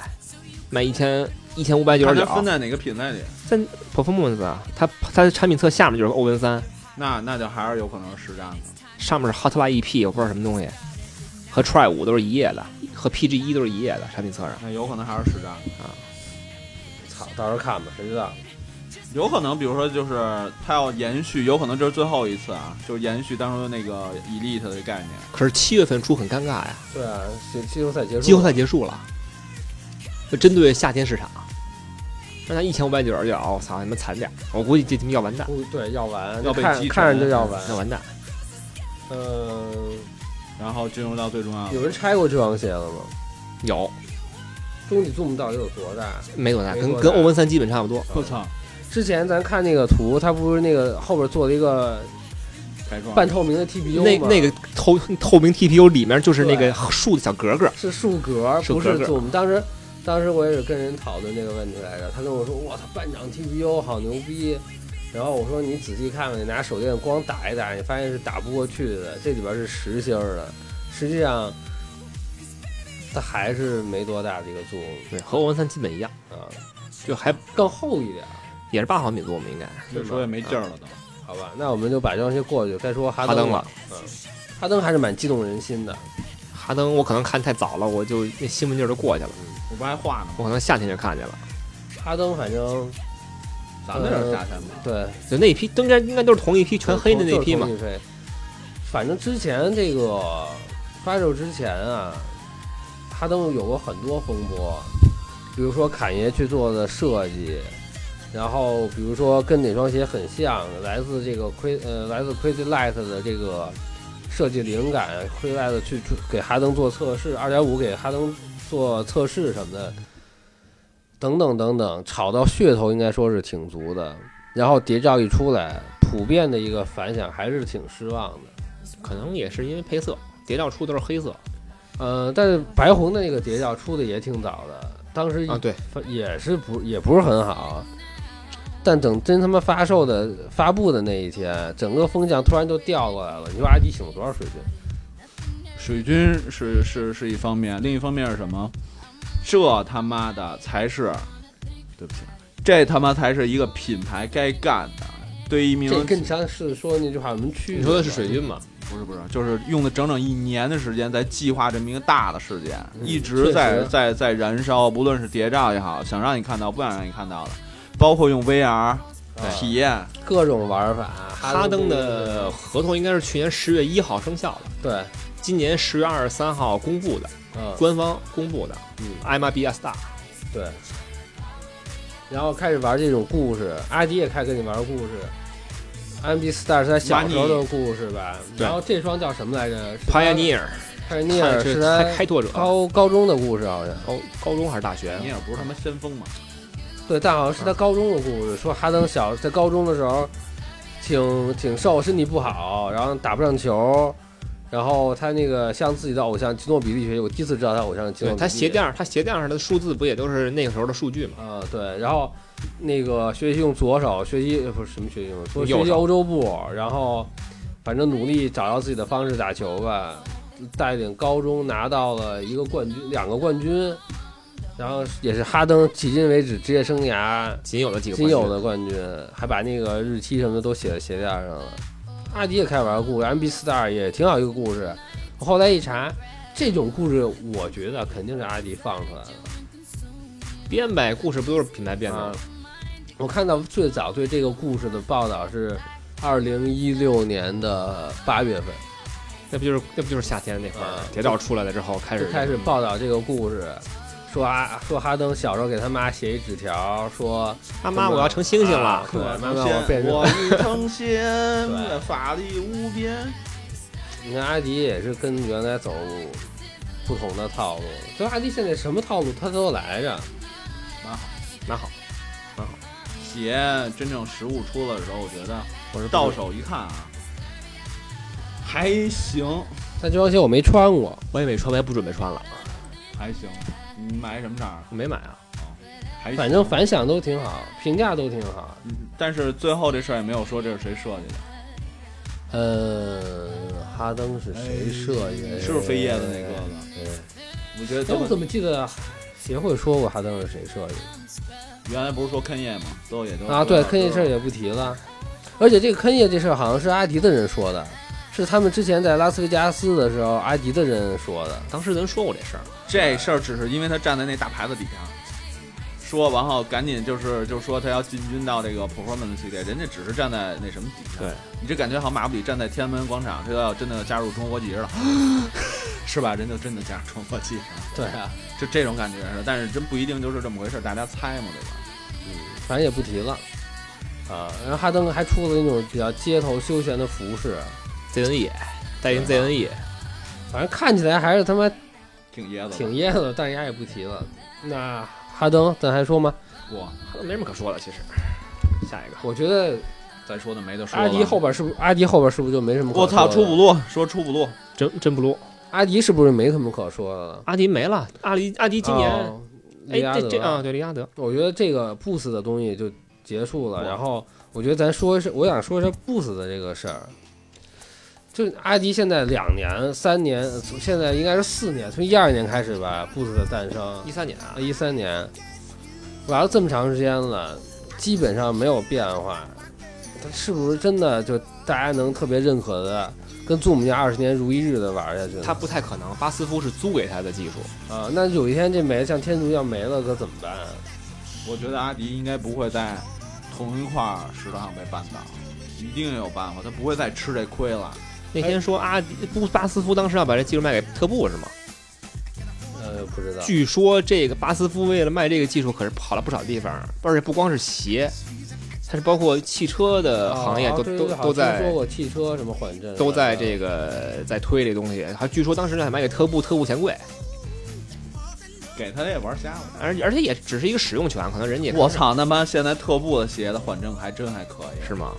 Speaker 3: 卖一千一千五百九
Speaker 2: 看
Speaker 3: 十九
Speaker 2: 它。分在哪个品类里？
Speaker 3: Performance 啊，它它的产品册下面就是欧文三，
Speaker 2: 那那就还是有可能是实战的。
Speaker 3: 上面是 Hotline E EP，我不知道什么东西，和 Try 五都是一页的，和 PG 一都是一页的产品册上。
Speaker 2: 那哎有可能还是实战的。
Speaker 4: 操，到时候看吧，谁知道？
Speaker 2: 有可能，比如说就是它要延续，有可能这是最后一次啊，就是延续当初那个 elite 的概念。
Speaker 3: 可是七月份出很尴尬呀，
Speaker 4: 对啊，季季后赛结束，
Speaker 3: 季后赛结束了，就针对夏天市场，让他一千五百九十九，我操，你们惨点儿，我估计这他妈要完蛋，
Speaker 4: 哦不对要完，
Speaker 2: 要被
Speaker 4: 看
Speaker 2: 击沉
Speaker 4: 看着就要完。
Speaker 3: 要完蛋。
Speaker 4: 嗯，
Speaker 2: 然后进入到最重要的
Speaker 4: 有人拆过这双鞋了吗？
Speaker 3: 有
Speaker 4: 中体 Zoom 到底有多大？
Speaker 3: 没多大，
Speaker 4: 没
Speaker 3: 跟
Speaker 4: 多
Speaker 3: 跟
Speaker 4: 大
Speaker 3: 欧文三基本差不多。
Speaker 2: 我操，
Speaker 4: 之前咱看那个图，它不是那个后边做了一个
Speaker 2: 开创
Speaker 4: 半透明的 TPU
Speaker 3: 那
Speaker 4: 吗？
Speaker 3: 那个透透明 TPU 里面就是那
Speaker 4: 对
Speaker 3: 个竖的小格格，
Speaker 4: 是树格，
Speaker 3: 树
Speaker 4: 不
Speaker 3: 格
Speaker 4: 是
Speaker 3: 格
Speaker 4: Zoom。当时当时我也是跟人讨论这个问题来着，他跟我说：“哇，他半掌 TPU 好牛逼。”然后我说：“你仔细看看，你拿手电光打一打，你发现是打不过去的。这里边是实心儿的，实际上它还是没多大的一个 Zoom
Speaker 3: 对，和欧文三基本一样，
Speaker 4: 啊，
Speaker 3: 就还
Speaker 4: 更厚一点儿，
Speaker 3: 也是八毫米左右，我们应该。
Speaker 2: 这说也没劲儿了都。
Speaker 4: 好吧？那我们就把这双鞋过去，该说哈
Speaker 3: 哈登
Speaker 4: 登
Speaker 3: 了。
Speaker 4: 嗯，哈登还是蛮激动人心的。
Speaker 3: 哈登我可能看太早了，我就那兴奋劲儿就过去了，
Speaker 2: 我不还画呢吗？
Speaker 3: 我可能夏天就看见了。
Speaker 4: 哈登反正
Speaker 2: 咱们这是夏天吧？
Speaker 4: 对
Speaker 3: 就那一批，都应该应该都是同一批全黑的那批嘛
Speaker 4: 就。是同一批反正之前这个发售之前啊，哈登有过很多风波，比如说侃爷去做的设计，然后比如说跟哪双鞋很像，来自这个亏呃来自 Crazy Light 的这个设计灵感，Crazy Light 去出给哈登做测试，二点五给哈登做测试什么的。等等等等，炒到噱头应该说是挺足的，然后谍照一出来，普遍的一个反响还是挺失望的。
Speaker 3: 可能也是因为配色，谍照出都是黑色
Speaker 4: 呃，但是白红的那个谍照出的也挺早的，当时
Speaker 3: 啊。对，
Speaker 4: 也是不也不是很好。但等真他妈发售的发布的那一天，整个风向突然就掉过来了。你说阿迪请了多少水军？
Speaker 2: 水军是是是一方面，另一方面是什么？这他妈的才是，对不起，这他妈才是一个品牌该干的。对一名
Speaker 4: 这跟你上次说那句话有什么区别？
Speaker 3: 你说的是水军嘛？
Speaker 2: 不是不是，就是用了整整一年的时间在计划这么一个大的事件，
Speaker 4: 嗯
Speaker 2: 一
Speaker 4: 确
Speaker 2: 直在
Speaker 4: 实
Speaker 2: 在在燃烧，不论是谍照也好，想让你看到，不想让你看到的，包括用 VR
Speaker 4: 啊
Speaker 2: 体验，
Speaker 4: 各种玩法。
Speaker 3: 哈登
Speaker 4: 这
Speaker 3: 的
Speaker 4: 个
Speaker 3: 合同应该是去年十月一号生效的，
Speaker 4: 对，
Speaker 3: 今年十月二十三号公布的，
Speaker 4: 嗯，
Speaker 3: 官方公布的。
Speaker 4: 嗯
Speaker 3: 艾玛比亚 star，
Speaker 4: 对，然后开始玩这种故事，阿迪也开始跟你玩故事。安迪 star 是他小时候的故事吧？
Speaker 3: 对
Speaker 4: 然后这双叫什么来着是他
Speaker 3: pioneer，
Speaker 4: Pioneer 是他
Speaker 3: 开开拓者，高
Speaker 4: 高高中的故事，好像
Speaker 3: 高中还是大学啊
Speaker 2: 你？也不是他妈先锋嘛，
Speaker 4: 对，但好像是他高中的故事。说哈登小在高中的时候挺挺瘦，身体不好，然后打不上球，然后他那个像自己的偶像吉诺比利学，我第一次知道他偶像是吉诺
Speaker 3: 对
Speaker 4: 比利。
Speaker 3: 他鞋垫儿，他鞋垫儿上的数字不也都是那个时候的数据嘛？
Speaker 4: 啊，对，然后那个呃学习用左手，学习呃不是什么学习用，说
Speaker 3: 右
Speaker 4: 学习
Speaker 3: 手
Speaker 4: 欧洲步，然后反正努力找到自己的方式打球吧，带领高中拿到了一个冠军，两个冠军，然后也是哈登迄今为止职业生涯
Speaker 3: 仅有的几个
Speaker 4: 仅
Speaker 3: 冠军
Speaker 4: 有的冠军，还把那个日期什么的都写在鞋垫上了。阿迪也开始玩故事，MB Star 也挺好一个故事。我后来一查，这种故事我觉得肯定是阿迪放出来的。
Speaker 3: 编呗，故事不都是品牌编的
Speaker 4: 啊
Speaker 3: 吗？，
Speaker 4: 我看到最早对这个故事的报道是二零一六年的八月份，
Speaker 3: 那不就是那不就是夏天那会儿
Speaker 4: 啊
Speaker 3: 谍照出来了之后嗯开
Speaker 4: 就
Speaker 3: 始
Speaker 4: 开始报道这个故事，说啊说哈登小时候给他妈写一纸条，说
Speaker 3: 他妈我要成星星了
Speaker 4: 啊，对，
Speaker 2: 我
Speaker 4: 妈妈我变成
Speaker 2: 我一成 <laughs> 仙
Speaker 4: 对，
Speaker 2: 法力无边。
Speaker 4: 你看阿迪也是跟原来走不同的套路，就阿迪现在什么套路他都来着，
Speaker 3: 蛮好。
Speaker 2: 鞋真正实物出了的时候，我觉得
Speaker 4: 我是
Speaker 2: 到手一看啊，还行，
Speaker 4: 但这双鞋我没穿过，
Speaker 3: 我也没穿，我也不准备穿了，
Speaker 2: 还行。你买什么色儿？
Speaker 3: 我没买啊。
Speaker 2: 还行嗯
Speaker 4: 反正反响都挺好，评价都挺好，
Speaker 2: 但是最后这事儿也没有说这是谁设计的，
Speaker 4: 呃，哈登是谁设计的？
Speaker 2: 哎是不是飞叶子那哥哥？
Speaker 4: 对
Speaker 2: 我觉得
Speaker 4: 哎，
Speaker 2: 都
Speaker 4: 我怎么记得协会说过哈登是谁设计
Speaker 2: 原来不是说坑业吗？最后也就
Speaker 4: 的啊？对，坑业事儿也不提了。而且这个坑业这事儿好像是阿迪的人说的，是他们之前在拉斯维加斯的时候，阿迪的人说的。
Speaker 3: 当时咱说过这事儿，
Speaker 2: 这事儿只是因为他站在那大牌子底下。说完后，赶紧就是就说他要进军到这个 performance 系列，人家只是站在那什么底下。
Speaker 3: 对，
Speaker 2: 你这感觉好像马布里站在天安门广场，这要真的加入中国
Speaker 4: <laughs>
Speaker 2: 籍了，是吧？人就真的加入中国籍了，
Speaker 4: 对啊，
Speaker 2: 就这种感觉是，但是真不一定就是这么回事，大家猜嘛，对吧？
Speaker 4: 反正也不提了。啊，然后哈登还出了那种比较街头休闲的服饰，
Speaker 3: E ZNE 代言 ZNE，
Speaker 4: 反正看起来还是他妈
Speaker 2: 挺椰子的，
Speaker 4: 挺噎的，但是丫也不提了。那哈登，咱还说吗？
Speaker 2: 哇，
Speaker 3: 没什么可说的，其实。下一个，
Speaker 4: 我觉得
Speaker 2: 咱说的没得说了。
Speaker 4: 阿迪后边是不是阿迪后边是不是就没什么可
Speaker 2: 我
Speaker 4: 说的了？
Speaker 2: 操，出补录说出补录，
Speaker 3: 真真不撸，
Speaker 4: 阿迪是不是没什么可说的了？
Speaker 3: 阿迪没了，阿迪阿迪今年，
Speaker 4: 哦
Speaker 3: 哎，
Speaker 4: 利拉
Speaker 3: 这
Speaker 4: 德
Speaker 3: 这啊，对利拉德，
Speaker 4: 我觉得这个 Boost 的东西就结束了。然后我觉得咱说一下，我想说一下 Boost 的这个事儿。就阿迪现在两年、三年，呃从现在应该是四年，从一二年开始吧，Boost 的诞生，
Speaker 3: 一三年啊，
Speaker 4: 一三年玩了这么长时间了，基本上没有变化。它是不是真的就大家能特别认可的，跟 Zoom 一样二十年如一日的玩下去呢？
Speaker 3: 他不太可能，巴斯夫是租给他的技术，
Speaker 4: 啊，那有一天这没了像天竺一样没了，可怎么办、啊？
Speaker 2: 我觉得阿迪应该不会在同一块儿石头上被绊倒，一定有办法，他不会再吃这亏了。
Speaker 3: 那天说阿迪不巴斯夫当时要把这技术卖给特步是吗？
Speaker 4: 呃，不知道。
Speaker 3: 据说这个巴斯夫为了卖这个技术，可是跑了不少地方，而且不光是鞋，它是包括汽车的呃行业
Speaker 4: 啊
Speaker 3: 都
Speaker 4: 对
Speaker 3: 都
Speaker 4: 对好
Speaker 3: 都
Speaker 4: 像听说
Speaker 3: 在
Speaker 4: 过汽车什么缓震，
Speaker 3: 都在这个在推这东西。还据说当时还卖给特步，特步嫌贵，
Speaker 2: 给他也玩瞎了。
Speaker 3: 而而且也只是一个使用权，可能人家也
Speaker 2: 我操，他妈现在特步的鞋的缓震还真还可以，
Speaker 3: 是吗？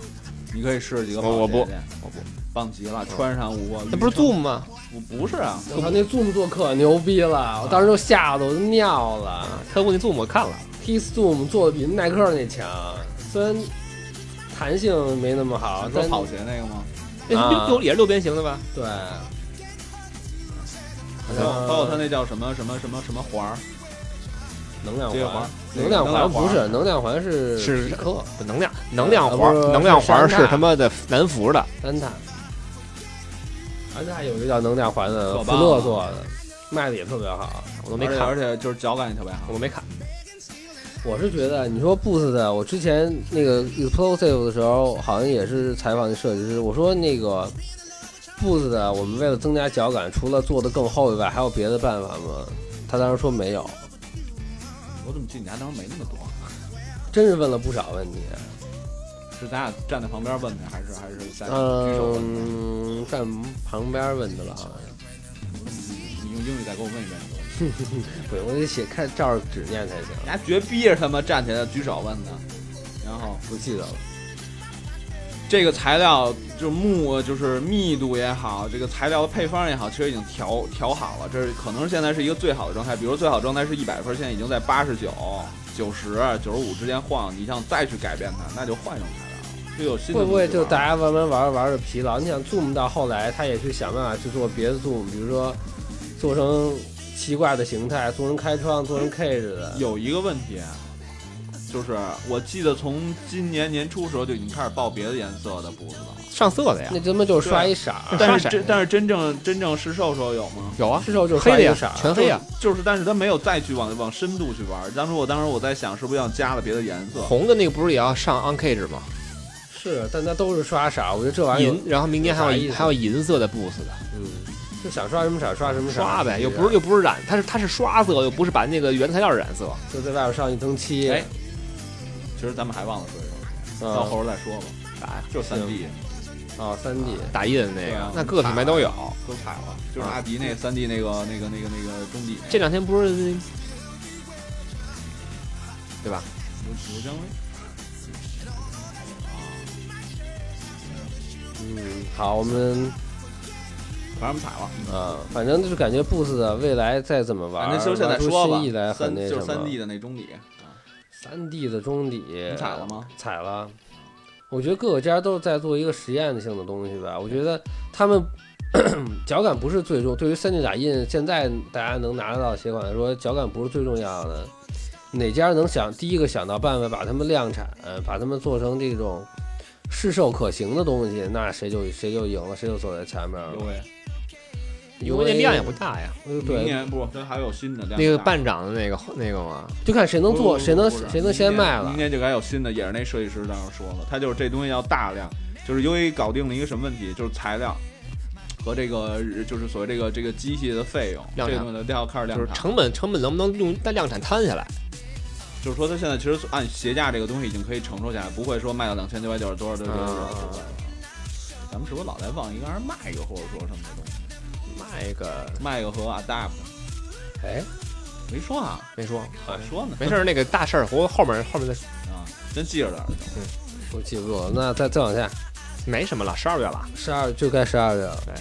Speaker 2: 你可以试试几个
Speaker 3: 我我
Speaker 2: 棒鞋
Speaker 3: 不
Speaker 2: 去，
Speaker 3: 我不，
Speaker 2: 棒极了，穿上我
Speaker 3: 那不是 Zoom 吗？
Speaker 2: 我不是啊，
Speaker 4: 我操，那 Zoom 做可牛逼了，我当时就吓得我都尿了。
Speaker 3: 特步那 Zoom 我看了，
Speaker 4: T Zoom 做的比耐克那强，虽然弹性没那么好，
Speaker 2: 说
Speaker 4: 但
Speaker 2: 跑鞋啊那个吗？
Speaker 3: 那
Speaker 4: 啊
Speaker 3: 六也是六边形的吧？
Speaker 4: 对，嗯
Speaker 2: 包括他那叫什么什么什么什么环儿，
Speaker 4: 能量
Speaker 2: 接着
Speaker 4: 环
Speaker 2: 环，
Speaker 4: 能量
Speaker 2: 能量
Speaker 4: 不
Speaker 2: 环
Speaker 4: 是能量环是
Speaker 3: 是
Speaker 4: 匹克
Speaker 3: 不能量能量
Speaker 4: 啊
Speaker 3: 环
Speaker 4: 不是，
Speaker 3: 能量环
Speaker 4: 是
Speaker 3: 是
Speaker 4: 山大
Speaker 3: 他妈的南孚的，
Speaker 4: 安踏，安踏有一个叫能量环的，
Speaker 2: 可
Speaker 4: 富
Speaker 2: 棒
Speaker 4: 勒
Speaker 2: 了
Speaker 4: 做的，卖的也特别好。
Speaker 3: 我都没
Speaker 2: 而且
Speaker 3: 看，
Speaker 2: 而且就是脚感也特别好。
Speaker 3: 我没看。
Speaker 4: 我是觉得，你说 Boost 的，我之前那个 Explosive 的时候，好像也是采访那设计师，我说那个 Boost 的，我们为了增加脚感，除了做的更厚以外，还有别的办法吗？他当时说没有，
Speaker 2: 我怎么记得你家当时没那么多？
Speaker 4: 真是问了不少问题。
Speaker 2: 是咱俩站在旁边问的，还是还是在举手问的？
Speaker 4: 嗯，站旁边问的吧，好像是
Speaker 2: 你用英语再给我问一遍。
Speaker 4: 不行，我得写看照着纸念才行，
Speaker 2: 你还绝逼着他妈站起来举手问的，然后
Speaker 4: 不记得了。
Speaker 2: 这个材料就木就是密度也好，这个材料的配方也好，其实已经调调好了，这是可能是现在是一个最好的状态。比如最好的状态是一百分，现在已经在八十九、九十、九十五之间晃，你想再去改变它，那就换一种材料，就有新的东
Speaker 4: 会
Speaker 2: 西
Speaker 4: 不
Speaker 2: 玩
Speaker 4: 会
Speaker 2: 了。
Speaker 4: 就大家慢慢玩着玩着疲劳？你想 Zoom 到后来，他也去想办法去做别的 Zoom，比如说做成奇怪的形态，做成开窗，做成 K 似的。
Speaker 2: 有一个问题啊，就是我记得从今年年初的时候就已经开始报别的颜色的布子了，
Speaker 3: 上色的呀
Speaker 4: 那，他妈就是刷一色儿，
Speaker 2: 但是
Speaker 3: 刷色
Speaker 2: 真但是真正真正试售时候有吗？
Speaker 3: 有啊，
Speaker 4: 之后就是
Speaker 3: 黑
Speaker 4: 刷
Speaker 3: 的
Speaker 4: 一
Speaker 3: 呀
Speaker 4: 个色，儿。
Speaker 3: 全黑呀，
Speaker 2: 就是，但是他没有再去往往深度去玩。当时我当时我在想，是不是要加了别的颜色？
Speaker 3: 红的那个不是也要上 on K 值吗？
Speaker 4: 是，但它都是刷色儿。我觉得这玩意儿有
Speaker 3: 银，，然后明年还
Speaker 4: 有啥
Speaker 3: 有
Speaker 4: 意思
Speaker 3: 还有银色的 boost 的
Speaker 4: 嗯，就想刷什么色儿刷什么色儿，
Speaker 3: 刷呗，又不
Speaker 4: 是
Speaker 3: 是又不是染，它是它是刷色，又不是把那个原材料染色。
Speaker 4: 就在外边上一层漆。
Speaker 2: 哎其实咱们还忘了说一说，到
Speaker 4: 嗯，
Speaker 2: 后边再说吧。
Speaker 3: 啥
Speaker 2: 就是三 D
Speaker 4: 哦，三 D，
Speaker 3: 打印的那
Speaker 2: 对
Speaker 3: 个
Speaker 2: 啊，
Speaker 3: 那各个品牌都有。
Speaker 4: 嗯
Speaker 2: 都踩了，就是阿迪那三 D 那个那个那个那个中底
Speaker 3: 这两天不是
Speaker 2: 刘刘江威，
Speaker 4: 嗯，好，我们
Speaker 2: 反正我们踩了。
Speaker 4: 啊，反正就是感觉 Boost 的未来再怎么玩，
Speaker 2: 反正啊就现在
Speaker 4: 玩出
Speaker 2: 说
Speaker 4: 新意来
Speaker 2: 吧，
Speaker 4: 很
Speaker 2: 三
Speaker 4: 那
Speaker 2: 就是
Speaker 4: 什
Speaker 2: 三
Speaker 4: 么
Speaker 2: D 的那中底，
Speaker 4: 三 D 的中底，
Speaker 2: 你踩了？吗？
Speaker 4: 踩了。我觉得各个家都是在做一个实验性的东西吧。我觉得他们 <coughs> 脚感不是最重，对于三 D 打印，现在大家能拿得到的鞋款来说，脚感不是最重要的。哪家能想第一个想到办法把它们量产，把它们做成这种市售可行的东西，那谁就谁就赢了，谁就走在前面了。
Speaker 2: 刘威，
Speaker 3: 因为那量也不大呀，
Speaker 4: 呃
Speaker 2: 明
Speaker 4: 对，
Speaker 2: 年不，这还有新的
Speaker 3: 那个半掌的那个那个嘛，
Speaker 4: 就看谁能做，
Speaker 2: 不
Speaker 4: 谁
Speaker 2: 不
Speaker 4: 能
Speaker 2: 是
Speaker 4: 谁能先
Speaker 2: 明年
Speaker 4: 卖了
Speaker 2: 明。年就该有新的，也是那设计师当时说了，他就是这东西要大量，就是由于搞定了一个什么问题，就是材料和这个就是所谓这个这个机器的费用，这
Speaker 3: 量产
Speaker 2: 个东西都要开始量
Speaker 3: 就是
Speaker 2: 产。
Speaker 3: 成本成本能不能用在量产摊下来？
Speaker 2: 就是说，他现在其实按鞋架这个东西已经可以承受下来，不会说卖到两千九百九十
Speaker 4: 啊
Speaker 2: 多少多少多少多少。咱们是不是老在往一个人卖一个，或者说什么的东西？
Speaker 3: 卖个
Speaker 2: 卖个和 adapt
Speaker 4: 哎，
Speaker 2: 没说啊，
Speaker 3: 没说，
Speaker 2: 还说呢，
Speaker 3: 没事儿，那个大事儿，我后面后面再说
Speaker 2: 啊，真记着点儿。
Speaker 4: 我记不住了。那再再往下，
Speaker 3: 没什么了，十二月了，
Speaker 4: 十二就该十二月了。
Speaker 3: 对，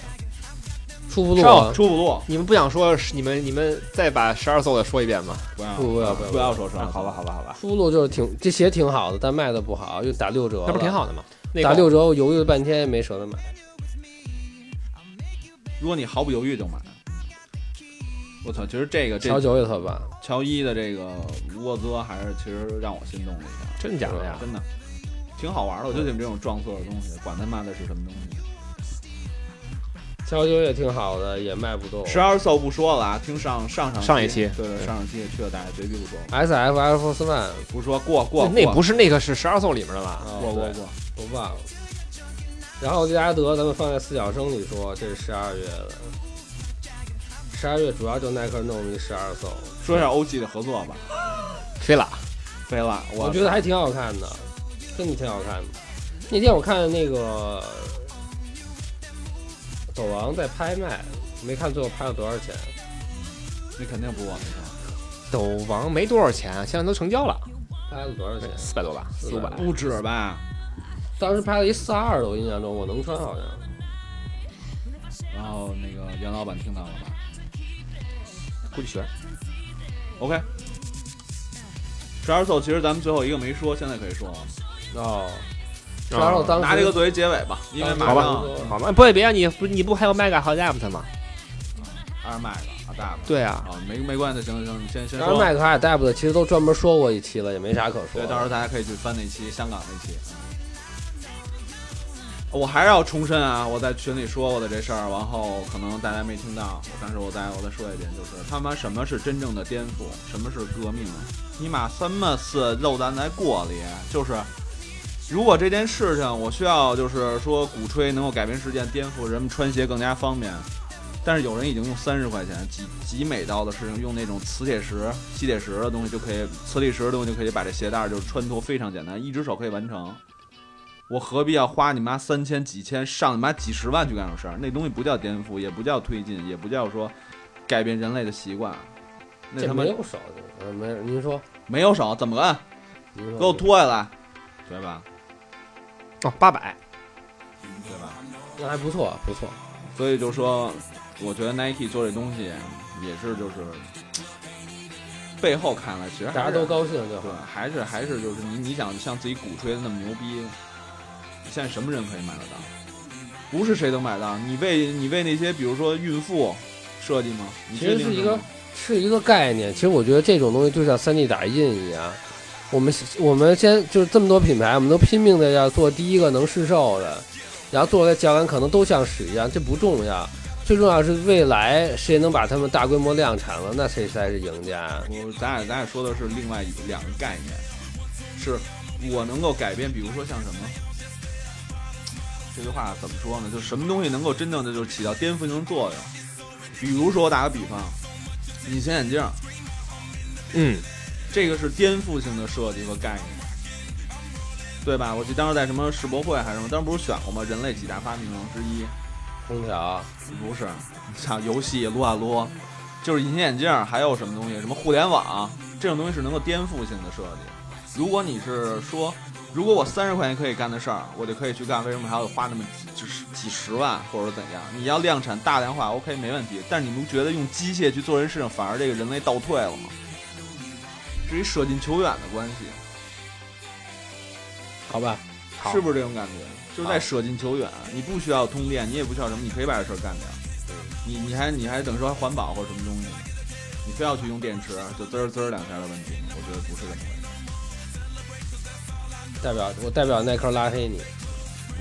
Speaker 4: 出不路
Speaker 3: 上
Speaker 4: 啊，
Speaker 2: 出不录，
Speaker 3: 你们不想说你们你们再把十二奏的说一遍吗？嗯
Speaker 2: 不要
Speaker 4: 不不要不要
Speaker 2: 不要说说，
Speaker 3: 好吧，好吧，好吧，
Speaker 4: 出不路就是挺这鞋挺好的，但卖的不好，又打六折了，
Speaker 3: 那不是挺好的吗？那
Speaker 4: 打
Speaker 3: 个
Speaker 4: 六折，我犹豫了半天也没舍得买。
Speaker 2: 如果你毫不犹豫就买，我操，其实这个这
Speaker 4: 乔九也特棒，
Speaker 2: 乔伊的这个沃兹还是其实让我心动了一下，
Speaker 3: 真的假的呀？
Speaker 2: 真的挺好玩的。我就喜欢这种撞色的东西，管他妈的是什么东西。
Speaker 4: 乔九也挺好的，也卖不动。
Speaker 2: 十二 so 不说了啊，听上上上
Speaker 3: 上一期
Speaker 2: 期，对对，上上期也去了，大家绝逼不说了，
Speaker 4: S F Air Force One，
Speaker 2: 不说过过
Speaker 3: 那那
Speaker 2: 过
Speaker 3: 不是那个是十二奏里面的吧？
Speaker 4: 啊
Speaker 2: 过过
Speaker 4: 对
Speaker 2: 过，
Speaker 4: 我忘了。然后利拉德，咱们放在四角声里说，这是十二月的。十二月主要就耐克弄了一十二艘，
Speaker 2: 说一下欧系的合作吧，
Speaker 3: 飞了，
Speaker 2: 飞了，
Speaker 4: 我
Speaker 2: 我
Speaker 4: 觉得还挺好看的，真的挺好看的。那天我看那个走廊在拍卖，没看最后拍了多少钱。
Speaker 2: 你肯定不我
Speaker 3: 斗王没多少钱，现在都成交了，
Speaker 4: 拍了多少钱？
Speaker 3: 四百多吧，四五百嗯
Speaker 4: 400。
Speaker 2: 不止吧？
Speaker 4: 当时拍了一四二的，我印象中我能穿好像。
Speaker 2: 然后那个袁老板听到了吧
Speaker 3: 估计学
Speaker 2: ？OK，十二 so 其实咱们最后一个没说，现在可以说了，
Speaker 4: 哦，然后当时
Speaker 2: 拿这个作为结尾吧，因为马
Speaker 3: 好吧
Speaker 2: 上
Speaker 3: 好吧，不也别啊你不你不还有 Mega 和 Adapt 吗？
Speaker 2: 二麦了，阿大吧。
Speaker 3: 对啊，
Speaker 2: 啊，没没关系，行行，你先先
Speaker 4: 然后
Speaker 2: 说。
Speaker 4: 麦克海戴普的其实都专门说过一期了，也没啥可说
Speaker 2: 对，
Speaker 4: 的。
Speaker 2: 到时候大家可以去翻那期香港那期。我还是要重申啊，我在群里说过的这事儿，然后可能大家没听到，但是我再我再说一遍，就是他妈什么是真正的颠覆，什么是革命啊？你妈什么是漏蛋在锅里？就是如果这件事情我需要就是说鼓吹能够改变世界、颠覆人们穿鞋更加方便，但是有人已经用三十块钱几几美刀的事情，用那种磁铁石、吸铁石的东西就可以，磁力石的东西就可以把这鞋带儿就穿脱，非常简单，一只手可以完成。我何必要花你妈三千、几千、上你妈几十万去干这种事儿？那东西不叫颠覆，也不叫推进，也不叫说改变人类的习惯。那
Speaker 4: 这
Speaker 2: 他妈
Speaker 4: 没有手，嗯，没有。您说，
Speaker 2: 没有手怎么摁？
Speaker 4: 您说
Speaker 2: 给我脱下来，对吧？
Speaker 3: 哦，八百，
Speaker 2: 对吧？
Speaker 4: 那还不错，不错。
Speaker 2: 所以就说，我觉得 Nike 做这东西也是就是背后看来，其实还是
Speaker 4: 大家都高兴就好
Speaker 2: 对。，还是还是就是你你想像自己鼓吹的那么牛逼，现在什么人可以买得到？不是谁都买得到。你为你为那些比如说孕妇设计吗？你
Speaker 4: 其实
Speaker 2: 确定
Speaker 4: 是一
Speaker 2: 吗
Speaker 4: 个是一个概念。其实我觉得这种东西就像 3D 打印一样，我们我们先就是这么多品牌，我们都拼命的要做第一个能试售的，然后做出来脚感可能都像屎一样，这不重要。最重要是未来谁能把它们大规模量产了，那谁才是赢家。
Speaker 2: 我咱俩咱俩说的是另外一两个概念，是我能够改变，比如说像什么？这句话怎么说呢？就什么东西能够真正的就起到颠覆性作用？比如说，我打个比方，隐形眼镜，
Speaker 3: 嗯，
Speaker 2: 这个是颠覆性的设计和概念，对吧？我记得当时在什么世博会还是什么，当时不是选过吗？人类几大发明之一，
Speaker 4: 空调，
Speaker 2: 不是，像游戏、撸啊撸，就是隐形眼镜儿，还有什么东西，什么互联网这种东西是能够颠覆性的设计。如果你是说，如果我三十块钱可以干的事儿，我就可以去干，为什么还要花那么几就是几十万或者怎样？你要量产大量化，OK 没问题。但是你们觉得用机械去做这事情，反而这个人类倒退了吗？是一舍近求远的关系，
Speaker 4: 好吧，好
Speaker 2: 是不是这种感觉？就是在舍近求远，你不需要通电，你也不需要什么，你可以把这事儿干掉。你你还你还等于说还环保或者什么东西，你非要去用电池，就滋儿滋儿两下的问题，我觉得不是这么回事，
Speaker 4: 代表我代表耐克拉黑你。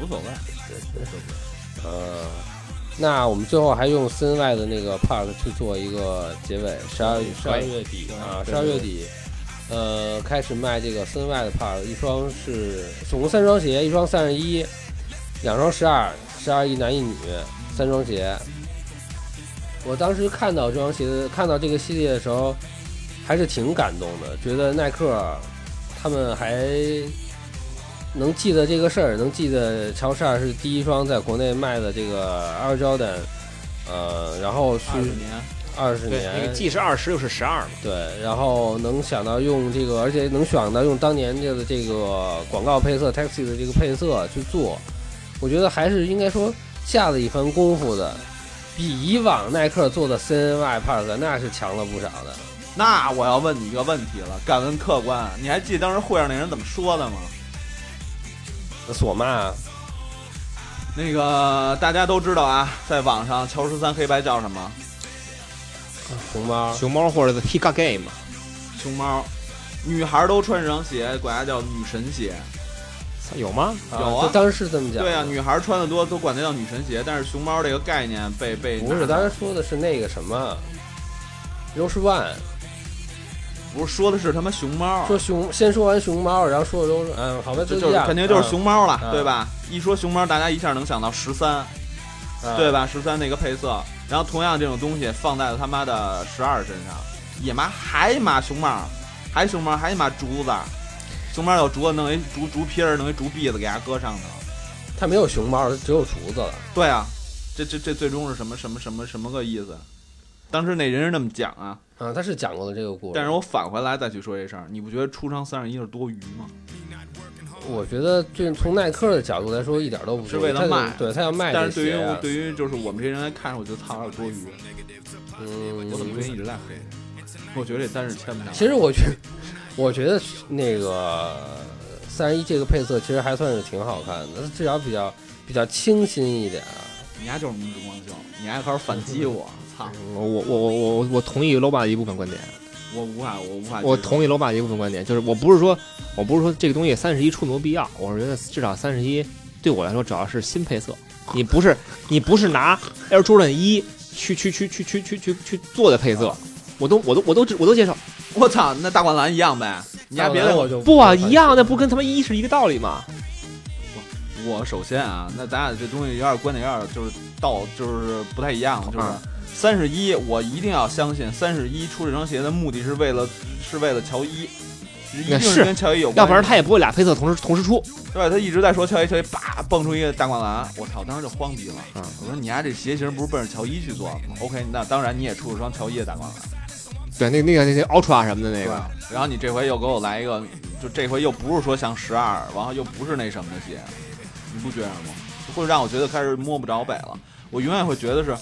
Speaker 2: 无所谓。
Speaker 4: 呃，那我们最后还用 CNY 的那个 Park 去做一个结尾，十二十二月底啊，十二月底，呃，开始卖这个 CNY 的 Park，一双是总共三双鞋，一双三十一，两双十二，十二一男一女，三双鞋。我当时看到这双鞋子，看到这个系列的时候，还是挺感动的，觉得耐克他们还能记得这个事儿，能记得乔十二是第一双在国内卖的这个 Air Jordan，呃，然后去
Speaker 2: 二十年，
Speaker 4: 二十
Speaker 3: 对，
Speaker 4: 年，
Speaker 3: 那个既是二十又是十二嘛，
Speaker 4: 对，然后能想到用这个，而且能想到用当年的这个广告配色 taxi 的这个配色去做，我觉得还是应该说下了一番功夫的，比以往耐克做的 CNY Park 那是强了不少的。
Speaker 2: 那我要问你一个问题了，敢问客官，你还记得当时会上那人怎么说的吗？
Speaker 4: 那索嘛，
Speaker 2: 那个大家都知道啊，在网上乔十三黑白叫什么？啊
Speaker 4: 熊猫，
Speaker 3: 熊猫或者 t i k a Game 嘛，
Speaker 2: 熊猫。女孩都穿这双鞋，管它叫女神鞋。
Speaker 3: 操有吗？
Speaker 2: 有啊
Speaker 4: 就当时这么讲。
Speaker 2: 对啊，女孩穿的多都管它叫女神鞋，但是熊猫这个概念被被
Speaker 4: 不是，
Speaker 2: 拿
Speaker 4: 当时说的是那个什么 Rose One，
Speaker 2: 不是说的是他妈熊猫，
Speaker 4: 说熊，先说完熊猫，然后说 Rose，嗯，好吧，
Speaker 2: 这
Speaker 4: 都
Speaker 2: 就
Speaker 4: 一
Speaker 2: 是
Speaker 4: 样
Speaker 2: 肯定就是熊猫了，
Speaker 4: 嗯
Speaker 2: 对吧？一说熊猫，大家一下能想到十三，
Speaker 4: 啊嗯
Speaker 2: 对？吧？十三那个配色，然后同样这种东西放在了他妈的十二身上，也妈还妈熊猫，还熊猫，还妈竹子，熊猫有竹子，弄一竹竹皮儿，弄一竹篦子给它搁上头。
Speaker 4: 嗯它没有熊猫，只有竹子了。
Speaker 2: 对啊，这这这最终是什么什么什么什么个意思？当时那人是那么讲啊，
Speaker 4: 啊，他是讲过的这个故事，
Speaker 2: 但是我返回来再去说这事儿，你不觉得出昌三十一是多余吗？
Speaker 4: 我觉得这从耐克的角度来说，一点都不
Speaker 2: 是为了
Speaker 4: 他就
Speaker 2: 卖
Speaker 4: 对他要卖
Speaker 2: 但
Speaker 4: 这
Speaker 2: 是对
Speaker 4: 鞋
Speaker 2: 于
Speaker 4: 啊。
Speaker 2: 对于就是我们这些人来看，我觉得操有点多余。
Speaker 4: 嗯，
Speaker 2: 我怎么最近一直在黑？我觉得这单是签不上。
Speaker 4: 其实我觉得，我觉得那个三十一这个配色其实还算是挺好看的，至少比较比较清新一点。啊
Speaker 2: 你丫就是民族光秀，你丫开始反击我， <laughs> 操！
Speaker 3: 我我我我我我同意 LOBA 的一部分观点，
Speaker 2: 我无法，我无法接受。
Speaker 3: 我同意 LOBA 的一部分观点，就是我不是说我不是说这个东西三十一出没必要，我是觉得至少三十一对我来说主要是新配色，你不是你不是拿 Air Jordan 一去去去去去去去去做的配色，我都我都我都我都接受，
Speaker 2: 我操，那大灌篮一样呗。你丫别
Speaker 4: 当然
Speaker 2: 的
Speaker 4: 我就
Speaker 3: 不啊
Speaker 4: 太
Speaker 3: 一样，那不跟他们一是一个道理吗？
Speaker 2: 我首先啊，那咱俩这东西有点观点有点就是到就是不太一样了，就是
Speaker 3: 嗯
Speaker 2: 三十一，我一定要相信三十一出这双鞋的目的是为了是为了乔伊，一定
Speaker 3: 是
Speaker 2: 跟乔伊有关系，
Speaker 3: 要不然他也不会俩配色同时同时出。
Speaker 2: 对吧？他一直在说乔伊，乔伊叭蹦出一个大灌篮，我操，当时就慌逼了。
Speaker 3: 嗯
Speaker 2: 我说你丫这鞋型不是奔着乔伊去做的吗？OK，那当然你也出了双乔伊的大灌篮，
Speaker 3: 对，那那个那个 Ultra 什么的那
Speaker 2: 对
Speaker 3: 个，
Speaker 2: 吧？然后你这回又给我来一个，就这回又不是说像十二，然后又不是那什么的鞋，你不觉得吗？会让我觉得开始摸不着北了。我永远会觉得是，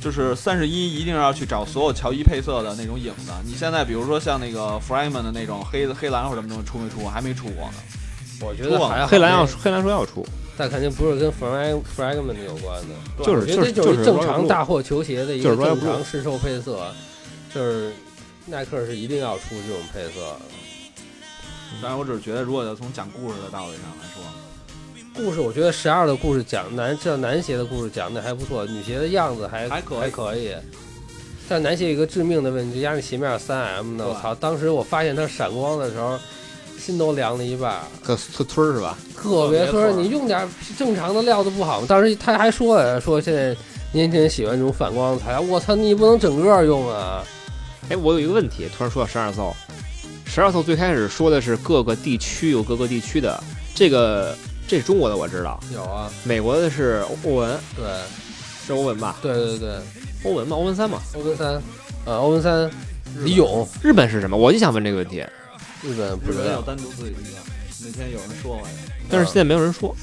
Speaker 2: 就是三十一一定要去找所有乔伊配色的那种影子。你现在比如说像那个 Fryman 的那种黑黑蓝或者什么东西出没出？还没出过呢。
Speaker 4: 我觉得还好
Speaker 3: 啊黑蓝要黑蓝说要出，
Speaker 4: 但肯定不是跟 frag fragment 有关的，
Speaker 3: 就
Speaker 4: 我
Speaker 3: 是
Speaker 4: 觉
Speaker 3: 就
Speaker 4: 得
Speaker 3: 是
Speaker 4: 这就是一正
Speaker 3: Royal
Speaker 4: 常
Speaker 3: Blue
Speaker 4: 大货球鞋的一
Speaker 3: 就
Speaker 4: 个
Speaker 3: 是 Royal
Speaker 4: 正常市售配色，就是耐克是一定要出这种配色的。
Speaker 2: 但是我只是觉得，如果要从讲故事的道理上来说，
Speaker 4: 故事，我觉得十二的故事讲男这男鞋的故事讲的还不错，女鞋的样子还
Speaker 2: 还
Speaker 4: 还
Speaker 2: 可以
Speaker 4: 可以。但男鞋有一个致命的问题，压那鞋面三 M 的，我
Speaker 2: 对
Speaker 4: 操！当时我发现它闪光的时候，心都凉了一半儿，
Speaker 3: 特特村儿是吧？
Speaker 4: 特别
Speaker 2: 特别
Speaker 4: 说
Speaker 2: 错
Speaker 4: 你用点正常的料子不好吗？当时他还说了，说现在年轻人喜欢这种反光的材料，我操，你不能整个用啊！
Speaker 3: 哎，我有一个问题，突然说到十二艘，十二艘最开始说的是各个地区有各个地区的，这个这是中国的我知道，
Speaker 4: 有啊，
Speaker 3: 美国的是欧文，
Speaker 4: 对
Speaker 3: 是欧文吧？
Speaker 4: 对对对，
Speaker 3: 欧文嘛，欧文三嘛。
Speaker 4: 欧文三，呃，欧文三，李勇，
Speaker 3: 日本是什么？我就想问这个问题，
Speaker 4: 日本不
Speaker 2: 日
Speaker 4: 知
Speaker 2: 本有
Speaker 4: 道，
Speaker 2: 单独自己一个。那天有人说我呀，
Speaker 3: 但是现在没有人说。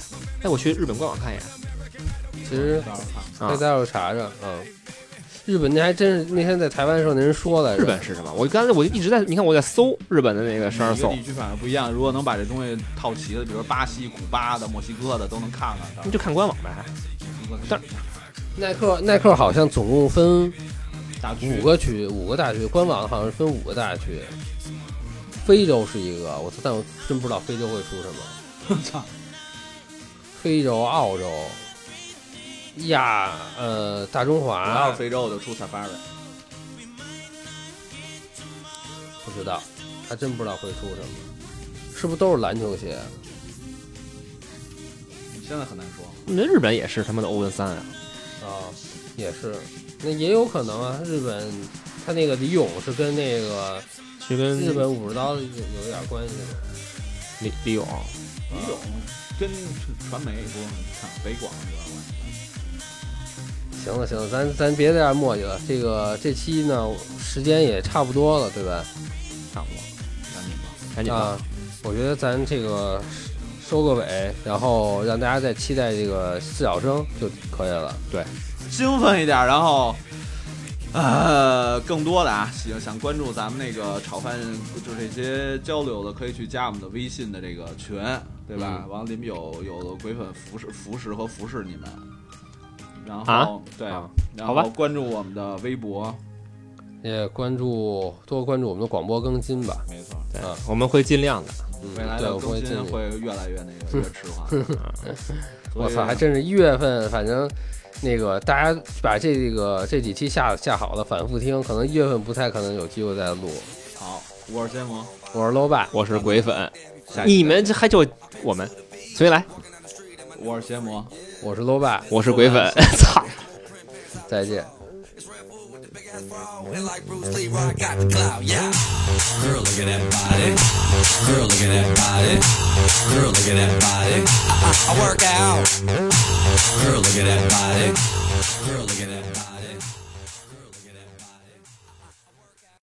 Speaker 3: 哎，我去日本官网看一眼。
Speaker 4: 其实
Speaker 2: 到时候看。
Speaker 3: 啊
Speaker 4: 那待会儿查查，嗯。日本那还真是那天在台湾的时候，那人说来着，
Speaker 3: 日本是什么？我刚才我就一直在，你看我在搜日本的那个十二
Speaker 2: 每个
Speaker 3: 艘
Speaker 2: 地，区反正不一样，如果能把这东西套齐的，比如巴西、古巴的、墨西哥的都能看看。到时
Speaker 3: 你
Speaker 2: 候
Speaker 3: 就看官网呗。但
Speaker 4: 耐克耐克好像总共分
Speaker 2: 大区
Speaker 4: 五个区，五个大区，官网好像是分五个大区。非洲是一个，我操，但我真不知道非洲会出什
Speaker 2: <laughs>
Speaker 4: 么。
Speaker 2: 操！
Speaker 4: 非洲、澳洲、亚呃大中
Speaker 2: 我要
Speaker 4: 华
Speaker 2: 是，非洲，我就出塞巴尔。
Speaker 4: 不知道，还真不知道会出什么。是不是都是篮球鞋？
Speaker 2: 现在很难说。
Speaker 3: 那日本也是他妈的欧文三啊。
Speaker 4: 啊，也是，那也有可能啊。日本，他那个李勇是跟那个
Speaker 3: 去跟
Speaker 4: 日本武士刀有有点关系的。
Speaker 3: 李李勇，
Speaker 2: 李勇跟传媒不是很看，北广主要关系。
Speaker 4: 行了行了，咱咱别在这儿磨叽了。这个这期呢，时间也差不多了，对吧？
Speaker 2: 差不多，赶紧吧。
Speaker 3: 赶紧吧。
Speaker 4: 啊，我觉得咱这个收个尾，然后让大家再期待这个四小生就可以了。
Speaker 2: 兴奋一点，然后。呃，更多的啊，想想关注咱们那个炒饭，就是这些交流的，可以去加我们的微信的这个群，对吧？
Speaker 4: 嗯
Speaker 2: 完了里面有有鬼粉服侍服侍和服侍你们，然后、
Speaker 3: 啊
Speaker 2: 对，
Speaker 3: 啊
Speaker 2: 然
Speaker 3: 好吧
Speaker 2: 后关注我们的微博，
Speaker 4: 也关注多关注我们的广播更新吧。
Speaker 2: 没错，
Speaker 3: 对
Speaker 4: 啊，
Speaker 3: 我们会尽量的。
Speaker 4: 嗯，
Speaker 2: 未来
Speaker 4: 对，
Speaker 2: 的
Speaker 4: 我
Speaker 2: 更
Speaker 4: 会尽
Speaker 2: 新
Speaker 4: 力。
Speaker 2: 会越来越那个越迟缓。
Speaker 4: <laughs> 我操，还真是一月份，反正那个大家把这个这几期下下好了，反复听，可能一月份不太可能有机会再录。
Speaker 2: 好，我是建模，
Speaker 4: 我是 low 爸，
Speaker 3: 我是鬼粉，
Speaker 2: 下期
Speaker 3: 你们这还就我们随便来，
Speaker 2: 我是邪魔，
Speaker 4: 我是 low 爸，
Speaker 3: 我是鬼粉， <laughs> 操。
Speaker 4: 再见。
Speaker 7: And like Bruce Lee, I got the clout, yeah. Girl, look at that body. Girl, look at that body. Girl, look at that body. I, I, I work out. Girl, look at that body. Girl, look at that body.